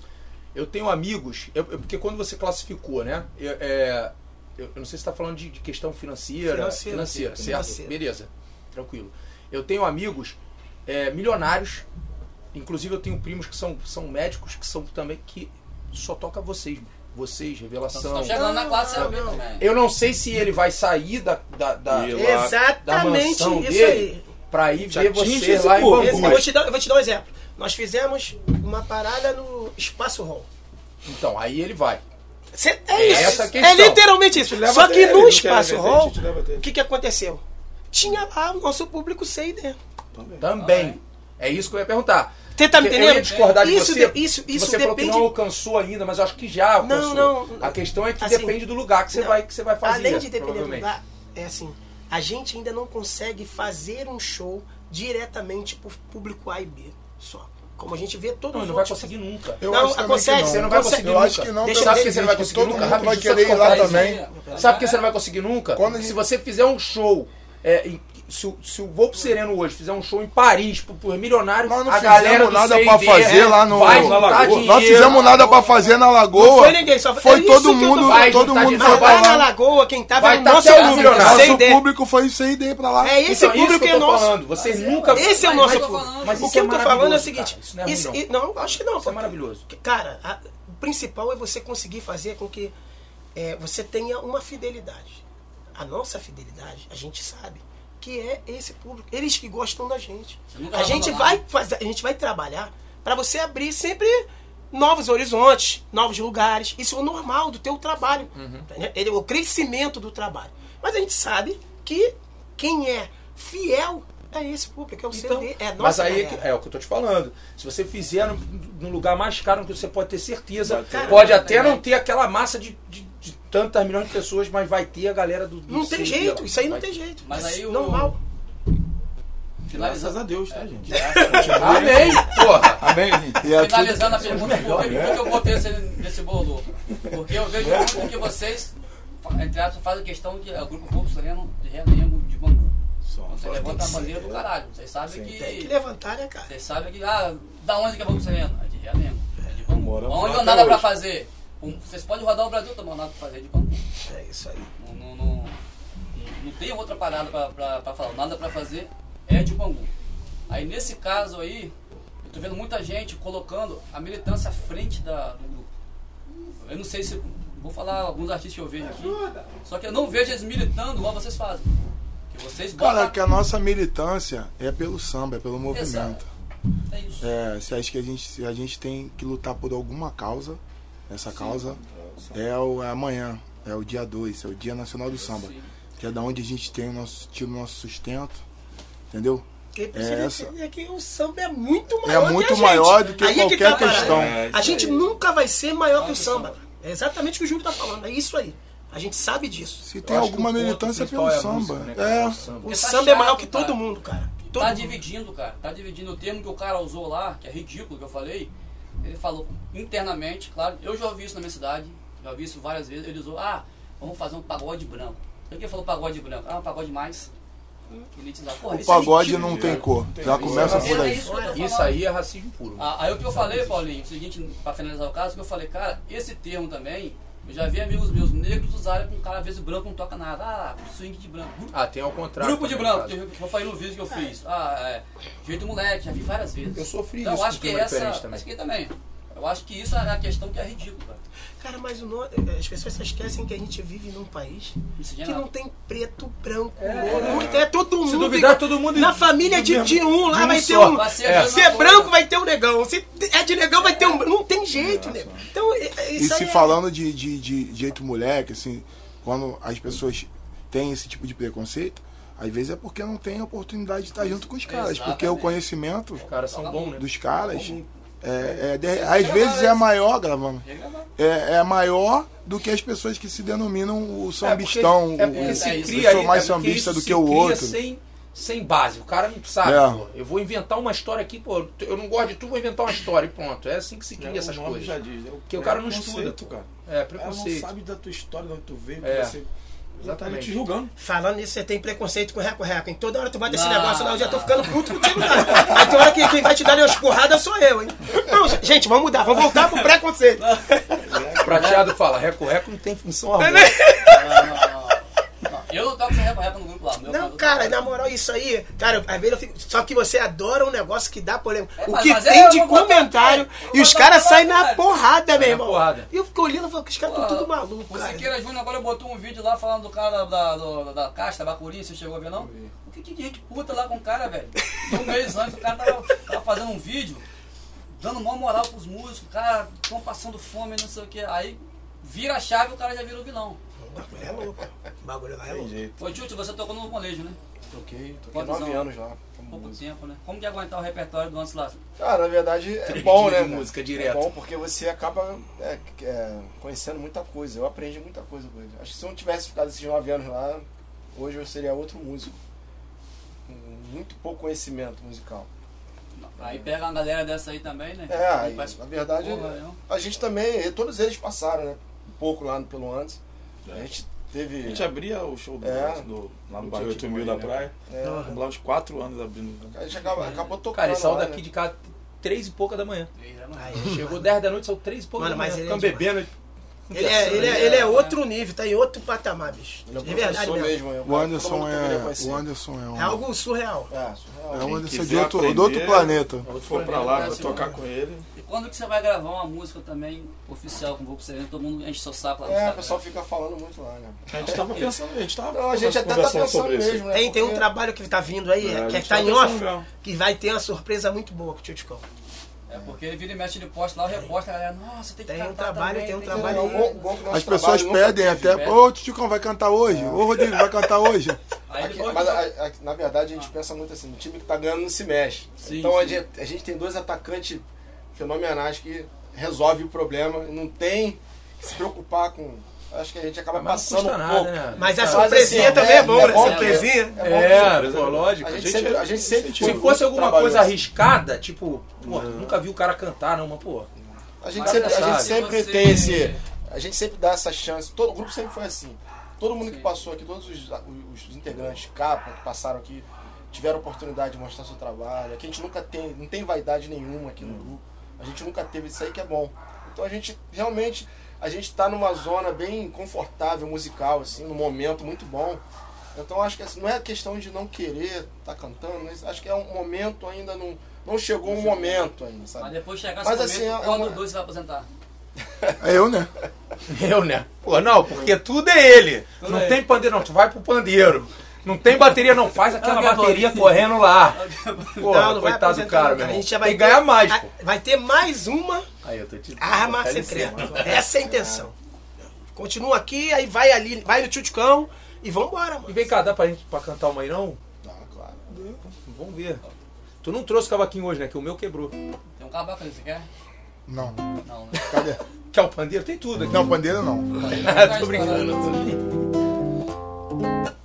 [SPEAKER 5] Eu tenho amigos, eu- eu- porque quando você classificou, né? Eu, é, eu- eu não sei se está falando de, de questão financeira.
[SPEAKER 6] Financeira,
[SPEAKER 5] financeira, certo?
[SPEAKER 6] financeira.
[SPEAKER 5] Beleza, tranquilo. Eu tenho amigos é, milionários, inclusive eu tenho primos que são, são médicos, que são também que só toca vocês, vocês,
[SPEAKER 2] Então,
[SPEAKER 5] revelação.
[SPEAKER 2] vocês estão chegando na classe né?
[SPEAKER 6] Não,
[SPEAKER 2] também.
[SPEAKER 6] não.
[SPEAKER 5] Eu não sei se ele vai sair da, da, da,
[SPEAKER 3] E lá-
[SPEAKER 5] da
[SPEAKER 6] Exatamente
[SPEAKER 5] mansão
[SPEAKER 6] isso
[SPEAKER 5] dele
[SPEAKER 6] aí.
[SPEAKER 5] pra ir
[SPEAKER 3] Já
[SPEAKER 5] ver
[SPEAKER 3] atinge
[SPEAKER 5] você
[SPEAKER 3] esse
[SPEAKER 5] lá em
[SPEAKER 3] público.
[SPEAKER 5] Bangu.
[SPEAKER 6] Esse- eu, vou te dar, eu vou te dar um exemplo. Nós fizemos uma parada no Espaço Hall.
[SPEAKER 5] Então, aí ele vai.
[SPEAKER 6] Cê-
[SPEAKER 5] É
[SPEAKER 6] é isso.
[SPEAKER 5] essa a
[SPEAKER 6] é
[SPEAKER 5] questão.
[SPEAKER 6] literalmente isso.
[SPEAKER 3] leva
[SPEAKER 6] Só
[SPEAKER 3] até
[SPEAKER 6] que
[SPEAKER 3] ele,
[SPEAKER 6] no
[SPEAKER 3] não
[SPEAKER 6] Espaço
[SPEAKER 3] quer ver,
[SPEAKER 6] Hall,
[SPEAKER 3] gente, te leva até
[SPEAKER 6] o
[SPEAKER 3] ele.
[SPEAKER 6] que, que aconteceu? Tinha lá o nosso público C e D.
[SPEAKER 3] Também.
[SPEAKER 5] Também. É isso que eu ia perguntar.
[SPEAKER 6] Você tá me
[SPEAKER 5] Eu
[SPEAKER 6] entendendo?
[SPEAKER 5] ia discordar de
[SPEAKER 6] isso,
[SPEAKER 5] você.
[SPEAKER 6] de- isso,
[SPEAKER 5] que
[SPEAKER 6] isso
[SPEAKER 5] você falou que
[SPEAKER 6] depende.
[SPEAKER 5] não alcançou ainda, mas eu acho que já alcançou.
[SPEAKER 6] Não, não.
[SPEAKER 5] A questão é que
[SPEAKER 6] Assim,
[SPEAKER 5] depende do lugar que você,
[SPEAKER 6] não.
[SPEAKER 5] vai, que você vai fazer.
[SPEAKER 6] Além de depender do
[SPEAKER 5] provavelmente.
[SPEAKER 6] lugar, é assim, a gente ainda não consegue fazer um show diretamente pro público A e B só. Como a gente vê tipo, todos
[SPEAKER 5] Não,
[SPEAKER 6] os
[SPEAKER 5] não vai
[SPEAKER 6] outros-
[SPEAKER 5] conseguir nunca.
[SPEAKER 4] Eu
[SPEAKER 6] Não,
[SPEAKER 4] acho também
[SPEAKER 6] consegue,
[SPEAKER 4] que não.
[SPEAKER 5] Você não vai
[SPEAKER 6] consegue.
[SPEAKER 5] conseguir
[SPEAKER 4] Eu acho
[SPEAKER 5] nunca.
[SPEAKER 4] que não.
[SPEAKER 6] Deixa-
[SPEAKER 4] pela
[SPEAKER 5] Sabe por que você não vai
[SPEAKER 4] seguinte,
[SPEAKER 6] tipo,
[SPEAKER 5] conseguir
[SPEAKER 4] Todo
[SPEAKER 5] nunca?
[SPEAKER 4] mundo
[SPEAKER 5] Rápido,
[SPEAKER 4] vai
[SPEAKER 5] deixa eu só
[SPEAKER 4] querer ir
[SPEAKER 5] contar
[SPEAKER 4] lá
[SPEAKER 5] isso.
[SPEAKER 4] também.
[SPEAKER 5] Sabe
[SPEAKER 2] é
[SPEAKER 5] por que você não vai conseguir nunca?
[SPEAKER 4] Quando a gente-
[SPEAKER 5] Se você fizer um show. é, em- se, o- se o Volpo Sereno hoje fizer um show em Paris por, por milionário,
[SPEAKER 4] Nós não
[SPEAKER 5] a galera
[SPEAKER 4] fizemos
[SPEAKER 5] do
[SPEAKER 4] nada
[SPEAKER 5] C&D
[SPEAKER 4] pra
[SPEAKER 6] é,
[SPEAKER 4] fazer lá no.
[SPEAKER 5] é,
[SPEAKER 4] Tá,
[SPEAKER 5] vai
[SPEAKER 3] na
[SPEAKER 5] juntar
[SPEAKER 3] Lagoa.
[SPEAKER 5] dinheiro.
[SPEAKER 4] Nós fizemos nada pra fazer na Lagoa.
[SPEAKER 6] Não foi ninguém, só-
[SPEAKER 4] foi
[SPEAKER 6] é isso
[SPEAKER 4] todo
[SPEAKER 6] que eu tô
[SPEAKER 4] mundo.
[SPEAKER 5] falando.
[SPEAKER 4] Todo
[SPEAKER 5] Vai
[SPEAKER 4] mundo
[SPEAKER 5] juntar
[SPEAKER 4] foi
[SPEAKER 6] Mas
[SPEAKER 4] pra
[SPEAKER 5] dinheiro.
[SPEAKER 6] lá na
[SPEAKER 4] lá.
[SPEAKER 6] Lagoa, quem tava
[SPEAKER 5] Vai
[SPEAKER 6] no
[SPEAKER 5] tá
[SPEAKER 6] nosso
[SPEAKER 5] até o
[SPEAKER 6] público,
[SPEAKER 5] milionário.
[SPEAKER 6] C e
[SPEAKER 4] Nosso
[SPEAKER 6] D.
[SPEAKER 4] público foi o CID pra lá.
[SPEAKER 6] É esse
[SPEAKER 5] Então, isso
[SPEAKER 6] público
[SPEAKER 5] que
[SPEAKER 6] que
[SPEAKER 5] eu
[SPEAKER 6] é
[SPEAKER 5] tô
[SPEAKER 6] nosso.
[SPEAKER 5] falando. Você nunca.
[SPEAKER 6] Esse é o
[SPEAKER 5] Mas
[SPEAKER 6] nosso
[SPEAKER 5] isso-
[SPEAKER 6] público.
[SPEAKER 5] mas
[SPEAKER 6] o
[SPEAKER 5] isso
[SPEAKER 6] que
[SPEAKER 5] é
[SPEAKER 6] eu tô falando é o
[SPEAKER 5] maravilhoso,
[SPEAKER 6] seguinte.
[SPEAKER 5] cara. Isso não é
[SPEAKER 6] isso-
[SPEAKER 5] ruim,
[SPEAKER 6] e- não, acho que não.
[SPEAKER 5] Isso é
[SPEAKER 6] porque-
[SPEAKER 5] maravilhoso.
[SPEAKER 6] que- Cara, a- o principal é você conseguir fazer com que é, você tenha uma fidelidade. A nossa fidelidade, a gente sabe que é esse público, eles que gostam da gente.
[SPEAKER 2] Você nunca
[SPEAKER 6] A
[SPEAKER 2] vai
[SPEAKER 6] gente
[SPEAKER 2] abandonar.
[SPEAKER 6] vai fazer, a gente vai trabalhar para você abrir sempre novos horizontes, novos lugares. Isso é o normal do teu trabalho,
[SPEAKER 2] Uhum.
[SPEAKER 6] né? Ele- o crescimento do trabalho. Mas a gente sabe que quem é fiel é esse público, é o
[SPEAKER 5] Então,
[SPEAKER 6] CD, é a nossa
[SPEAKER 5] mas aí é,
[SPEAKER 6] galera.
[SPEAKER 5] que- é o que eu tô te falando. Se você fizer num, num lugar mais caro que você pode ter certeza,
[SPEAKER 3] Vai ter.
[SPEAKER 6] né?
[SPEAKER 5] pode até
[SPEAKER 6] É.
[SPEAKER 5] não ter aquela massa de, de- de tantas milhões de pessoas, mas vai ter a galera do. do
[SPEAKER 6] Não tem
[SPEAKER 5] circo,
[SPEAKER 6] jeito,
[SPEAKER 5] ó.
[SPEAKER 6] isso aí não
[SPEAKER 5] Vai
[SPEAKER 6] tem jeito.
[SPEAKER 2] Mas aí o-
[SPEAKER 6] Normal.
[SPEAKER 3] Graças
[SPEAKER 2] Finalizando,
[SPEAKER 3] a Deus, tá, gente?
[SPEAKER 5] ter. Amém, porra.
[SPEAKER 3] Amém, gente?
[SPEAKER 4] E é tudo-
[SPEAKER 2] Finalizando a pergunta, por que, por que eu botei esse, nesse bolo louco? Porque eu vejo muito que vocês, entre aspas, fazem questão de. é, O grupo Povo Sereno de Realengo, de Bangu.
[SPEAKER 3] Só
[SPEAKER 2] Então, Você
[SPEAKER 3] fala-
[SPEAKER 2] levanta a
[SPEAKER 3] tem
[SPEAKER 2] bandeira
[SPEAKER 3] que
[SPEAKER 2] do
[SPEAKER 3] ser. é.
[SPEAKER 2] caralho. Vocês sabem
[SPEAKER 3] Sim.
[SPEAKER 6] Tem que
[SPEAKER 2] que.
[SPEAKER 6] levantar, né, cara?
[SPEAKER 2] Vocês sabem que. Ah, da onde que é Bangu Sereno? É de Realengo. É de Bangu.
[SPEAKER 3] Moramos lá
[SPEAKER 2] Onde não
[SPEAKER 3] até
[SPEAKER 2] há nada pra
[SPEAKER 3] hoje.
[SPEAKER 2] fazer? Um- Vocês podem rodar o Brasil, tomar nada pra fazer é de Bangu.
[SPEAKER 6] É isso aí.
[SPEAKER 2] Não, não, não, não tem outra parada pra, pra, pra falar. Nada pra fazer é de Bangu. Aí nesse caso aí, eu tô vendo muita gente colocando a militância à frente da, do grupo. Eu não sei se. Vou falar alguns artistas que eu vejo aqui. Só que eu não vejo eles militando igual vocês fazem. Que vocês
[SPEAKER 4] Cara,
[SPEAKER 2] botam.
[SPEAKER 4] que a nossa militância é pelo samba, é pelo movimento.
[SPEAKER 2] É isso.
[SPEAKER 4] É, você acha que a gente, a gente tem que lutar por alguma causa, essa causa, É o, é amanhã, é o dia 2, é o Dia Nacional do Samba. Que é da onde a gente tem o nosso, tira o nosso sustento, entendeu?
[SPEAKER 6] Quem
[SPEAKER 4] É
[SPEAKER 6] precisa
[SPEAKER 4] essa.
[SPEAKER 6] entender que o samba é muito
[SPEAKER 4] É
[SPEAKER 6] maior que
[SPEAKER 4] muito
[SPEAKER 6] a gente.
[SPEAKER 4] maior do que
[SPEAKER 6] Aí é
[SPEAKER 4] qualquer
[SPEAKER 6] tá a parada.
[SPEAKER 4] questão.
[SPEAKER 3] É, isso
[SPEAKER 6] a gente
[SPEAKER 3] aí.
[SPEAKER 6] nunca vai ser maior que o samba. É exatamente o que o Júlio tá falando. É isso aí. A gente sabe disso.
[SPEAKER 4] Se tem
[SPEAKER 5] acho que
[SPEAKER 4] alguma
[SPEAKER 5] o ponto
[SPEAKER 4] militância é pelo
[SPEAKER 5] principal é a
[SPEAKER 4] samba.
[SPEAKER 5] música, né, cara?
[SPEAKER 4] é,
[SPEAKER 5] O samba.
[SPEAKER 6] O
[SPEAKER 2] Porque tá
[SPEAKER 6] samba é maior
[SPEAKER 2] chato,
[SPEAKER 6] que
[SPEAKER 2] cara.
[SPEAKER 6] todo mundo, cara. Todo
[SPEAKER 2] Tá
[SPEAKER 6] mundo.
[SPEAKER 2] dividindo, cara. Tá dividindo o termo que o cara usou lá, que é ridículo que eu falei. Ele falou internamente, claro. Eu já ouvi isso na minha cidade, já ouvi isso várias vezes. Ele usou, ah, vamos fazer um pagode branco. Por que falou pagode branco? Ah, um pagode mais. elitizado. Porra,
[SPEAKER 4] o
[SPEAKER 2] isso é
[SPEAKER 4] pagode
[SPEAKER 2] ridículo.
[SPEAKER 4] não tem cor. Já começa por
[SPEAKER 2] É
[SPEAKER 4] aí.
[SPEAKER 2] isso que eu tô falando.
[SPEAKER 5] Isso aí é racismo puro.
[SPEAKER 2] Ah, aí o que eu falei, Paulinho, o seguinte, pra finalizar o caso, que eu falei, cara, esse termo também, eu já vi amigos meus negros usarem com cara, às vezes branco não toca nada. Ah, swing de branco.
[SPEAKER 5] Ah, tem ao contrário.
[SPEAKER 2] Grupo de
[SPEAKER 5] também,
[SPEAKER 2] branco,
[SPEAKER 5] cara.
[SPEAKER 2] que eu falei no vídeo que eu fiz. Ah, é. Jeito moleque, já vi várias vezes.
[SPEAKER 5] Eu sofri
[SPEAKER 2] então,
[SPEAKER 5] isso
[SPEAKER 2] eu acho
[SPEAKER 5] com
[SPEAKER 2] que
[SPEAKER 5] clima
[SPEAKER 2] essa.
[SPEAKER 5] é diferente
[SPEAKER 2] Também.
[SPEAKER 5] também.
[SPEAKER 2] Acho que é também. Eu acho que isso é a questão que é ridícula, cara.
[SPEAKER 6] Cara, mas o no- as pessoas se esquecem que a gente vive num país que
[SPEAKER 2] Miscigenado.
[SPEAKER 6] não tem preto, branco, louro. É, todo mundo.
[SPEAKER 5] duvidar,
[SPEAKER 6] igual.
[SPEAKER 5] todo mundo é
[SPEAKER 6] Na
[SPEAKER 5] do-
[SPEAKER 6] família de, de um, lá
[SPEAKER 5] de um
[SPEAKER 6] vai ter
[SPEAKER 5] só.
[SPEAKER 6] um.
[SPEAKER 2] Vai ser
[SPEAKER 5] É.
[SPEAKER 2] a mesma
[SPEAKER 6] Se é
[SPEAKER 2] coisa.
[SPEAKER 6] branco, vai ter um negão. Se é de negão, vai ter um. Não tem jeito, nego. Então, é- é-
[SPEAKER 4] E
[SPEAKER 6] isso aí
[SPEAKER 4] se
[SPEAKER 6] é-
[SPEAKER 4] falando de, de, de jeito moleque, assim, quando as pessoas têm esse tipo de preconceito, às vezes é porque não tem a oportunidade de estar junto com os caras. Porque o
[SPEAKER 2] Exatamente.
[SPEAKER 4] conhecimento
[SPEAKER 5] Os caras são bons, né?
[SPEAKER 4] dos caras é, é de- às vezes é maior, gravando. É, é maior do que as pessoas que se denominam o sambistão.
[SPEAKER 5] É porque, é
[SPEAKER 4] o-
[SPEAKER 5] porque se
[SPEAKER 2] é isso.
[SPEAKER 5] cria
[SPEAKER 4] eu sou
[SPEAKER 5] aí-
[SPEAKER 4] mais
[SPEAKER 5] é porque
[SPEAKER 4] sambista
[SPEAKER 5] isso
[SPEAKER 4] do
[SPEAKER 5] se
[SPEAKER 4] que o
[SPEAKER 5] cria
[SPEAKER 4] outro.
[SPEAKER 5] Sem, sem base. O cara não sabe,
[SPEAKER 4] É.
[SPEAKER 5] pô. Eu vou inventar uma história aqui, pô. Eu não gosto de tu, vou inventar uma história e pronto. É assim que se cria
[SPEAKER 3] o
[SPEAKER 5] essas
[SPEAKER 3] um nome
[SPEAKER 5] coisas.
[SPEAKER 3] já diz, né?
[SPEAKER 5] Porque o cara não
[SPEAKER 3] preconceito,
[SPEAKER 5] estuda, pô.
[SPEAKER 3] cara.
[SPEAKER 5] É,
[SPEAKER 3] O cara não
[SPEAKER 5] preconceito.
[SPEAKER 3] sabe da tua história, de onde tu veio,
[SPEAKER 5] É.
[SPEAKER 3] que você. Exatamente. Tá
[SPEAKER 5] Exatamente.
[SPEAKER 3] te julgando.
[SPEAKER 6] Falando nisso, você tem preconceito com o Reco Reco, hein? Toda hora tu bate esse
[SPEAKER 2] Não.
[SPEAKER 6] negócio lá, eu já tô ficando puto contigo, cara. Mas tem hora que quem vai te dar uma escurrada sou eu, hein? Não, gente, vamos mudar, vamos voltar pro preconceito.
[SPEAKER 5] O prateado fala, reco-reco não tem função alguma.
[SPEAKER 2] Não, Eu não toco sem repa repa no grupo lá. Meu
[SPEAKER 6] tá.
[SPEAKER 2] tá
[SPEAKER 6] Não, cara, na moral, isso aí, cara, às vezes eu fico. Só que você adora um negócio que dá polêmica.
[SPEAKER 2] É,
[SPEAKER 6] o
[SPEAKER 2] mas-
[SPEAKER 6] que
[SPEAKER 2] mas
[SPEAKER 6] tem
[SPEAKER 2] eu
[SPEAKER 6] de
[SPEAKER 2] vou botar-
[SPEAKER 6] comentário
[SPEAKER 2] eu
[SPEAKER 6] e
[SPEAKER 2] vou
[SPEAKER 6] os
[SPEAKER 2] botar
[SPEAKER 6] caras
[SPEAKER 2] pra
[SPEAKER 6] saem na
[SPEAKER 2] caralho.
[SPEAKER 6] porrada, meu
[SPEAKER 5] na
[SPEAKER 6] irmão.
[SPEAKER 5] porrada.
[SPEAKER 6] E eu fico olhando e falo, que os caras estão tudo maluco,
[SPEAKER 2] O
[SPEAKER 6] cara.
[SPEAKER 2] Siqueira Júnior agora botou um vídeo lá falando do cara da, da, da, da Caixa, da Bacurinha, você chegou a ver não? O que que de gente puta lá com o cara, velho? Um mês antes o cara tava, tava fazendo um vídeo, dando maior moral pros músicos, cara, estão passando fome, não sei o que. Aí vira a chave e o cara já vira o vilão.
[SPEAKER 6] O bagulho é louco. O bagulho lá é louco.
[SPEAKER 2] Ô Tchutchu, você tocou no molejo, né?
[SPEAKER 7] Toquei, toquei
[SPEAKER 2] Quantos
[SPEAKER 7] nove
[SPEAKER 2] anos?
[SPEAKER 7] anos já. como
[SPEAKER 2] um Pouco
[SPEAKER 7] músico.
[SPEAKER 2] tempo, né? Como que aguentar o repertório do antes lá?
[SPEAKER 7] Cara, na verdade é bom,
[SPEAKER 5] dias
[SPEAKER 7] né?
[SPEAKER 5] de
[SPEAKER 7] cara?
[SPEAKER 5] música direto.
[SPEAKER 7] É bom porque você acaba é, é, conhecendo muita coisa. Eu aprendi muita coisa com ele. Acho que se eu não tivesse ficado esses nove anos lá, hoje eu seria outro músico. Com muito pouco conhecimento musical.
[SPEAKER 2] Aí pega uma galera dessa aí também, né?
[SPEAKER 7] É, aí,
[SPEAKER 2] Faz
[SPEAKER 7] na verdade,
[SPEAKER 2] porra, né?
[SPEAKER 7] a gente também, e todos eles passaram, né? Um pouco lá no pelo antes. A gente teve.
[SPEAKER 3] A gente abria o show do,
[SPEAKER 7] É.
[SPEAKER 3] do- lá no
[SPEAKER 7] Do
[SPEAKER 3] bairro
[SPEAKER 7] Tietê
[SPEAKER 3] 8000 da
[SPEAKER 7] Moreira.
[SPEAKER 3] praia.
[SPEAKER 7] é,
[SPEAKER 3] Vamos né? lá, uns 4 anos abrindo.
[SPEAKER 7] a gente acaba- acabou tocando.
[SPEAKER 5] Cara, ele saiu
[SPEAKER 7] lá,
[SPEAKER 5] daqui
[SPEAKER 7] né?
[SPEAKER 5] de casa três e pouca da manhã.
[SPEAKER 7] é.
[SPEAKER 2] é
[SPEAKER 6] Aí,
[SPEAKER 5] Chegou 10 da noite, saiu três e pouca
[SPEAKER 6] Mano,
[SPEAKER 5] da manhã.
[SPEAKER 6] mas ele é
[SPEAKER 5] Ficamos bebendo. tá
[SPEAKER 6] Ele é, ele, é, ele é outro nível, tá em outro patamar, bicho.
[SPEAKER 7] Ele é
[SPEAKER 6] De
[SPEAKER 7] professor
[SPEAKER 6] verdade né? mesmo.
[SPEAKER 7] mesmo. é um
[SPEAKER 4] O
[SPEAKER 7] cara que todo
[SPEAKER 4] Anderson
[SPEAKER 7] mundo deveria
[SPEAKER 4] é.
[SPEAKER 7] conhecer.
[SPEAKER 4] O Anderson é um.
[SPEAKER 6] É algo surreal.
[SPEAKER 7] É, surreal.
[SPEAKER 4] É um
[SPEAKER 3] Quem
[SPEAKER 4] Anderson de
[SPEAKER 3] quiser
[SPEAKER 4] outro, do outro
[SPEAKER 3] aprender,
[SPEAKER 4] planeta.
[SPEAKER 3] Se for pra lá, pra tocar com ele.
[SPEAKER 2] E quando que você vai gravar uma música também oficial com o Grupo Sereno? Todo mundo enche seu saco lá no
[SPEAKER 7] É, o
[SPEAKER 2] Instagram.
[SPEAKER 7] pessoal fica falando muito lá, né?
[SPEAKER 3] A gente tava pensando, É. a gente tava
[SPEAKER 7] Não, a gente até tá
[SPEAKER 3] conversando
[SPEAKER 7] pensando mesmo, né?
[SPEAKER 6] Tem, tem um
[SPEAKER 7] Porque-
[SPEAKER 6] trabalho que tá vindo aí,
[SPEAKER 3] É, a
[SPEAKER 6] que é
[SPEAKER 3] gente
[SPEAKER 6] que tá
[SPEAKER 3] tá
[SPEAKER 6] em
[SPEAKER 3] pensando
[SPEAKER 6] off,
[SPEAKER 3] mesmo.
[SPEAKER 6] que vai ter uma surpresa muito boa pro Tio Ticão.
[SPEAKER 2] É porque ele vira e mexe de posta lá, o repórter, a galera, nossa, tem que
[SPEAKER 6] Tem um
[SPEAKER 2] cantar
[SPEAKER 6] trabalho,
[SPEAKER 2] também,
[SPEAKER 6] tem um
[SPEAKER 2] que
[SPEAKER 7] Não,
[SPEAKER 6] trabalho.
[SPEAKER 7] o bom- o bom que o nosso
[SPEAKER 4] As pessoas
[SPEAKER 7] trabalho nunca
[SPEAKER 4] pedem
[SPEAKER 5] né?
[SPEAKER 7] teve-
[SPEAKER 4] até. Ô, Tchucão, vai cantar hoje? Ô, Rodrigo, vai cantar hoje?
[SPEAKER 2] Aí
[SPEAKER 7] Aqui-
[SPEAKER 2] depois-
[SPEAKER 7] mas a- a- na verdade a gente pensa muito assim, o time que tá ganhando não se mexe.
[SPEAKER 2] Sim,
[SPEAKER 7] então A,
[SPEAKER 2] sim.
[SPEAKER 7] gente, a gente tem dois atacantes fenomenais que resolve o problema, não tem que se preocupar com. Acho que a gente acaba
[SPEAKER 5] Mas não
[SPEAKER 7] passando um
[SPEAKER 5] custa
[SPEAKER 7] pouco.
[SPEAKER 5] nada, né?
[SPEAKER 3] Tá.
[SPEAKER 6] Mas a
[SPEAKER 7] Mas
[SPEAKER 6] surpresinha
[SPEAKER 7] assim,
[SPEAKER 6] também é,
[SPEAKER 7] é-
[SPEAKER 6] bom,
[SPEAKER 7] é
[SPEAKER 6] né?
[SPEAKER 7] bom que-
[SPEAKER 6] Surpresinha.
[SPEAKER 7] É bom
[SPEAKER 5] É,
[SPEAKER 7] que-
[SPEAKER 5] pô, lógico.
[SPEAKER 7] a, gente sempre,
[SPEAKER 4] é
[SPEAKER 7] a gente sempre
[SPEAKER 5] Se
[SPEAKER 7] foi-
[SPEAKER 5] fosse alguma
[SPEAKER 7] trabalhou
[SPEAKER 5] coisa
[SPEAKER 7] assim.
[SPEAKER 5] arriscada, tipo, pô, nunca vi o cara cantar, não, mas, pô.
[SPEAKER 7] A gente
[SPEAKER 2] Mas
[SPEAKER 7] sempre, a
[SPEAKER 2] sabe,
[SPEAKER 7] gente sempre
[SPEAKER 2] você-
[SPEAKER 7] tem esse. A gente sempre dá essa chance. Todo o grupo sempre foi assim. Todo mundo que
[SPEAKER 2] Sim.
[SPEAKER 7] passou aqui, todos os, os integrantes capa que passaram aqui, tiveram oportunidade de mostrar seu trabalho. Aqui a gente nunca tem, não tem vaidade nenhuma aqui no
[SPEAKER 2] Hum.
[SPEAKER 7] grupo. A gente nunca teve isso aí que é bom. Então a gente realmente, a gente tá numa zona bem confortável, musical, assim, num momento muito bom. Então acho que assim, não é questão de não querer estar tá cantando, mas acho que é um momento ainda não. Não chegou um momento ainda, sabe?
[SPEAKER 2] Mas depois chegar
[SPEAKER 7] Mas
[SPEAKER 2] esse momento,
[SPEAKER 7] assim, é
[SPEAKER 2] qual
[SPEAKER 7] uma-
[SPEAKER 2] dos dois você vai aposentar?
[SPEAKER 4] É eu, né?
[SPEAKER 5] Eu, né? Pô, não, porque tudo é ele. não tem pandeiro, não. Tu vai pro pandeiro. Não tem bateria, não. Faz aquela
[SPEAKER 2] Alguém
[SPEAKER 5] bateria
[SPEAKER 2] vai-
[SPEAKER 5] correndo lá. Pô,
[SPEAKER 6] Não, não vai
[SPEAKER 5] coitado do
[SPEAKER 6] aposentar,
[SPEAKER 5] cara,
[SPEAKER 6] não,
[SPEAKER 5] meu
[SPEAKER 6] A
[SPEAKER 5] irmão.
[SPEAKER 6] gente já
[SPEAKER 5] Tem
[SPEAKER 6] vai
[SPEAKER 5] que ganhar mais,
[SPEAKER 6] a-
[SPEAKER 5] pô. Tá
[SPEAKER 6] Vai ter mais uma
[SPEAKER 5] Aí eu tô te
[SPEAKER 6] arma
[SPEAKER 5] Fortalecendo.
[SPEAKER 6] secreta. Essa é a intenção. Continua aqui, aí vai ali, vai no Tchutchucão e vambora,
[SPEAKER 5] E
[SPEAKER 6] mano.
[SPEAKER 5] vem cá, dá pra gente pra cantar uma aí não?
[SPEAKER 7] Ah, claro.
[SPEAKER 5] Vamos ver. Tu não trouxe o cavaquinho hoje, né? Que o meu quebrou.
[SPEAKER 2] Tem um cabaco ali, você quer?
[SPEAKER 4] Não.
[SPEAKER 2] Não, né?
[SPEAKER 4] Cadê?
[SPEAKER 5] Quer é o pandeiro? Tem tudo aqui.
[SPEAKER 4] Não, pandeiro não.
[SPEAKER 5] Tô brincando.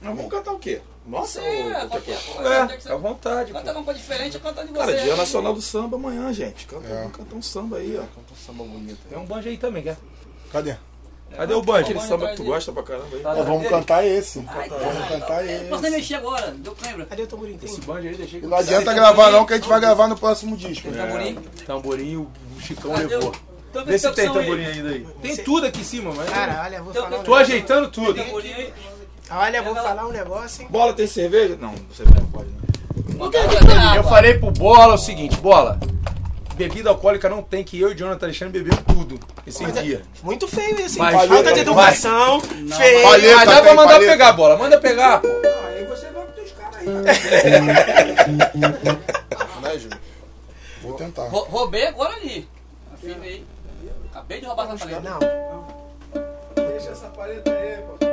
[SPEAKER 3] Nós vamos cantar o quê? Nossa,
[SPEAKER 2] Você,
[SPEAKER 3] ou qualquer coisa.
[SPEAKER 2] qualquer coisa.
[SPEAKER 7] tá
[SPEAKER 5] É,
[SPEAKER 2] Tem que ser-
[SPEAKER 5] fica à vontade. pô.
[SPEAKER 2] Canta uma coisa diferente, eu canto de você.
[SPEAKER 3] Cara, Dia Nacional do Samba amanhã, gente. Canta,
[SPEAKER 4] É.
[SPEAKER 3] vamos cantar um samba aí, ó. É
[SPEAKER 7] Canta um samba bonito aí.
[SPEAKER 5] Tem um banjo aí também, quer?
[SPEAKER 4] Cadê?
[SPEAKER 5] Cadê o É. banjo?
[SPEAKER 3] Aquele
[SPEAKER 2] Vamos
[SPEAKER 3] um samba que
[SPEAKER 2] atrás
[SPEAKER 3] tu
[SPEAKER 2] dele.
[SPEAKER 3] gosta pra caramba aí.
[SPEAKER 5] Tá
[SPEAKER 4] Nós vamos
[SPEAKER 5] dele?
[SPEAKER 4] cantar esse.
[SPEAKER 2] Ai, cara,
[SPEAKER 4] Vamos cantar
[SPEAKER 2] eu não posso nem
[SPEAKER 4] esse.
[SPEAKER 2] mexer agora, deu câimbra.
[SPEAKER 6] Cadê o tamborim? Tem?
[SPEAKER 5] Esse banjo aí, deixei
[SPEAKER 4] E Não adianta gravar não, que a gente vai gravar no próximo disco.
[SPEAKER 5] tá
[SPEAKER 4] É.
[SPEAKER 2] Tem
[SPEAKER 7] É,
[SPEAKER 2] tamborim?
[SPEAKER 5] Tamborinho, o Chicão
[SPEAKER 2] Cadê
[SPEAKER 5] levou.
[SPEAKER 2] o...
[SPEAKER 5] Vê se tem
[SPEAKER 2] opção aí.
[SPEAKER 5] tamborim ainda aí. Tem
[SPEAKER 6] Você-
[SPEAKER 5] tudo aqui em cima, mas.
[SPEAKER 6] Cara, olha, eu vou
[SPEAKER 2] Então,
[SPEAKER 6] falar um
[SPEAKER 5] Tô
[SPEAKER 6] negócio.
[SPEAKER 5] ajeitando tudo.
[SPEAKER 2] Tem tamborim aí?
[SPEAKER 6] Olha, eu vou falar um negócio, hein?
[SPEAKER 3] Bola, tem cerveja? Não, você não pode, né?
[SPEAKER 5] Eu falei pro Bola o seguinte, Bola. Bebida alcoólica não tem, que eu e Jonathan Alexandre bebemos tudo esse
[SPEAKER 6] Mas é
[SPEAKER 5] dia.
[SPEAKER 6] Muito feio esse, hein?
[SPEAKER 5] Mas-
[SPEAKER 6] Falta de
[SPEAKER 5] mas-
[SPEAKER 6] educação, feio.
[SPEAKER 4] mas- Palheta,
[SPEAKER 5] ah, dá pra
[SPEAKER 4] tem
[SPEAKER 5] mandar
[SPEAKER 4] palheta.
[SPEAKER 5] pegar, Bola. Manda pegar, pô.
[SPEAKER 8] Aí você vai com os caras aí.
[SPEAKER 7] Né, Júlio?
[SPEAKER 4] Vou tentar.
[SPEAKER 2] Rou- Roubei agora ali. Afirma aí. Acabei de roubar essa paleta.
[SPEAKER 6] Não,
[SPEAKER 8] Deixa essa paleta aí, pô.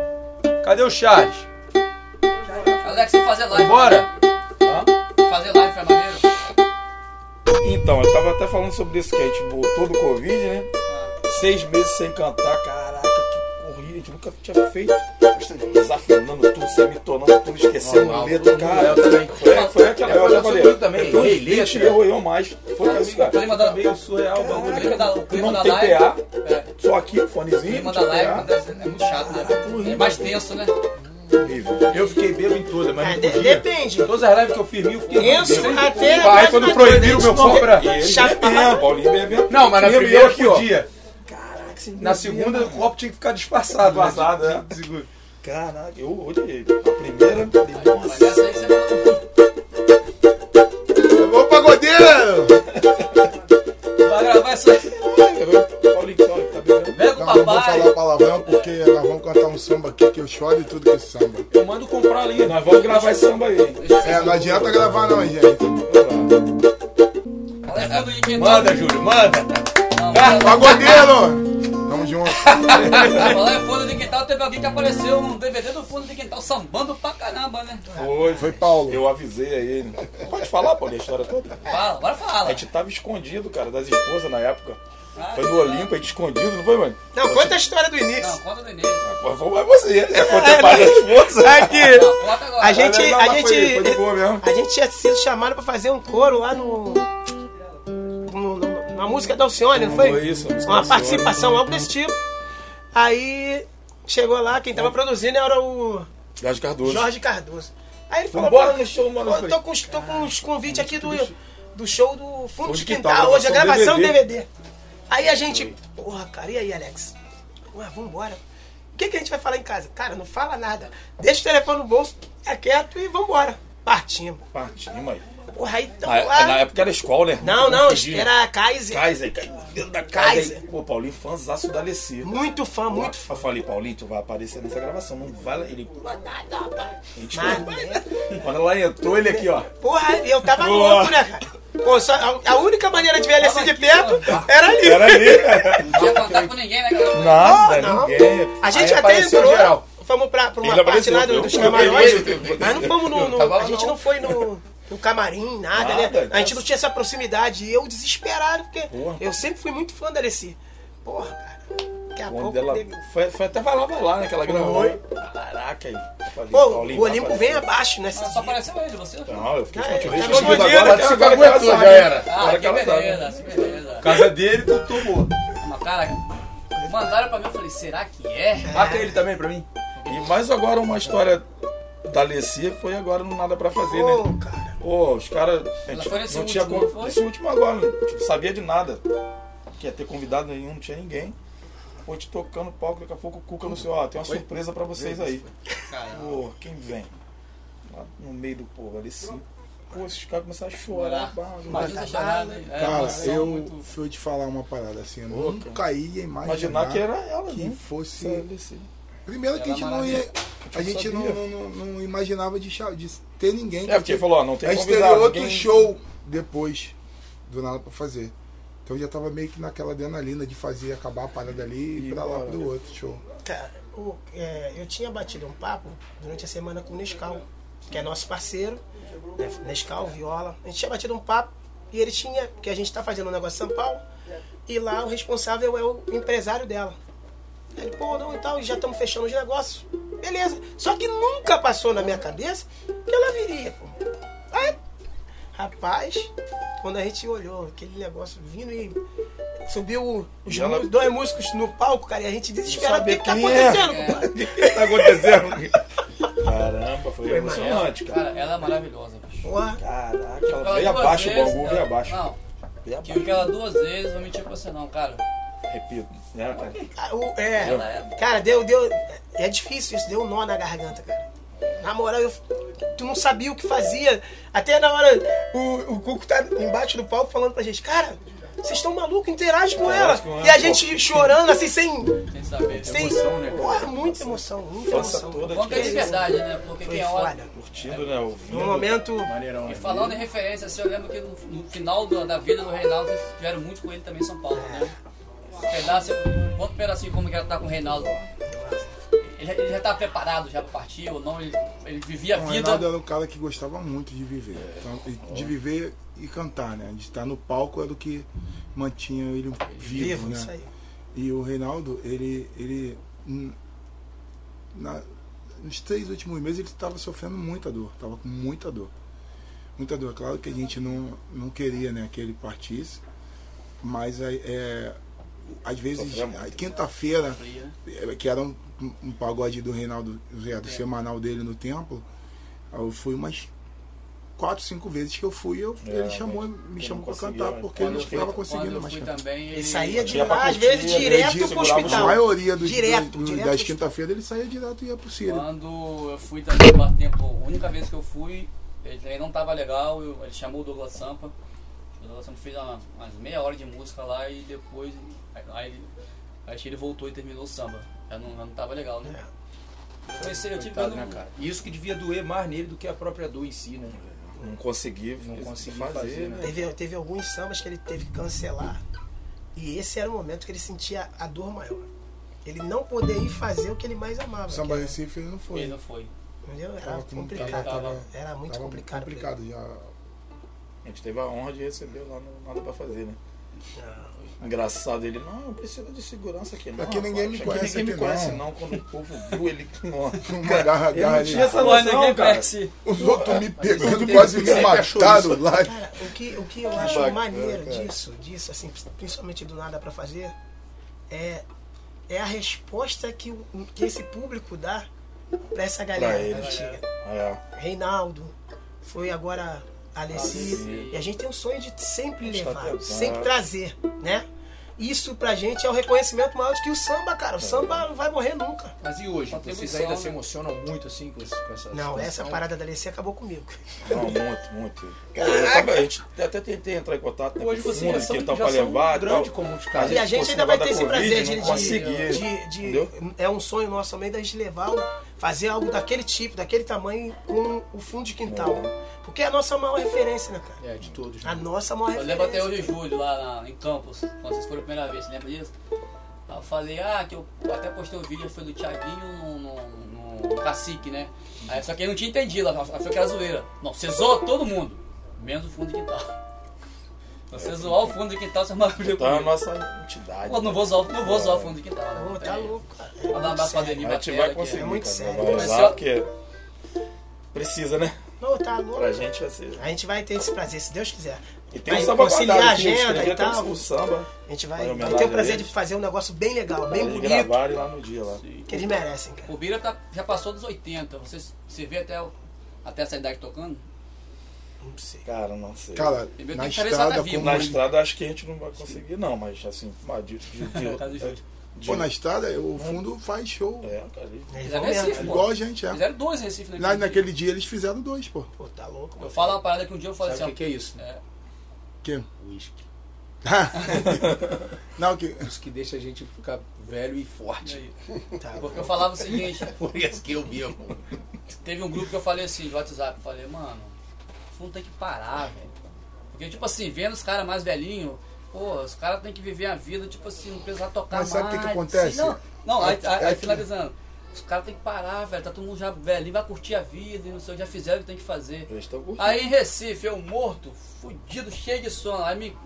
[SPEAKER 5] Cadê o Charles?
[SPEAKER 2] Alex, se fazer live.
[SPEAKER 5] Bora!
[SPEAKER 2] Fazer live foi maneiro.
[SPEAKER 3] Então, eu tava até falando sobre isso que a gente botou do Covid, né? Seis meses sem cantar, caraca, que corrida, a gente nunca tinha feito. Desafinando tudo, semitonando tudo, esquecendo a letra,
[SPEAKER 2] É,
[SPEAKER 3] cara. Foi, foi aquela
[SPEAKER 5] Eu
[SPEAKER 3] eu já
[SPEAKER 5] já
[SPEAKER 3] falei.
[SPEAKER 5] sou tudo também,
[SPEAKER 3] Então,
[SPEAKER 5] errei
[SPEAKER 3] gente,
[SPEAKER 5] letra.
[SPEAKER 3] errou eu mais. Foi com isso,
[SPEAKER 2] O
[SPEAKER 3] cara.
[SPEAKER 2] clima da,
[SPEAKER 5] Meio surreal né? o bagulho.
[SPEAKER 2] o clima da, o clima
[SPEAKER 3] Não
[SPEAKER 2] da
[SPEAKER 3] tem
[SPEAKER 2] live.
[SPEAKER 3] PA.
[SPEAKER 2] É,
[SPEAKER 3] Só aqui,
[SPEAKER 2] o
[SPEAKER 3] fonezinho.
[SPEAKER 2] clima da
[SPEAKER 3] tinha
[SPEAKER 2] live
[SPEAKER 3] PA.
[SPEAKER 2] acontece- é muito chato, né? É mais tenso, né?
[SPEAKER 3] Horrível.
[SPEAKER 5] Eu fiquei bebo em toda, mas
[SPEAKER 6] é,
[SPEAKER 5] não
[SPEAKER 6] de-
[SPEAKER 5] podia.
[SPEAKER 6] depende.
[SPEAKER 5] Todas as lives que eu fiz, mil, eu fiquei bêbado.
[SPEAKER 6] Enzo, até
[SPEAKER 5] Aí
[SPEAKER 6] mais
[SPEAKER 5] quando
[SPEAKER 6] uma
[SPEAKER 5] proibiram o meu
[SPEAKER 6] coisa,
[SPEAKER 5] copo era...
[SPEAKER 3] E ele
[SPEAKER 6] Chato pra
[SPEAKER 3] bebendo, Paulinho bebendo.
[SPEAKER 5] Não, mas na
[SPEAKER 3] Primeiro
[SPEAKER 5] primeira
[SPEAKER 3] eu
[SPEAKER 5] aqui, podia. Na segunda o copo tinha que ficar disfarçado. né?
[SPEAKER 3] é Disfarçado, é.
[SPEAKER 5] De seguro.
[SPEAKER 3] Caraca, eu odiei. A primeira, falei,
[SPEAKER 2] Mas é
[SPEAKER 3] nossa.
[SPEAKER 2] essa aí você
[SPEAKER 4] Ô, pagodeiro!
[SPEAKER 2] vai gravar isso aí.
[SPEAKER 3] Paulinho, Paulinho, tá bebendo.
[SPEAKER 2] Vem com
[SPEAKER 4] Não,
[SPEAKER 2] o
[SPEAKER 4] não Então vou
[SPEAKER 2] papai.
[SPEAKER 4] falar palavrão porque nós vamos cantar um samba aqui que eu choro e tudo que é samba.
[SPEAKER 5] Eu mando comprar ali.
[SPEAKER 3] Nós vamos gravar esse samba aí. hein?
[SPEAKER 4] É, não adianta gravar não, hein, gente.
[SPEAKER 2] Alex, quando a gente entrou-
[SPEAKER 5] Manda, Júlio, manda.
[SPEAKER 2] Não, manda.
[SPEAKER 4] Pagodeiro! Tamo junto.
[SPEAKER 2] Falar em fundo de quintal, teve alguém que apareceu no DVD do fundo de quintal sambando pra caramba, né?
[SPEAKER 3] Foi,
[SPEAKER 4] Foi Paulo.
[SPEAKER 3] Eu avisei a ele. Pode falar, Paulinho, a história toda?
[SPEAKER 2] Fala, agora fala.
[SPEAKER 3] A gente tava escondido, cara, das esposas na época. Foi no Olimpo, a gente escondido, não foi, mano?
[SPEAKER 6] Não, conta a história do início.
[SPEAKER 2] Não, conta do Tá, Inês.
[SPEAKER 3] Mas foi você, né? Conta para as esposas.
[SPEAKER 6] Aqui.
[SPEAKER 2] Não, conta agora.
[SPEAKER 6] É, A gente,
[SPEAKER 3] Não, não,
[SPEAKER 6] a
[SPEAKER 3] mas foi-
[SPEAKER 6] gente,
[SPEAKER 3] foi de boa mesmo.
[SPEAKER 6] a gente tinha sido chamado pra fazer um coro lá no, no- no- na música da Alcione, não foi?
[SPEAKER 3] Foi isso, a música da
[SPEAKER 6] Uma
[SPEAKER 3] Alcione.
[SPEAKER 6] participação, algo desse tipo. Aí chegou lá, quem tava produzindo era o
[SPEAKER 3] Jorge Cardoso.
[SPEAKER 6] Jorge Cardoso. Aí ele falou,
[SPEAKER 3] Vambora
[SPEAKER 6] pô,
[SPEAKER 3] no show, mano.
[SPEAKER 6] eu tô com, os- tô com uns convites aqui do, do show do Fundo
[SPEAKER 3] Fundo de
[SPEAKER 6] de
[SPEAKER 3] Quintal,
[SPEAKER 6] Quintal, hoje, a gravação
[SPEAKER 3] gravação
[SPEAKER 6] do
[SPEAKER 3] DVD.
[SPEAKER 6] DVD. Aí a gente, porra, cara, e aí, Alex? Ué, vambora. O que, que a gente vai falar em casa? Cara, não fala nada. Deixa o telefone no bolso, é quieto e vambora. Partimos.
[SPEAKER 3] Partinho, mãe.
[SPEAKER 6] Porra, aí tamo
[SPEAKER 3] Na,
[SPEAKER 6] lá.
[SPEAKER 3] Ah, é na época era escola, né?
[SPEAKER 6] Não, não,
[SPEAKER 3] Confundia.
[SPEAKER 6] era a Kaiser.
[SPEAKER 3] Kaiser, caiu dentro da Kaiser.
[SPEAKER 6] Kaiser.
[SPEAKER 3] Pô, Paulinho, fãzaço da Alessia.
[SPEAKER 6] Muito fã, muito fã.
[SPEAKER 3] Eu falei, Paulinho, tu vai aparecer nessa gravação, não vai lá. Ele. A gente-
[SPEAKER 6] Nada.
[SPEAKER 3] Quando ela entrou, ele aqui, ó.
[SPEAKER 6] Porra, eu tava
[SPEAKER 3] Boa.
[SPEAKER 6] louco, né, cara? Pô, só, a, a única maneira de ver a Alessia de perto era ali.
[SPEAKER 3] Era ali.
[SPEAKER 2] Não tinha contato com ninguém, né? cara?
[SPEAKER 3] Nada,
[SPEAKER 6] Não, não.
[SPEAKER 3] ninguém.
[SPEAKER 6] A gente até
[SPEAKER 5] Aí apareceu
[SPEAKER 6] entrou.
[SPEAKER 5] geral.
[SPEAKER 6] Fomos pra, pra uma
[SPEAKER 3] Ele
[SPEAKER 6] parte
[SPEAKER 3] apareceu,
[SPEAKER 6] lá do,
[SPEAKER 3] eu
[SPEAKER 6] dos
[SPEAKER 3] fui,
[SPEAKER 6] camarões.
[SPEAKER 3] eu fui, eu fui.
[SPEAKER 6] Mas não fomos no. no-
[SPEAKER 5] tava lá,
[SPEAKER 6] a gente
[SPEAKER 5] não.
[SPEAKER 6] não foi no. no camarim, nada,
[SPEAKER 3] Nada,
[SPEAKER 6] né? A gente
[SPEAKER 3] nossa.
[SPEAKER 6] não tinha essa proximidade. E eu desesperado, porque
[SPEAKER 3] Porra.
[SPEAKER 6] eu sempre fui muito fã da Alessi. Porra, cara. Daqui a
[SPEAKER 3] O nome
[SPEAKER 6] pouco.
[SPEAKER 3] dela é
[SPEAKER 6] nego-
[SPEAKER 3] foi, foi até falava lá, né? Que ela gravou. Caraca, aí. Falei,
[SPEAKER 6] Pô,
[SPEAKER 3] Paulinho,
[SPEAKER 6] o Olimpo vem
[SPEAKER 3] apareceu.
[SPEAKER 6] abaixo, né?
[SPEAKER 2] Só apareceu ele, você.
[SPEAKER 3] Não, eu fiquei
[SPEAKER 6] Ah,
[SPEAKER 3] escondido.
[SPEAKER 6] é,
[SPEAKER 3] Eu
[SPEAKER 6] tá né?
[SPEAKER 3] escondido
[SPEAKER 6] escondido,
[SPEAKER 3] agora,
[SPEAKER 6] cara,
[SPEAKER 3] que
[SPEAKER 5] você
[SPEAKER 3] agora que
[SPEAKER 5] aguentou,
[SPEAKER 3] ela sabe.
[SPEAKER 5] já era.
[SPEAKER 2] Ah, que
[SPEAKER 3] que ela sabe.
[SPEAKER 2] beleza, que beleza.
[SPEAKER 5] Casa dele, tu tomou.
[SPEAKER 2] Uma cara, mandaram pra mim, eu falei, será que é?
[SPEAKER 5] Marca ele também pra mim.
[SPEAKER 3] E mais agora uma história da Alessia foi agora no Nada Pra Fazer, né?
[SPEAKER 6] Pô, cara.
[SPEAKER 3] Pô, os caras. a
[SPEAKER 2] Ela foi
[SPEAKER 3] gente
[SPEAKER 2] nesse
[SPEAKER 3] Não tinha
[SPEAKER 2] último,
[SPEAKER 3] con-
[SPEAKER 2] não foi?
[SPEAKER 3] Esse último agora, né? A gente não sabia de nada. Que ia ter convidado nenhum, não tinha ninguém. Pô, te tocando o palco, daqui a pouco o Cuca anunciou, ó, tem uma surpresa pra vocês aí. Pô, quem vem? Lá no meio do povo, Alessia. Pô, esses caras começaram a chorar. tá- pá,
[SPEAKER 2] Imagina você chorar, né? É,
[SPEAKER 4] Cara,
[SPEAKER 2] emoção
[SPEAKER 4] eu
[SPEAKER 2] muito-
[SPEAKER 4] fui te falar uma parada assim, eu
[SPEAKER 3] Ô,
[SPEAKER 4] nunca ia imaginar,
[SPEAKER 3] Imaginar que era ela,
[SPEAKER 4] que um,
[SPEAKER 3] né?
[SPEAKER 4] fosse...
[SPEAKER 3] Essa Alessia.
[SPEAKER 4] Primeiro que a gente não ia... A gente não, não, não- não imaginava de, cha- de ter ninguém.
[SPEAKER 3] É, porque ele falou, ó, não tem
[SPEAKER 4] a gente
[SPEAKER 3] convidado.
[SPEAKER 4] teria outro
[SPEAKER 3] ninguém-
[SPEAKER 4] show depois do Nada Pra Fazer. Então eu já tava meio que naquela adrenalina de fazer acabar a parada ali e ir pra lá pro outro show.
[SPEAKER 6] Cara, o- é, eu tinha batido um papo durante a semana com o Nescau, que é nosso parceiro, né, Nescau, Viola. A gente tinha batido um papo e ele tinha, porque a gente tá fazendo um negócio em São Paulo, e lá o responsável é o empresário dela. Ele, pô, não, e tal, já estamos fechando os negócios. Beleza. Só que nunca passou na minha cabeça que ela viria, pô. Aí, rapaz, quando a gente olhou aquele negócio vindo e subiu os
[SPEAKER 3] E ela-
[SPEAKER 6] mu- dois músicos no palco, cara, e a gente desesperado. O
[SPEAKER 3] Saber
[SPEAKER 6] que, que tá
[SPEAKER 3] quem é.
[SPEAKER 6] acontecendo, compadre?
[SPEAKER 3] O que que tá acontecendo? Caramba, foi emocionante, cara.
[SPEAKER 2] Cara, ela é maravilhosa, bicho.
[SPEAKER 6] Porra,
[SPEAKER 3] Caraca, ela
[SPEAKER 2] Ela
[SPEAKER 3] veio
[SPEAKER 2] duas
[SPEAKER 3] abaixo o
[SPEAKER 2] vezes,
[SPEAKER 3] bagulho, veio
[SPEAKER 2] ela-
[SPEAKER 3] abaixo.
[SPEAKER 2] Não,
[SPEAKER 3] Veio
[SPEAKER 2] que
[SPEAKER 3] abaixo.
[SPEAKER 2] eu vi ela duas vezes, vou mentir pra você não, cara.
[SPEAKER 3] Repito. né, cara?
[SPEAKER 6] ah, o- é.
[SPEAKER 2] Ela é.
[SPEAKER 6] Cara, deu, deu. É difícil isso, deu um nó na garganta, cara. Na moral, eu, tu não sabia o que fazia. Até na hora, o, o Cuco tá embaixo do palco falando pra gente, cara, vocês estão malucos, interage com ela.
[SPEAKER 3] com ela,
[SPEAKER 6] E a
[SPEAKER 3] pô.
[SPEAKER 6] gente chorando, assim, sem.
[SPEAKER 2] Sem saber.
[SPEAKER 6] sem
[SPEAKER 5] Emoção, né, cara?
[SPEAKER 6] Porra, muita emoção, muita
[SPEAKER 3] Força
[SPEAKER 6] emoção.
[SPEAKER 3] toda
[SPEAKER 2] Vamos ter de verdade, né? Porque
[SPEAKER 6] Foi
[SPEAKER 2] quem olha.
[SPEAKER 6] foda.
[SPEAKER 3] Curtindo, né? Ouvindo.
[SPEAKER 6] No momento.
[SPEAKER 5] Maneirão, né?
[SPEAKER 2] E falando em referência, assim, eu lembro que no, no final do- da vida do Reinaldo, vocês tiveram muito com ele também em São Paulo, né? Esse pedaço, quanto pedacinho como que ela tá com o Reinaldo? Ele, ele já tá preparado já pra partir ou não? Ele, ele vivia a
[SPEAKER 4] O
[SPEAKER 2] vida.
[SPEAKER 4] Reinaldo era um cara que gostava muito de viver. Então, e- de viver e cantar, né? De estar no palco era o que mantinha ele vivo,
[SPEAKER 6] Vivo,
[SPEAKER 4] né?
[SPEAKER 6] isso aí.
[SPEAKER 4] E o Reinaldo, ele. ele hum, na- nos três últimos meses ele estava sofrendo muita dor, estava com muita dor. Muita dor. Claro que a gente não, não queria né, que ele partisse, mas é, é, às vezes,
[SPEAKER 3] Sofreu muito.
[SPEAKER 4] a quinta-feira,
[SPEAKER 2] Sofria. É.
[SPEAKER 4] é, que era um, um pagode do Reinaldo Zé, do semanal dele no templo, eu fui umas quatro, cinco vezes que eu fui, eu,
[SPEAKER 3] É,
[SPEAKER 4] ele chamou,
[SPEAKER 3] mas ele
[SPEAKER 4] me chamou
[SPEAKER 3] não
[SPEAKER 4] para
[SPEAKER 3] conseguia,
[SPEAKER 4] cantar,
[SPEAKER 3] né?
[SPEAKER 4] porque ele não
[SPEAKER 3] Quando eu fui-
[SPEAKER 4] estava
[SPEAKER 2] Quando
[SPEAKER 4] conseguindo
[SPEAKER 2] eu
[SPEAKER 4] mais
[SPEAKER 2] fui
[SPEAKER 4] cantar.
[SPEAKER 2] também, ele,
[SPEAKER 6] Ele saía é de
[SPEAKER 3] Tinha pra
[SPEAKER 6] lá, às
[SPEAKER 3] curtir,
[SPEAKER 6] vezes,
[SPEAKER 3] né?
[SPEAKER 6] direto
[SPEAKER 4] Ele
[SPEAKER 6] pro
[SPEAKER 3] segurava os
[SPEAKER 4] A
[SPEAKER 6] hospital.
[SPEAKER 4] maioria dos,
[SPEAKER 6] Direto,
[SPEAKER 4] dos-
[SPEAKER 6] direto
[SPEAKER 4] das
[SPEAKER 6] pro-
[SPEAKER 4] quinta-feira ele saía direto e ia pro Síria.
[SPEAKER 2] Quando eu fui também para tempo, a única vez que eu fui, ele também não tava legal, eu- ele chamou o Douglas Sampa. O Douglas Sampa fez uma- umas meia hora de música lá e depois. Aí, aí, aí ele voltou e terminou o samba. Já não, já não tava legal, né? Eu Comecei, eu tive
[SPEAKER 5] Coitado,
[SPEAKER 2] dando-
[SPEAKER 5] né, cara? E Isso que devia doer mais nele do que a própria dor em si, né?
[SPEAKER 3] Não consegui,
[SPEAKER 5] Não
[SPEAKER 3] fiz-
[SPEAKER 5] consegui
[SPEAKER 3] fazer,
[SPEAKER 5] fazer,
[SPEAKER 3] né?
[SPEAKER 5] né?
[SPEAKER 6] Teve, teve alguns sambas que ele teve que cancelar. E esse era o momento que ele sentia a dor maior. Ele não poder ir fazer o que ele mais amava.
[SPEAKER 4] O Samba
[SPEAKER 6] que é. era-
[SPEAKER 4] Recife ele não foi.
[SPEAKER 2] Ele não foi.
[SPEAKER 6] entendeu? Era
[SPEAKER 4] Tava com-
[SPEAKER 6] complicado. né?
[SPEAKER 4] tava-
[SPEAKER 6] era muito
[SPEAKER 4] tava
[SPEAKER 6] complicado. pra ele.
[SPEAKER 4] complicado já.
[SPEAKER 3] A gente teve a honra de receber lá no Nada Pra Fazer, né?
[SPEAKER 6] Não.
[SPEAKER 3] Engraçado ele, não, eu preciso de segurança aqui não.
[SPEAKER 4] Aqui ninguém me
[SPEAKER 3] rapaz,
[SPEAKER 4] conhece
[SPEAKER 3] ninguém me
[SPEAKER 4] aqui
[SPEAKER 3] conhece
[SPEAKER 4] não."
[SPEAKER 3] não. Quando o povo viu ele, nossa,
[SPEAKER 4] Uma
[SPEAKER 3] cara,
[SPEAKER 4] garra-
[SPEAKER 3] ele
[SPEAKER 4] garra
[SPEAKER 3] não
[SPEAKER 4] ali.
[SPEAKER 3] tinha essa
[SPEAKER 2] Pô,
[SPEAKER 3] noção,
[SPEAKER 2] ninguém
[SPEAKER 3] cara.
[SPEAKER 2] conhece.
[SPEAKER 4] Os outros me pegando,
[SPEAKER 5] teve-
[SPEAKER 4] quase me
[SPEAKER 5] sempre achou
[SPEAKER 4] mataram
[SPEAKER 5] isso.
[SPEAKER 4] lá.
[SPEAKER 6] Cara, o que, o que eu
[SPEAKER 3] Ah,
[SPEAKER 6] acho
[SPEAKER 4] bacana,
[SPEAKER 6] maneiro
[SPEAKER 4] cara.
[SPEAKER 6] disso, disso, assim, principalmente do nada pra fazer, é, é a resposta que, o- que esse público dá pra essa galera
[SPEAKER 3] Pra eles.
[SPEAKER 6] antiga.
[SPEAKER 3] É,
[SPEAKER 6] Reinaldo, foi agora a Alessi.
[SPEAKER 3] Alessi.
[SPEAKER 6] E a gente tem um sonho de sempre
[SPEAKER 3] Está
[SPEAKER 6] levar,
[SPEAKER 3] tentando.
[SPEAKER 6] sempre trazer, né? Isso pra gente é o reconhecimento maior do que o samba, cara.
[SPEAKER 3] É.
[SPEAKER 6] O samba não vai morrer nunca.
[SPEAKER 5] Mas e hoje? Vocês
[SPEAKER 2] Contribuição,
[SPEAKER 5] ainda
[SPEAKER 2] né?
[SPEAKER 5] se emocionam muito assim com, esse, com essa
[SPEAKER 6] Não, essa
[SPEAKER 5] situação?
[SPEAKER 6] parada da Alessi acabou comigo.
[SPEAKER 3] não, muito, muito. Cara, eu tava- a gente até tentei entrar em contato né,
[SPEAKER 5] Hoje
[SPEAKER 3] com o
[SPEAKER 5] vocês já
[SPEAKER 3] fundo,
[SPEAKER 5] são,
[SPEAKER 3] que
[SPEAKER 5] já
[SPEAKER 3] tal pra
[SPEAKER 5] são
[SPEAKER 3] levar e
[SPEAKER 5] grande
[SPEAKER 3] tal.
[SPEAKER 5] como os
[SPEAKER 3] A
[SPEAKER 5] caras.
[SPEAKER 6] E a gente
[SPEAKER 3] fosse
[SPEAKER 6] ainda vai
[SPEAKER 3] levar
[SPEAKER 6] ter esse
[SPEAKER 3] da Covid,
[SPEAKER 6] prazer de,
[SPEAKER 3] não
[SPEAKER 6] de,
[SPEAKER 3] conseguia.
[SPEAKER 6] de- de-
[SPEAKER 3] Entendeu?
[SPEAKER 6] É um sonho nosso também da gente levar, o- fazer algo daquele tipo, daquele tamanho, com o fundo de quintal. Porque é a nossa maior referência, né, cara?
[SPEAKER 5] É, de todos.
[SPEAKER 6] A nossa maior
[SPEAKER 2] Eu lembro
[SPEAKER 6] referência.
[SPEAKER 2] até hoje Júlio lá na- em Campos, quando vocês foram a primeira vez, você lembra disso? Aí eu falei, ah, que eu até postei o vídeo, foi do Thiaguinho no, no- no Cacique, né? Aí, só que ele não tinha entendido, ela ela foi aquela zoeira. Não, você zoa todo mundo, menos o fundo de quintal. Você zoar o fundo de quintal, você é uma
[SPEAKER 3] Então é a
[SPEAKER 2] Pô,
[SPEAKER 3] nossa entidade. né.
[SPEAKER 2] não vou zoar, não vou zoar o fundo de quintal.
[SPEAKER 6] Pô,
[SPEAKER 2] não
[SPEAKER 6] tá
[SPEAKER 2] tem.
[SPEAKER 6] louco, cara. É
[SPEAKER 2] Mandar um abraço pra
[SPEAKER 6] sério.
[SPEAKER 2] Ademir
[SPEAKER 3] A gente
[SPEAKER 2] Batera,
[SPEAKER 3] vai
[SPEAKER 5] né.
[SPEAKER 2] que é-
[SPEAKER 3] conseguir, né,
[SPEAKER 6] muito
[SPEAKER 3] cara,
[SPEAKER 6] sério.
[SPEAKER 3] Vai
[SPEAKER 2] Mas
[SPEAKER 3] usar
[SPEAKER 2] eu-
[SPEAKER 3] porque precisa, né?
[SPEAKER 6] Não, tá louco.
[SPEAKER 3] Pra gente vai ser.
[SPEAKER 6] A gente vai ter esse prazer, se Deus quiser.
[SPEAKER 3] E tem
[SPEAKER 6] Aí,
[SPEAKER 3] um samba
[SPEAKER 6] conciliar
[SPEAKER 3] guardado,
[SPEAKER 6] a
[SPEAKER 3] tem que
[SPEAKER 6] agenda
[SPEAKER 3] escrever
[SPEAKER 6] e tal.
[SPEAKER 3] até O um samba
[SPEAKER 6] A gente
[SPEAKER 3] Vai
[SPEAKER 6] vai, vai ter
[SPEAKER 3] homenagem
[SPEAKER 6] o prazer
[SPEAKER 3] a eles.
[SPEAKER 6] de fazer um negócio bem legal, bem
[SPEAKER 3] eles
[SPEAKER 6] bonito,
[SPEAKER 3] gravaram lá no dia lá.
[SPEAKER 6] que eles merecem, cara.
[SPEAKER 2] O Bira tá- já passou dos 80, você, você vê até, o- até essa idade tocando?
[SPEAKER 6] Não sei.
[SPEAKER 3] Cara, não sei.
[SPEAKER 4] Cara,
[SPEAKER 2] Primeiro
[SPEAKER 4] na
[SPEAKER 2] tem que saber se ela tá
[SPEAKER 4] estrada,
[SPEAKER 2] viva.
[SPEAKER 4] como
[SPEAKER 3] na
[SPEAKER 4] ele-
[SPEAKER 3] estrada acho que a gente não vai conseguir, não, mas assim, mas de, de, de,
[SPEAKER 2] Tá difícil.
[SPEAKER 4] Pô, na estrada, o fundo faz show.
[SPEAKER 3] É, cara, ele-
[SPEAKER 6] Eles
[SPEAKER 2] Já
[SPEAKER 6] vão
[SPEAKER 2] venci,
[SPEAKER 6] mesmo.
[SPEAKER 2] pô.
[SPEAKER 4] Igual a gente é.
[SPEAKER 2] Fizeram dois em Recife
[SPEAKER 4] Lá naquele dia eles fizeram dois, pô.
[SPEAKER 6] Pô, tá louco,
[SPEAKER 2] Eu
[SPEAKER 6] mano.
[SPEAKER 2] falo uma parada que um dia eu falei
[SPEAKER 5] Sabe
[SPEAKER 2] assim,
[SPEAKER 5] o que, que é isso?
[SPEAKER 2] ó, é,
[SPEAKER 4] Que?
[SPEAKER 5] Whisky.
[SPEAKER 4] Não, que.
[SPEAKER 5] Isso que deixa a gente ficar velho e
[SPEAKER 2] e
[SPEAKER 5] forte.
[SPEAKER 2] aí?
[SPEAKER 6] Tá
[SPEAKER 2] Porque eu falava o seguinte,
[SPEAKER 5] Por isso que eu vivo.
[SPEAKER 2] teve um grupo que eu falei assim, de WhatsApp, eu falei, mano, o fundo tem que parar, velho. Porque, tipo assim, vendo os caras mais velhinhos, Porra, os caras têm que viver a vida, tipo assim, não precisar tocar
[SPEAKER 4] Mas
[SPEAKER 2] mais.
[SPEAKER 4] sabe o que que acontece?
[SPEAKER 2] Não, não aí,
[SPEAKER 4] É-
[SPEAKER 2] aí-
[SPEAKER 4] é
[SPEAKER 2] aí
[SPEAKER 4] que-
[SPEAKER 2] finalizando. Os caras têm que parar, velho. Tá todo mundo já velho, vai curtir a vida, e não sei, já fizeram o que tem que fazer.
[SPEAKER 3] Eles estão curtindo.
[SPEAKER 2] Aí em Recife, eu morto, fudido, cheio de sono. Aí me.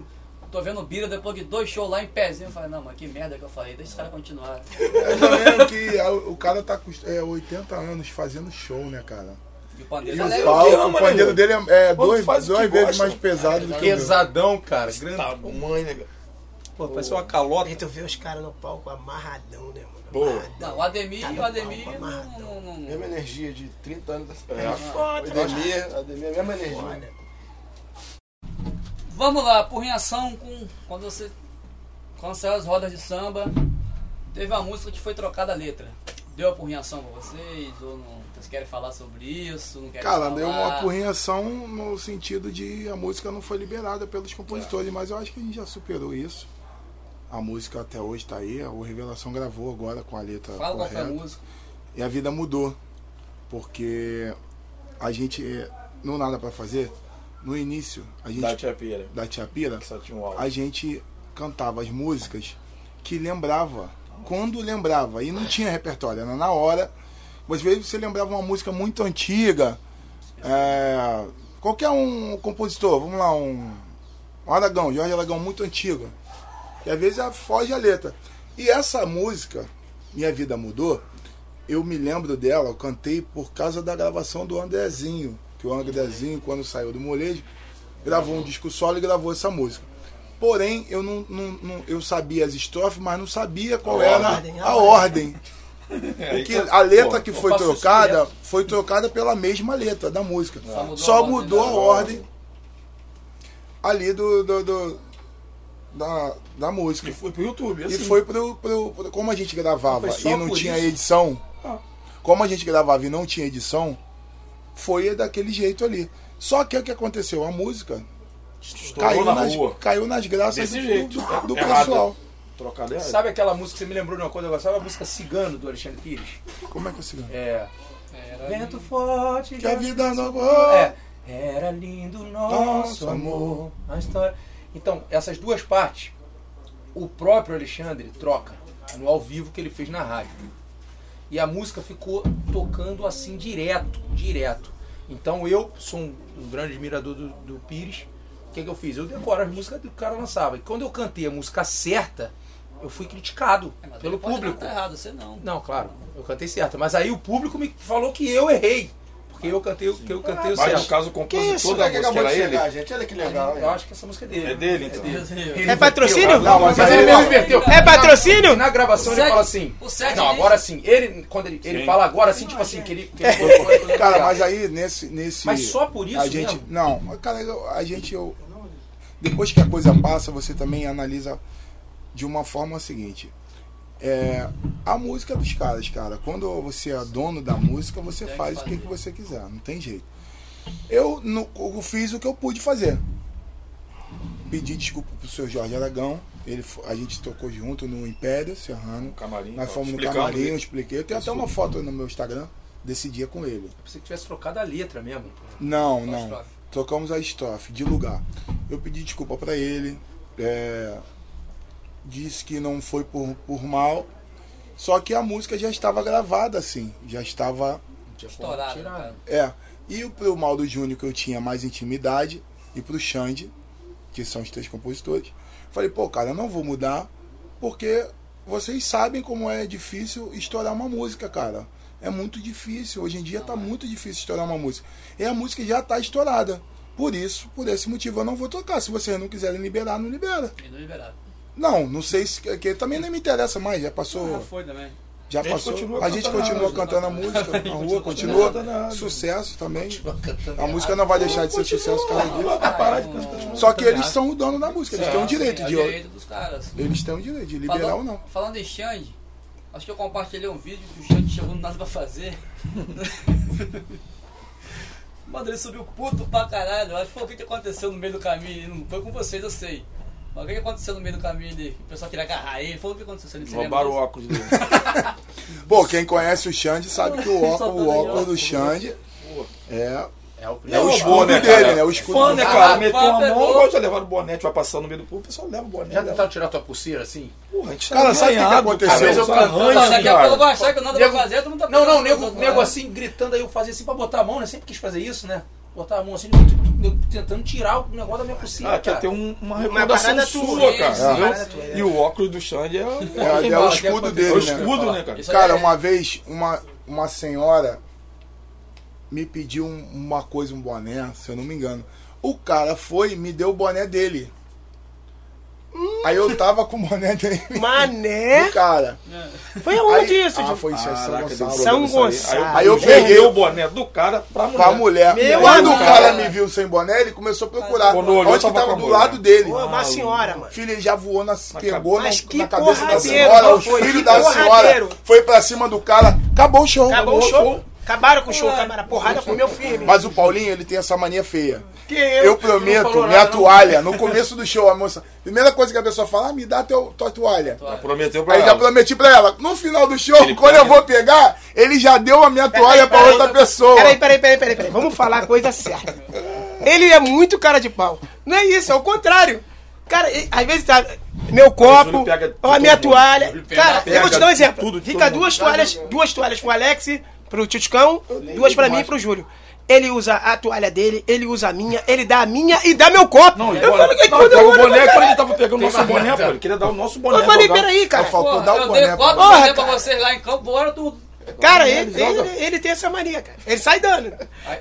[SPEAKER 2] Tô vendo o Bira depois de dois shows lá em pezinho. Eu falei, não, mano, que merda que eu falei, deixa os caras continuar.
[SPEAKER 4] É também que a- o cara tá com é, 80 anos fazendo show, né, cara?
[SPEAKER 2] E o pandeiro
[SPEAKER 4] E
[SPEAKER 2] tá
[SPEAKER 4] o
[SPEAKER 2] leve.
[SPEAKER 4] palco,
[SPEAKER 3] ama,
[SPEAKER 4] o pandeiro
[SPEAKER 3] né,
[SPEAKER 4] dele é, é
[SPEAKER 3] Quando
[SPEAKER 4] dois,
[SPEAKER 3] faz
[SPEAKER 4] duas
[SPEAKER 3] o que
[SPEAKER 4] vezes
[SPEAKER 3] gosta,
[SPEAKER 4] mais pesado do que o meu.
[SPEAKER 5] Pesadão, cara. Grande.
[SPEAKER 3] Tamanho, né, cara?
[SPEAKER 5] Pô, parece uma calota.
[SPEAKER 6] E tu vê os caras no palco amarradão, né, mano?
[SPEAKER 3] Boa.
[SPEAKER 2] Não, o Ademir,
[SPEAKER 6] Tá
[SPEAKER 2] o Ademir
[SPEAKER 6] bom,
[SPEAKER 2] não. não, não- não-
[SPEAKER 7] Mesma energia de 30 anos.
[SPEAKER 3] É,
[SPEAKER 7] Foda. Ademir, Ademir, mesma energia.
[SPEAKER 2] Vamos lá, por reação com. Quando você. Quando saiu as rodas de samba, teve uma música que foi trocada a letra. Deu uma porrinhação pra vocês? Ou não. Vocês querem falar sobre isso? Não querem
[SPEAKER 4] Cara,
[SPEAKER 2] falar?
[SPEAKER 4] deu uma apurrinhação no sentido de a música não foi liberada pelos compositores, mas eu acho que a gente já superou isso. A música até hoje tá aí, o Revelação gravou agora com a letra
[SPEAKER 2] Fala qual foi a
[SPEAKER 4] correta.
[SPEAKER 2] música.
[SPEAKER 4] E a vida mudou. Porque a gente eh, não nada pra fazer. No início, a gente
[SPEAKER 3] Da Tiapira.
[SPEAKER 4] da Tia Pira,
[SPEAKER 3] Que só tinha um áudio.
[SPEAKER 4] a gente cantava as músicas que lembrava. Quando lembrava, e não tinha repertório, era na hora. Às vezes você lembrava uma música muito antiga. é, qualquer um compositor, vamos lá, um. um Aragão, Jorge Aragão, muito antiga. E às vezes ela foge a letra. E essa música, Minha Vida Mudou, eu me lembro dela, eu cantei por causa da gravação do Andrezinho. Que o Andrezinho, quando saiu do molejo, gravou um disco solo e gravou essa música. Porém, eu não, não- não- eu sabia as estrofes, mas não sabia qual era
[SPEAKER 6] ordem, a
[SPEAKER 4] a ordem.
[SPEAKER 2] É,
[SPEAKER 4] Porque a letra que foi
[SPEAKER 2] então, faço isso
[SPEAKER 4] trocada foi trocada pela mesma letra da música.
[SPEAKER 2] Só mudou a
[SPEAKER 4] Só
[SPEAKER 2] ordem né?
[SPEAKER 4] mudou
[SPEAKER 2] da-
[SPEAKER 4] a ordem ali do, do- do- da, da música.
[SPEAKER 3] E foi pro YouTube, assim.
[SPEAKER 4] E foi pro, pro- pro- Como a gente gravava
[SPEAKER 5] Foi só
[SPEAKER 4] e não
[SPEAKER 5] por
[SPEAKER 4] tinha
[SPEAKER 5] isso?
[SPEAKER 4] edição.
[SPEAKER 3] Ah.
[SPEAKER 4] Como a gente gravava e não tinha edição, foi daquele jeito ali. Só que o que aconteceu? A música
[SPEAKER 3] Estourou
[SPEAKER 4] caiu,
[SPEAKER 3] na
[SPEAKER 4] nas,
[SPEAKER 3] rua.
[SPEAKER 4] caiu nas graças
[SPEAKER 3] Desse
[SPEAKER 4] do,
[SPEAKER 3] jeito.
[SPEAKER 4] do- do
[SPEAKER 3] Errado.
[SPEAKER 4] pessoal.
[SPEAKER 3] Trocada é.
[SPEAKER 5] Sabe aquela música que você me lembrou de uma coisa agora? Sabe a música Cigano do Alexandre Pires?
[SPEAKER 4] Como é que eu se lembra?
[SPEAKER 5] É.
[SPEAKER 2] Era
[SPEAKER 5] Vento forte.
[SPEAKER 4] Que a vida não.
[SPEAKER 5] É. Era lindo o nosso
[SPEAKER 4] Nosso
[SPEAKER 5] amor. A história. Então, essas duas partes, o próprio Alexandre troca no ao vivo que ele fez na rádio. E a música ficou tocando assim direto, direto. Então eu sou um, um grande admirador do, do Pires. O que, que eu fiz? Eu decoro as músicas que o cara lançava. E quando eu cantei a música certa, eu fui criticado
[SPEAKER 2] É, mas
[SPEAKER 5] pelo
[SPEAKER 2] ele pode
[SPEAKER 5] público.
[SPEAKER 2] cantar errado, você não.
[SPEAKER 5] Não, claro, eu cantei certo. Mas aí o público me falou que eu errei. Porque eu cantei, o- que eu cantei o
[SPEAKER 3] Mas no
[SPEAKER 5] certo.
[SPEAKER 3] caso, o
[SPEAKER 7] Que
[SPEAKER 3] compositor
[SPEAKER 7] isso,
[SPEAKER 3] da
[SPEAKER 7] né? Que
[SPEAKER 3] música
[SPEAKER 7] acabou
[SPEAKER 3] era
[SPEAKER 7] de
[SPEAKER 3] ele.
[SPEAKER 7] chegar, gente. Olha que legal.
[SPEAKER 5] Eu
[SPEAKER 7] hein?
[SPEAKER 5] acho que essa música é dele.
[SPEAKER 3] É dele, então.
[SPEAKER 2] Meu Deus.
[SPEAKER 5] Ele
[SPEAKER 6] É patrocínio?
[SPEAKER 5] inverteu. Não, mas
[SPEAKER 3] Mas
[SPEAKER 5] ele
[SPEAKER 3] ele
[SPEAKER 5] mesmo
[SPEAKER 3] não.
[SPEAKER 5] inverteu.
[SPEAKER 6] É patrocínio?
[SPEAKER 5] Na gravação ele
[SPEAKER 2] Sete-
[SPEAKER 5] fala assim.
[SPEAKER 2] o sete
[SPEAKER 5] Não,
[SPEAKER 2] diz-
[SPEAKER 5] agora sim. Ele, quando ele, ele
[SPEAKER 3] Sim.
[SPEAKER 5] fala agora sim, tipo assim, que ele. que ele colocou- colocou-
[SPEAKER 4] Cara, mas aí nesse. nesse
[SPEAKER 5] Mas só por isso
[SPEAKER 4] a gente,
[SPEAKER 5] mesmo?
[SPEAKER 4] Não, mas, cara, eu- a gente. Eu, depois que a coisa passa, você também analisa de uma forma seguinte. É, a música dos caras, cara. Quando você é dono da música, você
[SPEAKER 2] Tem que
[SPEAKER 4] faz o que,
[SPEAKER 2] fazer.
[SPEAKER 4] que você quiser, não tem jeito. Eu, no- eu fiz o que eu pude fazer. Pedi desculpa pro seu Jorge Aragão. Ele, fo- a gente tocou junto no Império Serrano.
[SPEAKER 3] Camarim,
[SPEAKER 4] Nós
[SPEAKER 3] ó,
[SPEAKER 4] fomos no
[SPEAKER 3] explicando,
[SPEAKER 4] camarim,
[SPEAKER 3] né?
[SPEAKER 4] eu expliquei. Eu tenho até uma foto no meu Instagram desse dia com ele.
[SPEAKER 5] Se tivesse trocado a letra mesmo.
[SPEAKER 4] Não,
[SPEAKER 2] Só a
[SPEAKER 4] não.
[SPEAKER 2] estrofe.
[SPEAKER 4] Trocamos a estrofe de lugar. Eu pedi desculpa pra ele. é, disse que não foi por, por mal. Só que a música já estava gravada, assim. Já estava.
[SPEAKER 5] não tinha como
[SPEAKER 2] Estourado,
[SPEAKER 5] tirar.
[SPEAKER 2] cara.
[SPEAKER 4] É. E o- pro Maldo Júnior, que eu tinha mais intimidade, e pro Xande, que são os três compositores, falei, pô, cara, eu não vou mudar, porque vocês sabem como é difícil estourar uma música, cara. É muito difícil. Hoje em dia tá muito difícil estourar uma música. E a música já tá estourada. Por isso, por esse motivo, eu não vou tocar. Se vocês não quiserem liberar, não libera.
[SPEAKER 2] Ele não liberado.
[SPEAKER 4] Não, não sei se. Que, que também nem me interessa mais, já passou.
[SPEAKER 2] Ah, foi também.
[SPEAKER 4] Já
[SPEAKER 3] gente
[SPEAKER 4] passou.
[SPEAKER 3] continua
[SPEAKER 4] a gente
[SPEAKER 3] cantando
[SPEAKER 4] continua
[SPEAKER 3] na
[SPEAKER 4] cantando a música na rua, continua. Sucesso também. A música não vai deixar de ser sucesso por causa disso.
[SPEAKER 3] tá
[SPEAKER 2] Parar
[SPEAKER 6] Hum.
[SPEAKER 2] de
[SPEAKER 4] Só que eles são o dono da música, eles têm o direito
[SPEAKER 2] É o
[SPEAKER 4] de.
[SPEAKER 2] direito dos caras.
[SPEAKER 4] Eles têm o direito de liberar
[SPEAKER 2] Falando-
[SPEAKER 4] ou não.
[SPEAKER 2] Falando em Xande, acho que eu compartilhei um vídeo que o Xande chegou no nada pra fazer. Mano, ele subiu puto pra caralho. Eu Acho que foi o que que aconteceu no meio do caminho. Não foi com vocês, eu sei. Mas o que que aconteceu no meio do caminho ali? O pessoal queria agarrar ele. Foi o que aconteceu? Você não se lembra
[SPEAKER 3] Roubaram o
[SPEAKER 2] disso?
[SPEAKER 3] óculos dele.
[SPEAKER 4] Pô, quem conhece o Xande sabe que o
[SPEAKER 2] Só
[SPEAKER 4] óculos,
[SPEAKER 2] tá
[SPEAKER 4] o
[SPEAKER 2] legal.
[SPEAKER 4] óculos do Xande é
[SPEAKER 2] É o
[SPEAKER 3] É
[SPEAKER 2] primeiro.
[SPEAKER 3] o escudo
[SPEAKER 4] escudo
[SPEAKER 3] né,
[SPEAKER 4] dele,
[SPEAKER 3] cara?
[SPEAKER 4] né? O escudo
[SPEAKER 3] Fã, né,
[SPEAKER 4] dele.
[SPEAKER 3] cara?
[SPEAKER 2] Ah, fã
[SPEAKER 3] Meteu a
[SPEAKER 6] é
[SPEAKER 3] mão,
[SPEAKER 2] pegou.
[SPEAKER 3] igual já levaram o boné, tipo, vai passar no meio do povo, o pessoal leva o boné.
[SPEAKER 5] Já
[SPEAKER 3] leva.
[SPEAKER 5] tentaram tirar tua pulseira assim?
[SPEAKER 3] Porra, a gente tá
[SPEAKER 4] Cara, sabe o que que
[SPEAKER 3] ganhado,
[SPEAKER 4] aconteceu?
[SPEAKER 3] cara,
[SPEAKER 4] Às vezes
[SPEAKER 3] só
[SPEAKER 4] eu
[SPEAKER 3] arranha,
[SPEAKER 2] Não, daqui a
[SPEAKER 3] cara.
[SPEAKER 2] pouco vai achar que eu nada pra
[SPEAKER 5] Nego-
[SPEAKER 2] fazer, tu não tá
[SPEAKER 5] Não, não,
[SPEAKER 2] pegando
[SPEAKER 5] nego,
[SPEAKER 2] as
[SPEAKER 5] nego
[SPEAKER 2] coisas,
[SPEAKER 5] assim, gritando, aí eu fazia assim pra botar a mão, né? Sempre quis fazer isso, né? Botar a mão assim, nego- nego tentando tirar o negócio da minha pulseira.
[SPEAKER 3] Ah, quer
[SPEAKER 5] cara.
[SPEAKER 3] ter um- uma
[SPEAKER 6] parada
[SPEAKER 3] recordação
[SPEAKER 6] tua,
[SPEAKER 3] sua,
[SPEAKER 2] isso, uma
[SPEAKER 3] cara. entendeu?
[SPEAKER 6] parada tua, é.
[SPEAKER 3] E o óculos do Xande é, o-
[SPEAKER 4] É, é o escudo
[SPEAKER 3] é
[SPEAKER 4] dele,
[SPEAKER 3] o
[SPEAKER 4] né?
[SPEAKER 3] escudo, né, cara?
[SPEAKER 2] Isso aí
[SPEAKER 4] Cara,
[SPEAKER 2] é-
[SPEAKER 4] uma vez uma, uma senhora me pediu um- uma coisa, um boné, se eu não me engano. O cara foi e me deu o boné dele.
[SPEAKER 2] Hum.
[SPEAKER 4] Aí eu tava com o boné dele.
[SPEAKER 6] Mané!
[SPEAKER 2] É?
[SPEAKER 4] Do cara.
[SPEAKER 6] Foi aonde
[SPEAKER 4] Aí-
[SPEAKER 6] isso,
[SPEAKER 4] ah,
[SPEAKER 6] gente?
[SPEAKER 4] foi isso, é São
[SPEAKER 3] Caraca, deu um
[SPEAKER 4] Gonçalo.
[SPEAKER 6] São
[SPEAKER 3] problema isso aí.
[SPEAKER 6] Gonçalo.
[SPEAKER 4] Aí
[SPEAKER 3] Aí
[SPEAKER 4] eu
[SPEAKER 3] eu peguei
[SPEAKER 4] peguei-
[SPEAKER 3] o boné do cara pra mulher.
[SPEAKER 4] Com a mulher.
[SPEAKER 6] Meu
[SPEAKER 4] Quando o
[SPEAKER 6] amigo.
[SPEAKER 4] cara me viu sem boné, ele começou a procurar.
[SPEAKER 3] Quando olhou,
[SPEAKER 4] onde
[SPEAKER 3] tava
[SPEAKER 4] que
[SPEAKER 3] com
[SPEAKER 4] tava
[SPEAKER 3] a
[SPEAKER 4] do
[SPEAKER 3] mulher.
[SPEAKER 4] lado dele.
[SPEAKER 6] Pô, uma senhora, mano.
[SPEAKER 4] Filho, ele já voou, na, pegou na,
[SPEAKER 6] Mas que
[SPEAKER 4] na cabeça da
[SPEAKER 6] porradeiro,
[SPEAKER 4] senhora.
[SPEAKER 6] qual
[SPEAKER 4] O
[SPEAKER 6] foi?
[SPEAKER 4] filho
[SPEAKER 6] Que
[SPEAKER 4] da senhora
[SPEAKER 6] porradeiro.
[SPEAKER 4] foi pra cima do cara. Acabou o show.
[SPEAKER 6] Acabou o show. Acabaram com o show, acabaram. A porrada comeu firme.
[SPEAKER 4] Mas o Paulinho, ele tem essa mania feia.
[SPEAKER 6] Que
[SPEAKER 4] Eu
[SPEAKER 6] eu?
[SPEAKER 5] não
[SPEAKER 4] prometo
[SPEAKER 5] falou
[SPEAKER 4] minha
[SPEAKER 5] nada, não.
[SPEAKER 4] toalha no começo do show, a moça. Primeira coisa que a pessoa fala, ah, me dá teu, tua toalha.
[SPEAKER 3] Prometeu pra
[SPEAKER 4] Aí já
[SPEAKER 3] ela.
[SPEAKER 4] prometi pra ela. No final do show,
[SPEAKER 3] Ele
[SPEAKER 4] quando eu
[SPEAKER 3] pega.
[SPEAKER 4] vou pegar, ele já deu a minha toalha pra
[SPEAKER 6] peraí,
[SPEAKER 4] outra pessoa.
[SPEAKER 6] Peraí, peraí, peraí, peraí, peraí. Vamos falar a coisa certa. Ele é muito cara de pau. Não é isso, é o contrário. Cara, e- às vezes tá. Meu copo,
[SPEAKER 3] Júlio pega de
[SPEAKER 6] ó, a minha
[SPEAKER 3] todo mundo.
[SPEAKER 6] toalha.
[SPEAKER 3] Júlio pega-
[SPEAKER 6] Cara, eu vou te dar um
[SPEAKER 3] pega
[SPEAKER 6] exemplo.
[SPEAKER 3] tudo de
[SPEAKER 6] Fica
[SPEAKER 3] todo
[SPEAKER 6] duas toalhas, duas toalhas pro Alex, pro Tchutchcão, duas pra mim e pro Júlio. Ele usa a toalha dele, ele usa a minha, ele dá a minha e dá meu copo.
[SPEAKER 3] Não,
[SPEAKER 6] eu falo que
[SPEAKER 3] não,
[SPEAKER 6] quando
[SPEAKER 3] pega
[SPEAKER 6] eu
[SPEAKER 3] o
[SPEAKER 6] olho,
[SPEAKER 3] boné,
[SPEAKER 6] eu
[SPEAKER 3] quando
[SPEAKER 6] falei,
[SPEAKER 3] ele tava pegando o nosso
[SPEAKER 5] Tem mais
[SPEAKER 3] boné,
[SPEAKER 5] nada.
[SPEAKER 3] pô. Ele queria dar o nosso boné.
[SPEAKER 6] eu falei,
[SPEAKER 3] jogar.
[SPEAKER 6] peraí, cara.
[SPEAKER 4] Aí faltou
[SPEAKER 2] Porra,
[SPEAKER 4] dar o
[SPEAKER 2] eu dei
[SPEAKER 4] boné pra
[SPEAKER 2] quatro
[SPEAKER 4] ela.
[SPEAKER 6] Porra,
[SPEAKER 2] boné pra
[SPEAKER 6] cara.
[SPEAKER 2] vocês lá em campo, bora tu.
[SPEAKER 6] Cara, ele,
[SPEAKER 3] joga.
[SPEAKER 6] ele, ele tem essa mania, cara. Ele sai dando.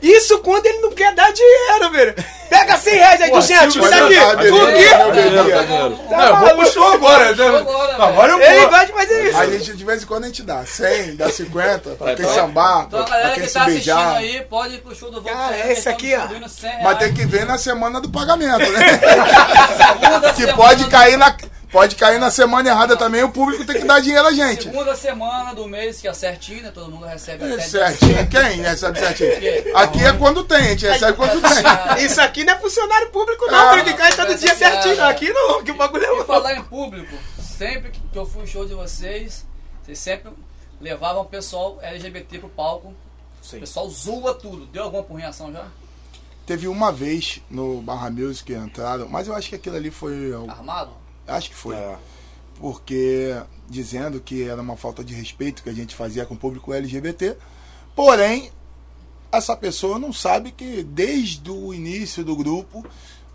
[SPEAKER 6] Isso quando ele não quer dar dinheiro, velho. Pega 100 reais aí, 200,
[SPEAKER 4] Silvio,
[SPEAKER 6] me dá aqui.
[SPEAKER 4] tá
[SPEAKER 6] Tu
[SPEAKER 4] devendo,
[SPEAKER 6] aqui.
[SPEAKER 4] meu bebê.
[SPEAKER 5] Não, eu vou pro show
[SPEAKER 3] é-
[SPEAKER 5] agora, né?
[SPEAKER 2] Agora, velho.
[SPEAKER 5] Agora eu vou.
[SPEAKER 6] Ele gosta de fazer isso.
[SPEAKER 4] A gente de vez em quando a gente dá 100, dá 50, pra quem
[SPEAKER 3] então-
[SPEAKER 4] sambar,
[SPEAKER 2] Então a
[SPEAKER 4] pra
[SPEAKER 2] galera
[SPEAKER 4] quem
[SPEAKER 2] que
[SPEAKER 4] se
[SPEAKER 2] tá assistindo
[SPEAKER 4] beijar.
[SPEAKER 2] aí, é. pode ir pro show do então, Vamos
[SPEAKER 6] Cara,
[SPEAKER 2] Sair,
[SPEAKER 6] esse
[SPEAKER 2] estamos
[SPEAKER 6] aqui, ó.
[SPEAKER 2] distribuindo 100 reais.
[SPEAKER 4] Mas tem que ver na semana do pagamento, né?
[SPEAKER 2] Segunda
[SPEAKER 4] Que
[SPEAKER 2] semana-
[SPEAKER 4] pode cair na. Pode cair na semana errada também, o público tem que dar dinheiro a gente. É
[SPEAKER 2] Segunda semana do mês, que é certinho, né? Todo mundo recebe até
[SPEAKER 4] Certinho, quem recebe certinho?
[SPEAKER 2] Quem?
[SPEAKER 4] Aqui é quando tem, a gente recebe quando tem.
[SPEAKER 6] Isso aqui não é funcionário público, não.
[SPEAKER 4] Ah,
[SPEAKER 6] Tem que cair todo
[SPEAKER 2] cara,
[SPEAKER 6] dia
[SPEAKER 2] cara.
[SPEAKER 6] certinho. Aqui não, que o bagulho é
[SPEAKER 2] E
[SPEAKER 6] louco.
[SPEAKER 2] falar em público, sempre que que eu fui ao show de vocês, vocês sempre levavam o pessoal LGBT pro palco. O pessoal zoa tudo. Deu alguma punhação já?
[SPEAKER 4] Teve uma vez no Barra Music que entraram, mas eu acho que aquilo ali foi. eu
[SPEAKER 2] Armado?
[SPEAKER 4] Acho que foi.
[SPEAKER 3] É.
[SPEAKER 4] Porque dizendo que era uma falta de respeito que a gente fazia com o público LGBT. Porém, essa pessoa não sabe que desde o início do grupo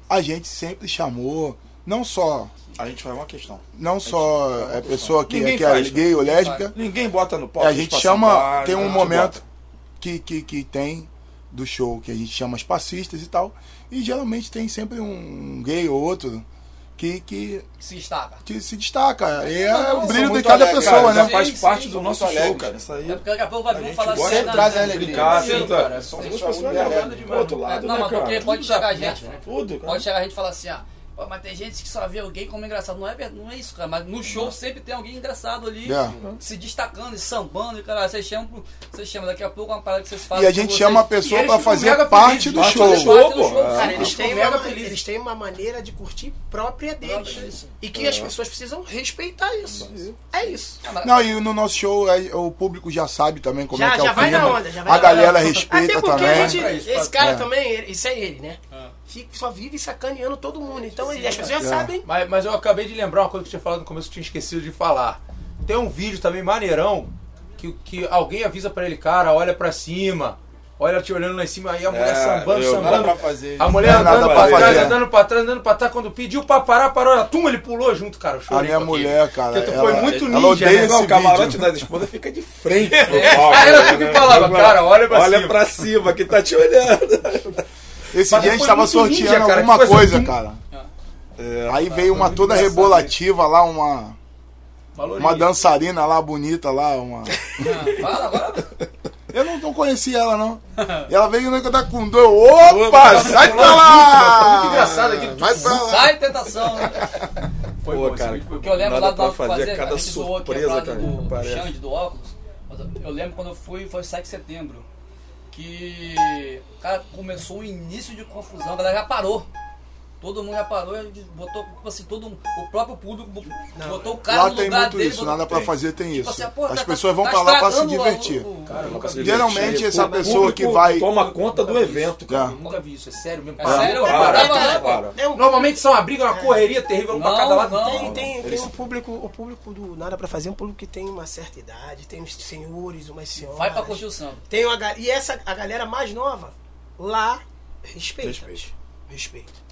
[SPEAKER 4] a gente sempre chamou não só
[SPEAKER 3] A gente faz uma questão.
[SPEAKER 4] não só é pessoa que,
[SPEAKER 3] Ninguém
[SPEAKER 4] que é
[SPEAKER 3] faz,
[SPEAKER 4] gay ou lésbica,
[SPEAKER 3] Ninguém bota no palco.
[SPEAKER 4] a gente
[SPEAKER 3] passa
[SPEAKER 4] chama,
[SPEAKER 3] embaixo,
[SPEAKER 4] tem
[SPEAKER 3] a
[SPEAKER 4] um
[SPEAKER 3] gente
[SPEAKER 4] momento
[SPEAKER 3] bota.
[SPEAKER 4] que, que, que tem do show que a gente chama os passistas e tal, e geralmente tem sempre um gay ou outro que, que,
[SPEAKER 2] Se destaca.
[SPEAKER 4] que se destaca, e é
[SPEAKER 3] Não,
[SPEAKER 4] o
[SPEAKER 3] são
[SPEAKER 4] brilho de
[SPEAKER 3] muito
[SPEAKER 4] cada
[SPEAKER 3] alegres,
[SPEAKER 4] pessoa,
[SPEAKER 3] cara, Já
[SPEAKER 4] né?
[SPEAKER 3] faz
[SPEAKER 2] Sim, sim,
[SPEAKER 3] parte do
[SPEAKER 2] são
[SPEAKER 3] nosso
[SPEAKER 7] muito
[SPEAKER 3] show,
[SPEAKER 7] alegres.
[SPEAKER 3] cara. Isso aí.
[SPEAKER 2] É porque daqui a pouco vai
[SPEAKER 3] A
[SPEAKER 2] vamos
[SPEAKER 3] gente
[SPEAKER 2] falar
[SPEAKER 3] gosta
[SPEAKER 2] sério,
[SPEAKER 7] de
[SPEAKER 2] né?
[SPEAKER 7] trazer alegria.
[SPEAKER 3] Brincar,
[SPEAKER 2] Sim,
[SPEAKER 3] assim,
[SPEAKER 2] cara,
[SPEAKER 3] tá? São
[SPEAKER 2] sim. É,
[SPEAKER 3] duas
[SPEAKER 7] são
[SPEAKER 3] pessoas
[SPEAKER 7] muito
[SPEAKER 3] legais.
[SPEAKER 7] alegres
[SPEAKER 3] Pro outro lado,
[SPEAKER 2] não,
[SPEAKER 3] né,
[SPEAKER 2] mas
[SPEAKER 3] cara?
[SPEAKER 2] porque pode
[SPEAKER 3] Tudo dá
[SPEAKER 2] chegar
[SPEAKER 3] certo,
[SPEAKER 2] gente, né?
[SPEAKER 3] Tudo, cara.
[SPEAKER 2] Pode chegar a gente e falar assim, ah, pô, mas tem gente que só vê alguém como engraçado. Não é, ver- não é isso, cara. Mas no show sempre tem alguém engraçado ali,
[SPEAKER 4] É.
[SPEAKER 2] se destacando e sambando. E, cara, vocês chamam, pro- vocês chamam. Daqui a pouco é uma parada que vocês fazem.
[SPEAKER 4] E a
[SPEAKER 2] com
[SPEAKER 4] gente
[SPEAKER 2] vocês.
[SPEAKER 4] chama a
[SPEAKER 5] E
[SPEAKER 4] pessoa
[SPEAKER 5] eles
[SPEAKER 4] pra
[SPEAKER 5] ficam
[SPEAKER 4] fazer
[SPEAKER 5] mega
[SPEAKER 4] parte
[SPEAKER 5] felizes,
[SPEAKER 4] do
[SPEAKER 3] bate
[SPEAKER 4] show.
[SPEAKER 3] no
[SPEAKER 2] Parte do
[SPEAKER 3] Pô,
[SPEAKER 2] show,
[SPEAKER 3] é.
[SPEAKER 6] Cara,
[SPEAKER 2] cara.
[SPEAKER 6] eles têm,
[SPEAKER 5] mega
[SPEAKER 6] uma,
[SPEAKER 5] felizes.
[SPEAKER 6] eles têm uma maneira de curtir própria
[SPEAKER 2] Própria
[SPEAKER 6] deles.
[SPEAKER 2] disso.
[SPEAKER 6] E que as pessoas precisam respeitar isso. É isso.
[SPEAKER 4] Não, e no nosso show é, o público já sabe também como
[SPEAKER 6] Já-
[SPEAKER 4] é que é
[SPEAKER 6] já
[SPEAKER 4] o
[SPEAKER 6] vai na
[SPEAKER 4] clima.
[SPEAKER 6] onda, já vai
[SPEAKER 4] a
[SPEAKER 6] na
[SPEAKER 4] galera
[SPEAKER 6] onda.
[SPEAKER 4] respeita
[SPEAKER 6] Até porque
[SPEAKER 4] também.
[SPEAKER 6] a gente,
[SPEAKER 5] É isso,
[SPEAKER 6] esse cara
[SPEAKER 4] é.
[SPEAKER 6] também, ele- isso é ele, né? Fica, só vive sacaneando todo mundo. Então ele- as pessoas já
[SPEAKER 4] É.
[SPEAKER 6] sabem.
[SPEAKER 5] Mas, mas eu acabei de lembrar uma coisa que eu tinha falado no começo que eu tinha esquecido de falar. Tem um vídeo também maneirão que, que alguém avisa pra ele, cara, olha pra cima. Olha te olhando lá em cima, aí a mulher sambando,
[SPEAKER 3] É, eu-
[SPEAKER 7] Nada pra
[SPEAKER 5] sambando.
[SPEAKER 7] fazer.
[SPEAKER 5] A mulher
[SPEAKER 4] Não é nada
[SPEAKER 5] andando
[SPEAKER 4] pra
[SPEAKER 5] pra trás,
[SPEAKER 4] fazer.
[SPEAKER 5] andando pra trás, andando pra trás. Quando pediu pra parar, parou. Ela, tum, ele pulou junto, cara. Eu
[SPEAKER 4] A
[SPEAKER 5] chorei
[SPEAKER 4] minha
[SPEAKER 5] com aquilo.
[SPEAKER 4] mulher, cara,
[SPEAKER 5] Porque tu foi
[SPEAKER 4] ela,
[SPEAKER 5] muito
[SPEAKER 4] ela
[SPEAKER 5] ninja,
[SPEAKER 4] odeia
[SPEAKER 5] né?
[SPEAKER 4] esse
[SPEAKER 3] Não, o camarote
[SPEAKER 4] vídeo.
[SPEAKER 3] da esposa fica de frente. pro palco,
[SPEAKER 5] Aí Ah, ela
[SPEAKER 3] né?
[SPEAKER 5] sempre falava, cara, olha pra
[SPEAKER 3] Olha
[SPEAKER 5] cima.
[SPEAKER 3] pra cima, que tá te olhando.
[SPEAKER 4] Esse
[SPEAKER 5] Mas
[SPEAKER 4] dia a gente
[SPEAKER 5] foi
[SPEAKER 4] tava
[SPEAKER 5] muito
[SPEAKER 4] sorteando
[SPEAKER 5] ninja, cara,
[SPEAKER 4] alguma
[SPEAKER 5] que coisa
[SPEAKER 4] coisa,
[SPEAKER 5] que-
[SPEAKER 4] cara.
[SPEAKER 3] É,
[SPEAKER 4] Aí veio uma toda
[SPEAKER 5] engraçado
[SPEAKER 4] rebolativa lá, uma,
[SPEAKER 5] Valoriza.
[SPEAKER 4] uma dançarina lá bonita lá, uma.
[SPEAKER 2] Ah, Fala agora.
[SPEAKER 4] Eu não, não conhecia ela, não. E ela veio né, que eu tá com dor. Opa, sai pra lá!
[SPEAKER 5] Muito engraçado aquilo.
[SPEAKER 4] Vai pra lá.
[SPEAKER 2] Sai tentação, né?
[SPEAKER 5] Foi
[SPEAKER 3] Pô,
[SPEAKER 5] bom, esse
[SPEAKER 3] cara,
[SPEAKER 5] vídeo foi
[SPEAKER 2] Porque eu
[SPEAKER 5] bom.
[SPEAKER 2] lembro
[SPEAKER 3] Nada
[SPEAKER 2] lá do
[SPEAKER 3] pra
[SPEAKER 2] Alto
[SPEAKER 3] fazer,
[SPEAKER 2] Fazer,
[SPEAKER 3] cada
[SPEAKER 2] a gente zoou aqui a
[SPEAKER 3] surpresa,
[SPEAKER 2] parada
[SPEAKER 3] cara,
[SPEAKER 2] do, do
[SPEAKER 3] parece.
[SPEAKER 2] Xande, do óculos. Mas eu- eu lembro quando eu fui, foi 7 de setembro, que cara, começou o início de confusão, a galera já parou. Todo mundo reparou, e botou, tipo assim, todo, o próprio público bo-
[SPEAKER 6] Não,
[SPEAKER 2] botou o cara
[SPEAKER 4] Lá
[SPEAKER 2] no
[SPEAKER 4] tem
[SPEAKER 2] lugar
[SPEAKER 4] muito
[SPEAKER 2] dele.
[SPEAKER 4] isso,
[SPEAKER 2] botou-
[SPEAKER 4] nada pra fazer tem
[SPEAKER 2] tipo
[SPEAKER 4] isso.
[SPEAKER 2] assim, ah, pô,
[SPEAKER 4] As
[SPEAKER 2] tá-
[SPEAKER 4] pessoas vão
[SPEAKER 2] tá
[SPEAKER 4] pra lá pra se
[SPEAKER 2] estragando o-
[SPEAKER 4] divertir.
[SPEAKER 2] o- o-
[SPEAKER 4] Geralmente, essa
[SPEAKER 3] O público
[SPEAKER 4] pessoa que vai-
[SPEAKER 3] Toma conta do evento, cara.
[SPEAKER 5] Eu nunca vi isso, é sério mesmo.
[SPEAKER 2] É sério,
[SPEAKER 5] Para,
[SPEAKER 2] eu
[SPEAKER 5] para,
[SPEAKER 2] tava
[SPEAKER 5] para,
[SPEAKER 2] lá,
[SPEAKER 5] para.
[SPEAKER 6] É um-
[SPEAKER 5] Normalmente são uma briga, uma correria terrível, um pra
[SPEAKER 2] Não,
[SPEAKER 5] cada lado.
[SPEAKER 2] não.
[SPEAKER 6] Tem, tem, tem
[SPEAKER 3] Eles-
[SPEAKER 6] um público, o público do Nada Pra Fazer, é um público que tem uma certa idade, tem uns senhores, umas senhoras.
[SPEAKER 2] Vai pra curtir o samba.
[SPEAKER 6] Tem uma, ga- e essa, a galera mais nova, lá, respeita. Respeito.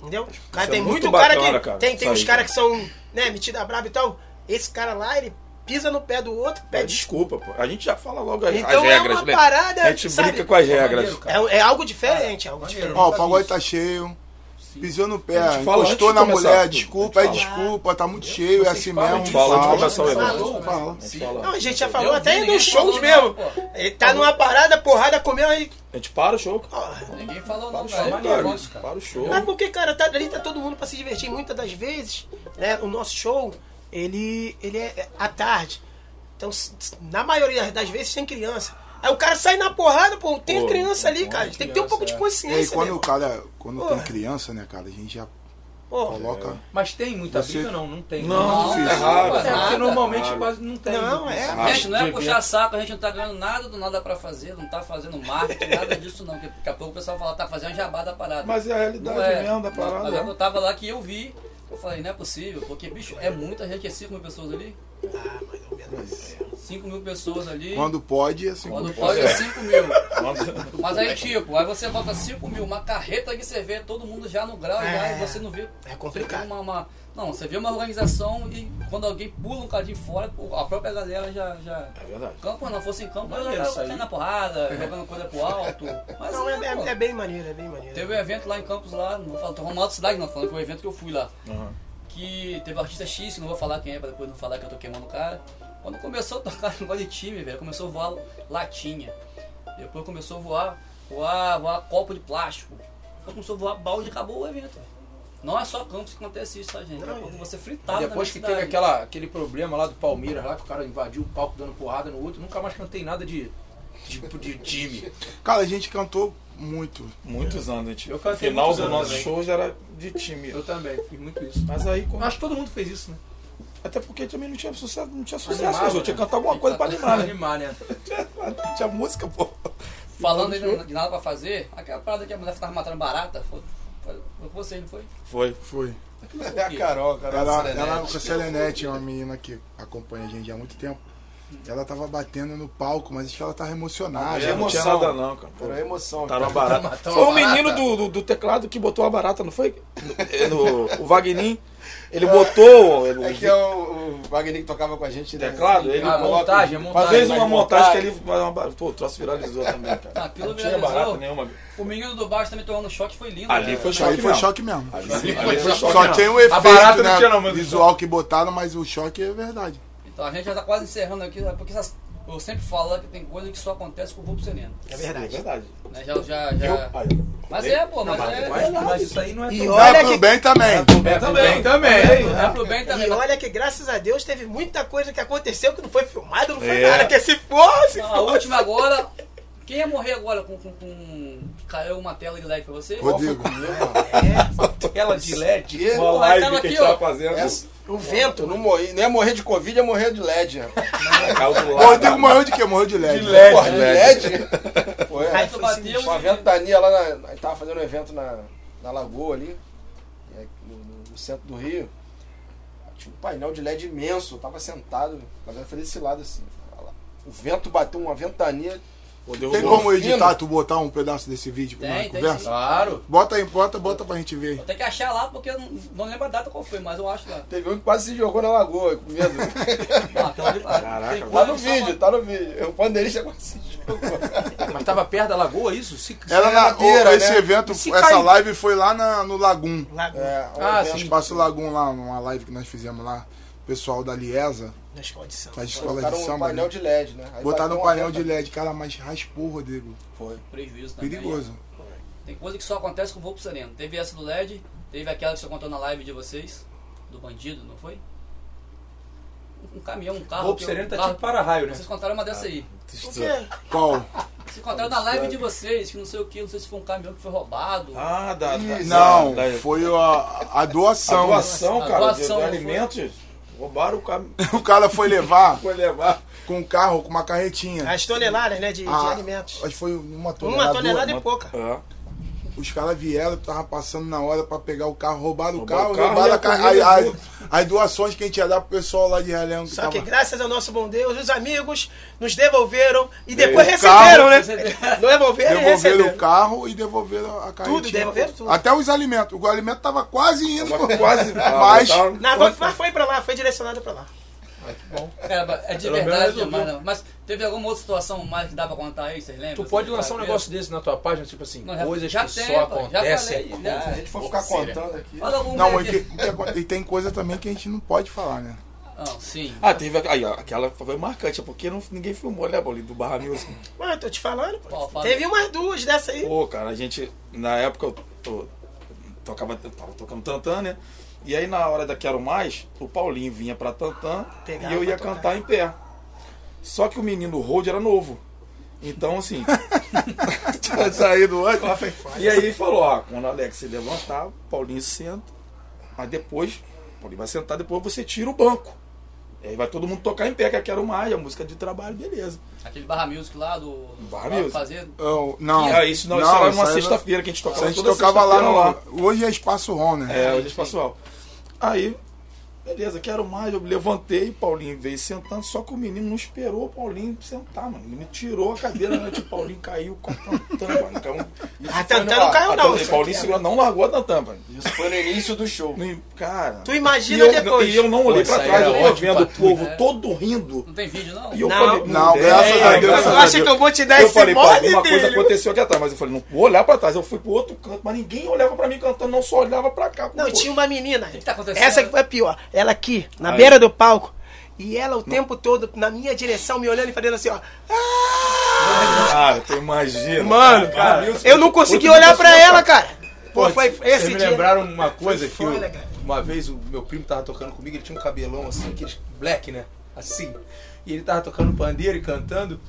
[SPEAKER 6] Entendeu? Cara,
[SPEAKER 3] é
[SPEAKER 6] tem
[SPEAKER 3] muito
[SPEAKER 6] muito, cara
[SPEAKER 3] bacana,
[SPEAKER 6] que.
[SPEAKER 3] cara,
[SPEAKER 6] tem tem
[SPEAKER 3] isso
[SPEAKER 6] uns
[SPEAKER 3] aí,
[SPEAKER 6] caras
[SPEAKER 3] cara.
[SPEAKER 6] que são, né, metida braba e tal. Esse cara lá, ele pisa no pé do outro,
[SPEAKER 3] Pede
[SPEAKER 6] pede
[SPEAKER 3] desculpa, pô. A gente já fala logo as,
[SPEAKER 6] Então
[SPEAKER 3] as
[SPEAKER 6] é
[SPEAKER 3] regras,
[SPEAKER 6] uma
[SPEAKER 3] né?
[SPEAKER 6] parada,
[SPEAKER 3] a gente
[SPEAKER 6] sabe?
[SPEAKER 3] brinca com as regras.
[SPEAKER 5] Maneiro, cara.
[SPEAKER 6] É, é algo diferente, é algo
[SPEAKER 5] maneiro.
[SPEAKER 6] diferente.
[SPEAKER 4] Ó, o
[SPEAKER 5] vi
[SPEAKER 4] pagode
[SPEAKER 5] isso.
[SPEAKER 4] tá cheio. Pisou no
[SPEAKER 3] A
[SPEAKER 4] pé,
[SPEAKER 3] gente fala
[SPEAKER 4] encostou
[SPEAKER 3] antes
[SPEAKER 4] na
[SPEAKER 3] de começar
[SPEAKER 4] mulher,
[SPEAKER 3] tudo.
[SPEAKER 4] desculpa,
[SPEAKER 3] A
[SPEAKER 4] é
[SPEAKER 3] gente fala.
[SPEAKER 4] desculpa, tá muito cheio, é assim
[SPEAKER 5] falam,
[SPEAKER 4] mesmo.
[SPEAKER 3] a gente fala antes de começar o
[SPEAKER 4] fala,
[SPEAKER 3] evento.
[SPEAKER 4] fala.
[SPEAKER 3] A gente fala.
[SPEAKER 6] Não, a gente já
[SPEAKER 2] Eu
[SPEAKER 6] falou
[SPEAKER 2] vi,
[SPEAKER 6] até
[SPEAKER 2] ninguém
[SPEAKER 6] nos shows
[SPEAKER 2] falou,
[SPEAKER 6] mesmo.
[SPEAKER 2] não, pô.
[SPEAKER 6] Ele tá numa parada, porrada, comeu aí.
[SPEAKER 3] A gente para o show, cara.
[SPEAKER 6] ó,
[SPEAKER 2] Ninguém falou
[SPEAKER 3] Para
[SPEAKER 2] não, é
[SPEAKER 3] o show,
[SPEAKER 2] cara.
[SPEAKER 5] maneiro
[SPEAKER 3] cara.
[SPEAKER 5] isso, cara.
[SPEAKER 3] Para o show.
[SPEAKER 6] Mas porque, cara, tá, ali tá todo mundo pra se divertir. Muitas das vezes, né, o nosso show, ele, ele é à tarde. Então, s- s- na maioria das vezes, tem criança. Aí o cara sai na porrada, pô, tem
[SPEAKER 3] Pô,
[SPEAKER 6] criança ali, cara. Tem que ter um pouco de
[SPEAKER 4] E
[SPEAKER 2] é.
[SPEAKER 6] consciência,
[SPEAKER 4] aí, quando
[SPEAKER 6] né?
[SPEAKER 4] o cara, quando
[SPEAKER 6] Pô.
[SPEAKER 4] tem criança, né, cara, a gente já
[SPEAKER 6] Pô,
[SPEAKER 4] coloca.
[SPEAKER 5] Mas tem muita
[SPEAKER 4] Você-
[SPEAKER 5] briga, não? Não tem.
[SPEAKER 3] Não,
[SPEAKER 2] Não,
[SPEAKER 3] é
[SPEAKER 2] não,
[SPEAKER 3] raro.
[SPEAKER 2] não,
[SPEAKER 5] É porque
[SPEAKER 2] Nada.
[SPEAKER 5] normalmente
[SPEAKER 3] Nada.
[SPEAKER 5] quase não tem.
[SPEAKER 6] Não, é.
[SPEAKER 3] Ah,
[SPEAKER 2] Gente, não é
[SPEAKER 5] de
[SPEAKER 2] puxar saco, a gente não tá ganhando nada do nada pra fazer, não tá fazendo marketing, nada disso não. Porque daqui a pouco o pessoal fala, tá fazendo uma jabá da parada.
[SPEAKER 3] Mas é a realidade
[SPEAKER 2] Não é.
[SPEAKER 3] mesmo da
[SPEAKER 2] Mas
[SPEAKER 3] parada.
[SPEAKER 2] é que eu tava lá que eu vi, eu falei, não é possível, porque, bicho, é muita gente, é 5 mil pessoas ali. Ah, mais ou menos. 5 mil pessoas ali.
[SPEAKER 4] Quando pode, assim.
[SPEAKER 2] Quando
[SPEAKER 4] como-
[SPEAKER 2] pode é 5 mil.
[SPEAKER 3] Manda-
[SPEAKER 2] Mas aí, tipo, aí você bota 5 mil, uma carreta de cerveja, todo mundo já no grau, já,
[SPEAKER 6] É.
[SPEAKER 2] e você não vê.
[SPEAKER 6] É complicado.
[SPEAKER 2] você vê uma- uma- não, você vê uma organização e quando alguém pula um cadinho fora, a própria galera já. já...
[SPEAKER 3] É verdade.
[SPEAKER 2] Campo não fosse em campo, eu
[SPEAKER 5] Maneiro
[SPEAKER 2] já
[SPEAKER 5] isso aí.
[SPEAKER 2] tava na porrada, jogando coisa pro alto. Mas
[SPEAKER 6] Não, é,
[SPEAKER 2] é, pô.
[SPEAKER 6] é- é bem maneiro, é bem maneiro.
[SPEAKER 2] Teve um evento lá em Campos, lá, não vou falar, tô falando mal da cidade, não, tô falando que foi um evento que eu fui lá. Que teve um artista X, que não vou falar quem é, pra depois não falar que eu tô queimando o cara. Quando começou a tocar negócio de time, velho, começou a voar latinha. Depois começou a voar, voar, voar copo de plástico. Depois começou a voar balde e acabou o evento. velho. Não é só Campos que acontece isso, tá, gente? Daqui a pouco você fritado na
[SPEAKER 5] Depois que
[SPEAKER 2] cidade.
[SPEAKER 5] teve aquela, aquele problema lá do Palmeiras, lá que o cara invadiu o palco dando porrada no outro, nunca mais cantei nada de, de, de time.
[SPEAKER 4] Cara, a gente cantou muito.
[SPEAKER 3] Muitos anos, a gente.
[SPEAKER 5] Eu
[SPEAKER 3] O
[SPEAKER 5] cantei
[SPEAKER 3] final
[SPEAKER 5] muitos
[SPEAKER 3] do
[SPEAKER 5] anos
[SPEAKER 3] nosso
[SPEAKER 5] também.
[SPEAKER 3] show já era de time.
[SPEAKER 5] Eu também, fiz muito isso.
[SPEAKER 3] Mas aí, quando-
[SPEAKER 5] Acho que todo mundo fez isso, né?
[SPEAKER 3] até porque também não tinha sucesso, não tinha sucesso,
[SPEAKER 5] Animava,
[SPEAKER 3] né, gente? Tinha que cantar alguma coisa pra animar, né?
[SPEAKER 5] Animar, né?
[SPEAKER 3] Tinha música, pô.
[SPEAKER 2] Falando ainda de nada pra fazer, aquela parada que a mulher tava matando barata, foi, foi, foi com você, não foi?
[SPEAKER 3] Foi.
[SPEAKER 4] Foi.
[SPEAKER 7] É a Carol, a Carol.
[SPEAKER 4] Ela,
[SPEAKER 7] Serenete.
[SPEAKER 4] ela com a Serenete, uma menina que acompanha a gente há muito tempo. Ela tava batendo no palco, mas acho que ela tava
[SPEAKER 3] Não
[SPEAKER 4] emocionada.
[SPEAKER 3] tinha
[SPEAKER 4] não tinha,
[SPEAKER 3] moçada,
[SPEAKER 4] não.
[SPEAKER 3] não, cara. Pô.
[SPEAKER 7] Era a é emoção.
[SPEAKER 3] Tá
[SPEAKER 7] cara.
[SPEAKER 3] na barata.
[SPEAKER 5] Matou
[SPEAKER 3] Foi
[SPEAKER 5] uma
[SPEAKER 3] o
[SPEAKER 5] barata.
[SPEAKER 3] menino do, do- do teclado que botou a barata, não foi? É, no- o Wagninho. Ele botou. ele-
[SPEAKER 7] É que é o, o Wagner que tocava com a gente. né?
[SPEAKER 3] Teclado, ele
[SPEAKER 5] Ah, tá
[SPEAKER 3] coloca-
[SPEAKER 5] montagem,
[SPEAKER 3] Uma
[SPEAKER 5] montagem.
[SPEAKER 3] vez uma
[SPEAKER 7] Mas
[SPEAKER 3] montagem que
[SPEAKER 7] montagem.
[SPEAKER 3] ele. uma bar- Pô, o troço viralizou também, cara.
[SPEAKER 2] Ah, Aquilo
[SPEAKER 3] não tinha
[SPEAKER 2] viralizou.
[SPEAKER 3] barata nenhuma.
[SPEAKER 2] O menino do baixo também tomando choque foi lindo. né?
[SPEAKER 3] Ali
[SPEAKER 2] velho.
[SPEAKER 3] foi
[SPEAKER 4] Isso aí
[SPEAKER 3] choque.
[SPEAKER 4] foi
[SPEAKER 3] mesmo.
[SPEAKER 4] choque mesmo.
[SPEAKER 3] Ali foi choque.
[SPEAKER 4] Só
[SPEAKER 3] mesmo.
[SPEAKER 4] tem o efeito
[SPEAKER 5] barata não
[SPEAKER 4] né,
[SPEAKER 5] tinha não, mas-
[SPEAKER 4] visual que botaram, mas o choque é verdade.
[SPEAKER 2] Então a gente já tá quase encerrando aqui, né, porque essas- eu sempre falo né, que tem coisa que só acontece com o grupo sereno.
[SPEAKER 6] É verdade.
[SPEAKER 3] Verdade.
[SPEAKER 2] Né? Já, já, já.
[SPEAKER 3] Aí,
[SPEAKER 2] Mas é, pô, mas é.
[SPEAKER 5] Mas, mas isso aí não é
[SPEAKER 6] E
[SPEAKER 5] tão...
[SPEAKER 4] Olha
[SPEAKER 6] olha
[SPEAKER 4] pro
[SPEAKER 6] que
[SPEAKER 4] bem também.
[SPEAKER 5] É,
[SPEAKER 3] também.
[SPEAKER 5] também.
[SPEAKER 2] É pro bem também.
[SPEAKER 6] E
[SPEAKER 2] mas-
[SPEAKER 6] olha que graças a Deus teve muita coisa que aconteceu que não foi filmado, não foi
[SPEAKER 3] É.
[SPEAKER 6] nada. Que se fosse.
[SPEAKER 2] Não, Então, a última agora. Quem ia morrer agora com. com, com- Caiu uma tela de like pra você?
[SPEAKER 4] Rodrigo.
[SPEAKER 5] Ela de LED.
[SPEAKER 7] Que?
[SPEAKER 3] Uma
[SPEAKER 2] Mas
[SPEAKER 3] live
[SPEAKER 2] tava
[SPEAKER 3] que a
[SPEAKER 2] aqui,
[SPEAKER 3] gente tava
[SPEAKER 2] ó. É.
[SPEAKER 3] fazendo.
[SPEAKER 7] Essa-
[SPEAKER 6] O vento,
[SPEAKER 7] Não,
[SPEAKER 6] não.
[SPEAKER 7] morri, não ia morrer de Covid, ia morrer de LED. rapaz.
[SPEAKER 3] Caiu do
[SPEAKER 4] O
[SPEAKER 3] lado.
[SPEAKER 4] Rodrigo morreu de quê? Morreu de LED.
[SPEAKER 7] né?
[SPEAKER 4] né?
[SPEAKER 7] Porra, de LED? Pô, é.
[SPEAKER 2] Aí tu bateu.
[SPEAKER 7] Uma ventania lá na. A gente tava fazendo um evento na, na lagoa ali, é, no, no- no centro do Rio. Tinha um painel de LED imenso, eu tava sentado, a galera fazia desse lado assim. Olha lá. O vento bateu uma ventania.
[SPEAKER 3] Pô, derrubou.
[SPEAKER 4] Tem como
[SPEAKER 7] Fino.
[SPEAKER 4] editar, tu botar um pedaço desse vídeo pra
[SPEAKER 2] Tem,
[SPEAKER 4] nós
[SPEAKER 2] tem
[SPEAKER 4] conversa?
[SPEAKER 2] sim.
[SPEAKER 5] Claro.
[SPEAKER 4] Bota aí, bota, bota pra gente ver.
[SPEAKER 2] Eu tenho que achar lá porque eu não, não lembro a data qual foi, mas eu acho lá. Ah,
[SPEAKER 7] Teve um que quase se jogou na lagoa, com medo.
[SPEAKER 2] Não, aquela ali.
[SPEAKER 3] Caraca,
[SPEAKER 7] Tá no vídeo, tá no vídeo. O pandeirista quase se jogou.
[SPEAKER 5] Mas tava perto da lagoa isso? Se-
[SPEAKER 4] Ela
[SPEAKER 7] é
[SPEAKER 4] na,
[SPEAKER 7] madeira,
[SPEAKER 4] o- esse
[SPEAKER 7] né?
[SPEAKER 4] evento,
[SPEAKER 5] E se
[SPEAKER 4] essa
[SPEAKER 5] cair?
[SPEAKER 4] live foi lá na- no Lagum.
[SPEAKER 6] Lagoa,
[SPEAKER 7] É, um
[SPEAKER 5] Ah,
[SPEAKER 7] evento
[SPEAKER 5] sim.
[SPEAKER 4] Espaço Lagum lá, numa live que nós fizemos lá. O pessoal da Liesa,
[SPEAKER 6] na escola de samba.
[SPEAKER 4] da escola
[SPEAKER 7] Colocaram
[SPEAKER 4] de
[SPEAKER 7] um
[SPEAKER 4] samba.
[SPEAKER 7] painel
[SPEAKER 4] né?
[SPEAKER 7] de LED, né? Aí
[SPEAKER 4] Botaram
[SPEAKER 7] bateu
[SPEAKER 4] um
[SPEAKER 7] uma
[SPEAKER 4] painel de
[SPEAKER 7] ventania.
[SPEAKER 4] LED, cara, mas raspou, Rodrigo.
[SPEAKER 7] Foi.
[SPEAKER 2] Prejuízo né? também.
[SPEAKER 4] Perigoso.
[SPEAKER 2] Tem coisa que só acontece com o Volpo Sereno. Teve essa do LED, teve aquela que você contou na live de vocês, do bandido, não foi? Um caminhão, um carro.
[SPEAKER 5] Roupa
[SPEAKER 2] que-
[SPEAKER 5] sereno
[SPEAKER 2] um
[SPEAKER 5] tá
[SPEAKER 2] carro-
[SPEAKER 5] tipo para-raio, né? Ah,
[SPEAKER 2] Vocês contaram uma dessa aí.
[SPEAKER 6] Porque
[SPEAKER 4] Qual?
[SPEAKER 2] Se encontraram na live de vocês, que não sei o que, não sei se foi um caminhão que foi roubado.
[SPEAKER 3] Ah, da. da-
[SPEAKER 7] Isso.
[SPEAKER 3] da-
[SPEAKER 4] Não,
[SPEAKER 3] da-
[SPEAKER 4] foi a, a
[SPEAKER 3] a
[SPEAKER 4] doação.
[SPEAKER 3] doação,
[SPEAKER 2] A
[SPEAKER 3] cara,
[SPEAKER 2] doação,
[SPEAKER 3] de, de
[SPEAKER 2] não
[SPEAKER 3] alimentos. Roubaram o caminho.
[SPEAKER 4] O cara foi levar
[SPEAKER 3] Foi levar.
[SPEAKER 4] com um carro, com uma carretinha.
[SPEAKER 6] As toneladas, né, de, de
[SPEAKER 4] Ah,
[SPEAKER 6] alimentos.
[SPEAKER 4] Acho que foi uma
[SPEAKER 6] Uma
[SPEAKER 4] tonelada.
[SPEAKER 6] tonelada e pouca.
[SPEAKER 3] É.
[SPEAKER 4] Os caras vieram, tava passando na hora pra pegar o carro, roubaram o
[SPEAKER 3] Roubaram
[SPEAKER 4] carro,
[SPEAKER 3] o carro
[SPEAKER 4] roubaram
[SPEAKER 3] e
[SPEAKER 4] a
[SPEAKER 3] a
[SPEAKER 4] ca-
[SPEAKER 3] corrida
[SPEAKER 4] a- a-
[SPEAKER 3] junto.
[SPEAKER 4] as doações que a gente ia dar pro pessoal lá de Realengo.
[SPEAKER 6] Só que
[SPEAKER 4] tava-
[SPEAKER 6] graças ao nosso bom Deus, os amigos nos devolveram
[SPEAKER 3] É,
[SPEAKER 6] e depois
[SPEAKER 4] o
[SPEAKER 6] receberam,
[SPEAKER 4] carro,
[SPEAKER 6] né?
[SPEAKER 2] receberam.
[SPEAKER 6] Não devolveram e
[SPEAKER 4] Devolveram o
[SPEAKER 6] receberam.
[SPEAKER 4] carro e devolveram a carretinha.
[SPEAKER 6] devolveram é tudo.
[SPEAKER 4] Até os alimentos. O alimento tava quase indo.
[SPEAKER 3] Mas quase.
[SPEAKER 4] Mas-
[SPEAKER 3] Ah, botaram-
[SPEAKER 6] Na, mas foi pra lá, foi direcionado pra lá.
[SPEAKER 2] Cara, é de
[SPEAKER 3] Pelo menos
[SPEAKER 2] verdade
[SPEAKER 3] resolveu.
[SPEAKER 2] demais, não. Mas teve alguma outra situação mais que dá pra contar aí, vocês lembram?
[SPEAKER 5] Tu pode
[SPEAKER 2] Assim,
[SPEAKER 5] lançar um
[SPEAKER 2] pra ver?
[SPEAKER 5] negócio desse na tua página, tipo assim,
[SPEAKER 2] Não, já-
[SPEAKER 5] coisas
[SPEAKER 2] já
[SPEAKER 5] que
[SPEAKER 2] tem,
[SPEAKER 5] só
[SPEAKER 2] pô, já
[SPEAKER 5] acontecem.
[SPEAKER 2] falei, né? já.
[SPEAKER 7] Se a gente for ficar contando aqui.
[SPEAKER 2] Fala algum
[SPEAKER 4] Não, mas
[SPEAKER 2] dele.
[SPEAKER 4] que, o que aconte- e tem coisa também que a gente não pode falar, né?
[SPEAKER 2] Não, sim.
[SPEAKER 3] Ah, teve a- aí, ó, aquela foi marcante, é porque não, ninguém filmou, né, Bolinho, do Barra Music.
[SPEAKER 6] Mano, eu tô te falando, pô.
[SPEAKER 2] Pô, fala.
[SPEAKER 6] Teve umas duas dessa aí.
[SPEAKER 3] Pô, cara, a gente, na época, eu, to- tocava, eu tava tocando Tantan, né? E aí, na hora da Quero Mais, o Paulinho vinha pra Tantan
[SPEAKER 6] Pegava
[SPEAKER 3] e eu ia
[SPEAKER 6] pra tocar.
[SPEAKER 3] cantar em pé. Só que o menino Road era novo. Então, assim,
[SPEAKER 4] Tinha saído antes.
[SPEAKER 3] e aí ele falou, ó, quando o Alex se levantar, o Paulinho senta, mas depois, o Paulinho vai sentar, depois você tira o banco. E aí vai todo mundo tocar em pé, que eu quero mais, a música de trabalho, beleza.
[SPEAKER 2] Aquele Barra Music lá do.
[SPEAKER 3] Barra
[SPEAKER 2] lá
[SPEAKER 3] Music.
[SPEAKER 2] Fazer.
[SPEAKER 4] Eu- Ah, não.
[SPEAKER 3] E aí, Ah, isso não, isso era numa
[SPEAKER 4] isso aí não-
[SPEAKER 3] sexta-feira que a gente tocava
[SPEAKER 4] Isso a gente
[SPEAKER 3] toda
[SPEAKER 4] tocava lá, no,
[SPEAKER 3] sexta-feira
[SPEAKER 4] Hoje é espaço ROM, né?
[SPEAKER 3] É, hoje é espaçual. Aí, beleza, quero mais. Eu levantei, Paulinho veio sentando, só que o menino não esperou o Paulinho sentar, mano. O menino tirou a cadeira, né? Tipo, o Paulinho caiu com a tampa. Então,
[SPEAKER 6] A
[SPEAKER 7] foi
[SPEAKER 6] Tantã
[SPEAKER 7] numa-
[SPEAKER 6] não caiu,
[SPEAKER 3] a
[SPEAKER 6] não.
[SPEAKER 3] tampa- o Paulinho segurou, não largou a tampa.
[SPEAKER 7] Isso foi no início do show.
[SPEAKER 3] Nem- Cara.
[SPEAKER 6] Tu
[SPEAKER 3] e
[SPEAKER 6] imagina
[SPEAKER 3] eu,
[SPEAKER 6] depois.
[SPEAKER 3] E eu não olhei
[SPEAKER 5] Pô,
[SPEAKER 3] pra
[SPEAKER 5] isso aí
[SPEAKER 3] trás,
[SPEAKER 5] era
[SPEAKER 3] eu tô
[SPEAKER 5] ótimo
[SPEAKER 3] vendo
[SPEAKER 5] pra
[SPEAKER 3] o povo
[SPEAKER 2] né?
[SPEAKER 3] todo rindo.
[SPEAKER 2] Não tem vídeo, não?
[SPEAKER 3] E eu
[SPEAKER 6] Não.
[SPEAKER 3] falei,
[SPEAKER 4] Não, graças a Deus.
[SPEAKER 3] graças
[SPEAKER 6] Tu acha que É, eu vou te dar
[SPEAKER 3] eu
[SPEAKER 6] esse
[SPEAKER 3] falei, pô,
[SPEAKER 6] mole,
[SPEAKER 3] alguma coisa
[SPEAKER 6] filho?
[SPEAKER 3] aconteceu aqui atrás, mas eu falei, não vou olhar pra trás. Eu fui pro outro canto, mas ninguém olhava pra mim cantando, não só olhava pra cá.
[SPEAKER 6] Não,
[SPEAKER 3] Pô,
[SPEAKER 6] tinha uma menina.
[SPEAKER 2] que tá acontecendo?
[SPEAKER 6] essa que foi a pior. Ela aqui, na beira do palco. E ela o tempo todo na minha direção, me olhando e fazendo assim, ó.
[SPEAKER 3] Cara, tu imagina.
[SPEAKER 6] Mano,
[SPEAKER 3] cara, isso-
[SPEAKER 6] Eu não consegui
[SPEAKER 3] outro
[SPEAKER 6] olhar
[SPEAKER 3] dia
[SPEAKER 6] pra
[SPEAKER 3] passou,
[SPEAKER 6] ela, cara. Pô,
[SPEAKER 5] Pô,
[SPEAKER 6] foi
[SPEAKER 5] vocês
[SPEAKER 6] esse
[SPEAKER 5] me
[SPEAKER 6] dia.
[SPEAKER 5] lembraram uma coisa que eu-
[SPEAKER 6] foda, cara.
[SPEAKER 5] uma vez o meu primo tava tocando comigo, ele tinha um cabelão assim, aqueles black, né? Assim. E ele tava tocando pandeiro e cantando.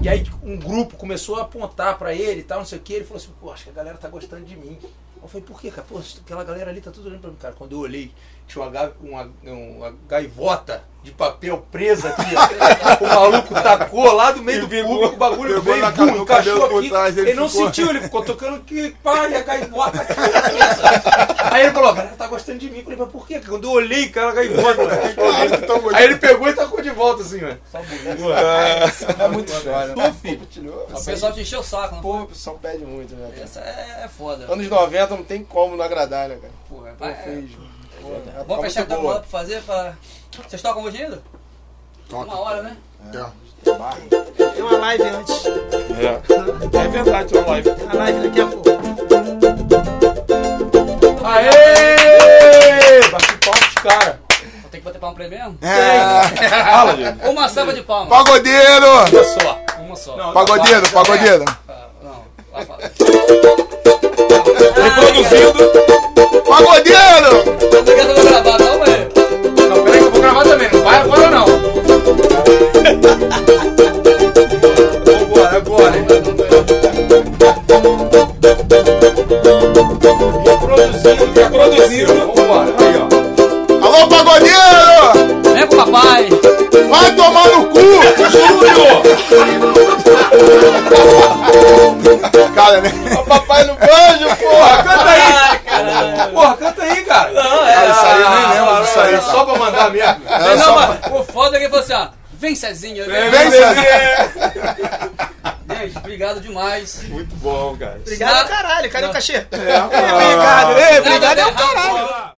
[SPEAKER 5] E aí um grupo começou a apontar pra ele e tal, não sei o que. Ele falou assim, pô, acho que a galera tá gostando de mim. Eu falei, por quê, cara? Pô, aquela galera ali tá tudo olhando pra mim, cara. Quando eu olhei, tinha uma, ga- uma- uma gaivota de papel presa aqui, ó. O maluco tacou lá do meio do público, o bagulho
[SPEAKER 4] pegou
[SPEAKER 5] veio,
[SPEAKER 4] na
[SPEAKER 5] bum,
[SPEAKER 4] cabeça, o
[SPEAKER 5] encaixou
[SPEAKER 4] cabelo por
[SPEAKER 5] aqui.
[SPEAKER 4] trás, ele
[SPEAKER 5] ele não
[SPEAKER 4] ficou-
[SPEAKER 5] sentiu, ele ficou tocando que palha, gaivota. Aí ele falou, a galera tá gostando de mim. Eu falei, mas por quê? Quando eu olhei, cara, gaivota. né?
[SPEAKER 4] Claro que tão bonito.
[SPEAKER 5] Aí ele pegou e tacou de volta, assim, velho.
[SPEAKER 2] Só bonito.
[SPEAKER 7] É muito foda.
[SPEAKER 5] Pô, filho.
[SPEAKER 2] O pessoal te encheu o saco, não?
[SPEAKER 7] Pô, o pessoal pede muito, né? cara?
[SPEAKER 2] Essa é, é foda.
[SPEAKER 7] Anos 90 não tem como não agradar, né, cara?
[SPEAKER 2] Pô, é,
[SPEAKER 7] Pô,
[SPEAKER 2] é-
[SPEAKER 7] fez. Pô, época
[SPEAKER 2] Vamos fechar
[SPEAKER 7] Tá muito
[SPEAKER 2] então
[SPEAKER 7] boa.
[SPEAKER 2] bola pra fazer pra. Vocês tocam hoje ainda?
[SPEAKER 4] Toca.
[SPEAKER 2] Uma hora, né?
[SPEAKER 4] É.
[SPEAKER 6] Tem uma live antes.
[SPEAKER 3] É, é verdade, tua live.
[SPEAKER 6] A live daqui a pouco.
[SPEAKER 5] Aê! Bate palma pros caras.
[SPEAKER 2] Vou ter que bater palma pra ele mesmo?
[SPEAKER 4] É.
[SPEAKER 3] Fala, gente.
[SPEAKER 2] Uma salva de palmas.
[SPEAKER 4] Pagodeiro!
[SPEAKER 5] Olha só.
[SPEAKER 2] Uma só.
[SPEAKER 5] Não,
[SPEAKER 4] Pagodeiro, pagodeiro!
[SPEAKER 2] Ah, não. Vai falar.
[SPEAKER 3] Reproduzindo.
[SPEAKER 4] Pagodeiro!
[SPEAKER 2] Não quero gravar, não, mas.
[SPEAKER 5] Não, peraí que eu vou gravar também. Não vai agora, não. Vambora, agora. hein? Reproduzindo, reproduzindo. Vambora. Aí, ó.
[SPEAKER 4] Alô, pagodeiro!
[SPEAKER 2] Vem com o papai.
[SPEAKER 4] Vai tomar no cu!
[SPEAKER 5] Júlio!
[SPEAKER 4] Cara, né?
[SPEAKER 7] Papai no banjo, porra!
[SPEAKER 5] Canta aí!
[SPEAKER 2] Ai, caralho.
[SPEAKER 5] Porra, canta aí, cara! Não, é,
[SPEAKER 4] Cara, isso aí eu nem lembro
[SPEAKER 3] Ah,
[SPEAKER 4] disso aí,
[SPEAKER 5] Era
[SPEAKER 4] cara.
[SPEAKER 5] é só pra mandar mesmo.
[SPEAKER 4] Era
[SPEAKER 2] não,
[SPEAKER 4] só
[SPEAKER 2] mas o foda é que ele falou assim, ó. Vem Cezinha. Vem,
[SPEAKER 4] Vem, Sérgio.
[SPEAKER 2] Gente, obrigado demais.
[SPEAKER 3] Muito bom, cara.
[SPEAKER 6] Obrigado,
[SPEAKER 2] Não.
[SPEAKER 6] caralho. Cadê o cachê?
[SPEAKER 3] É,
[SPEAKER 6] Obrigado. Ei,
[SPEAKER 2] Nada
[SPEAKER 5] é um
[SPEAKER 6] obrigado.
[SPEAKER 2] de errado, pô.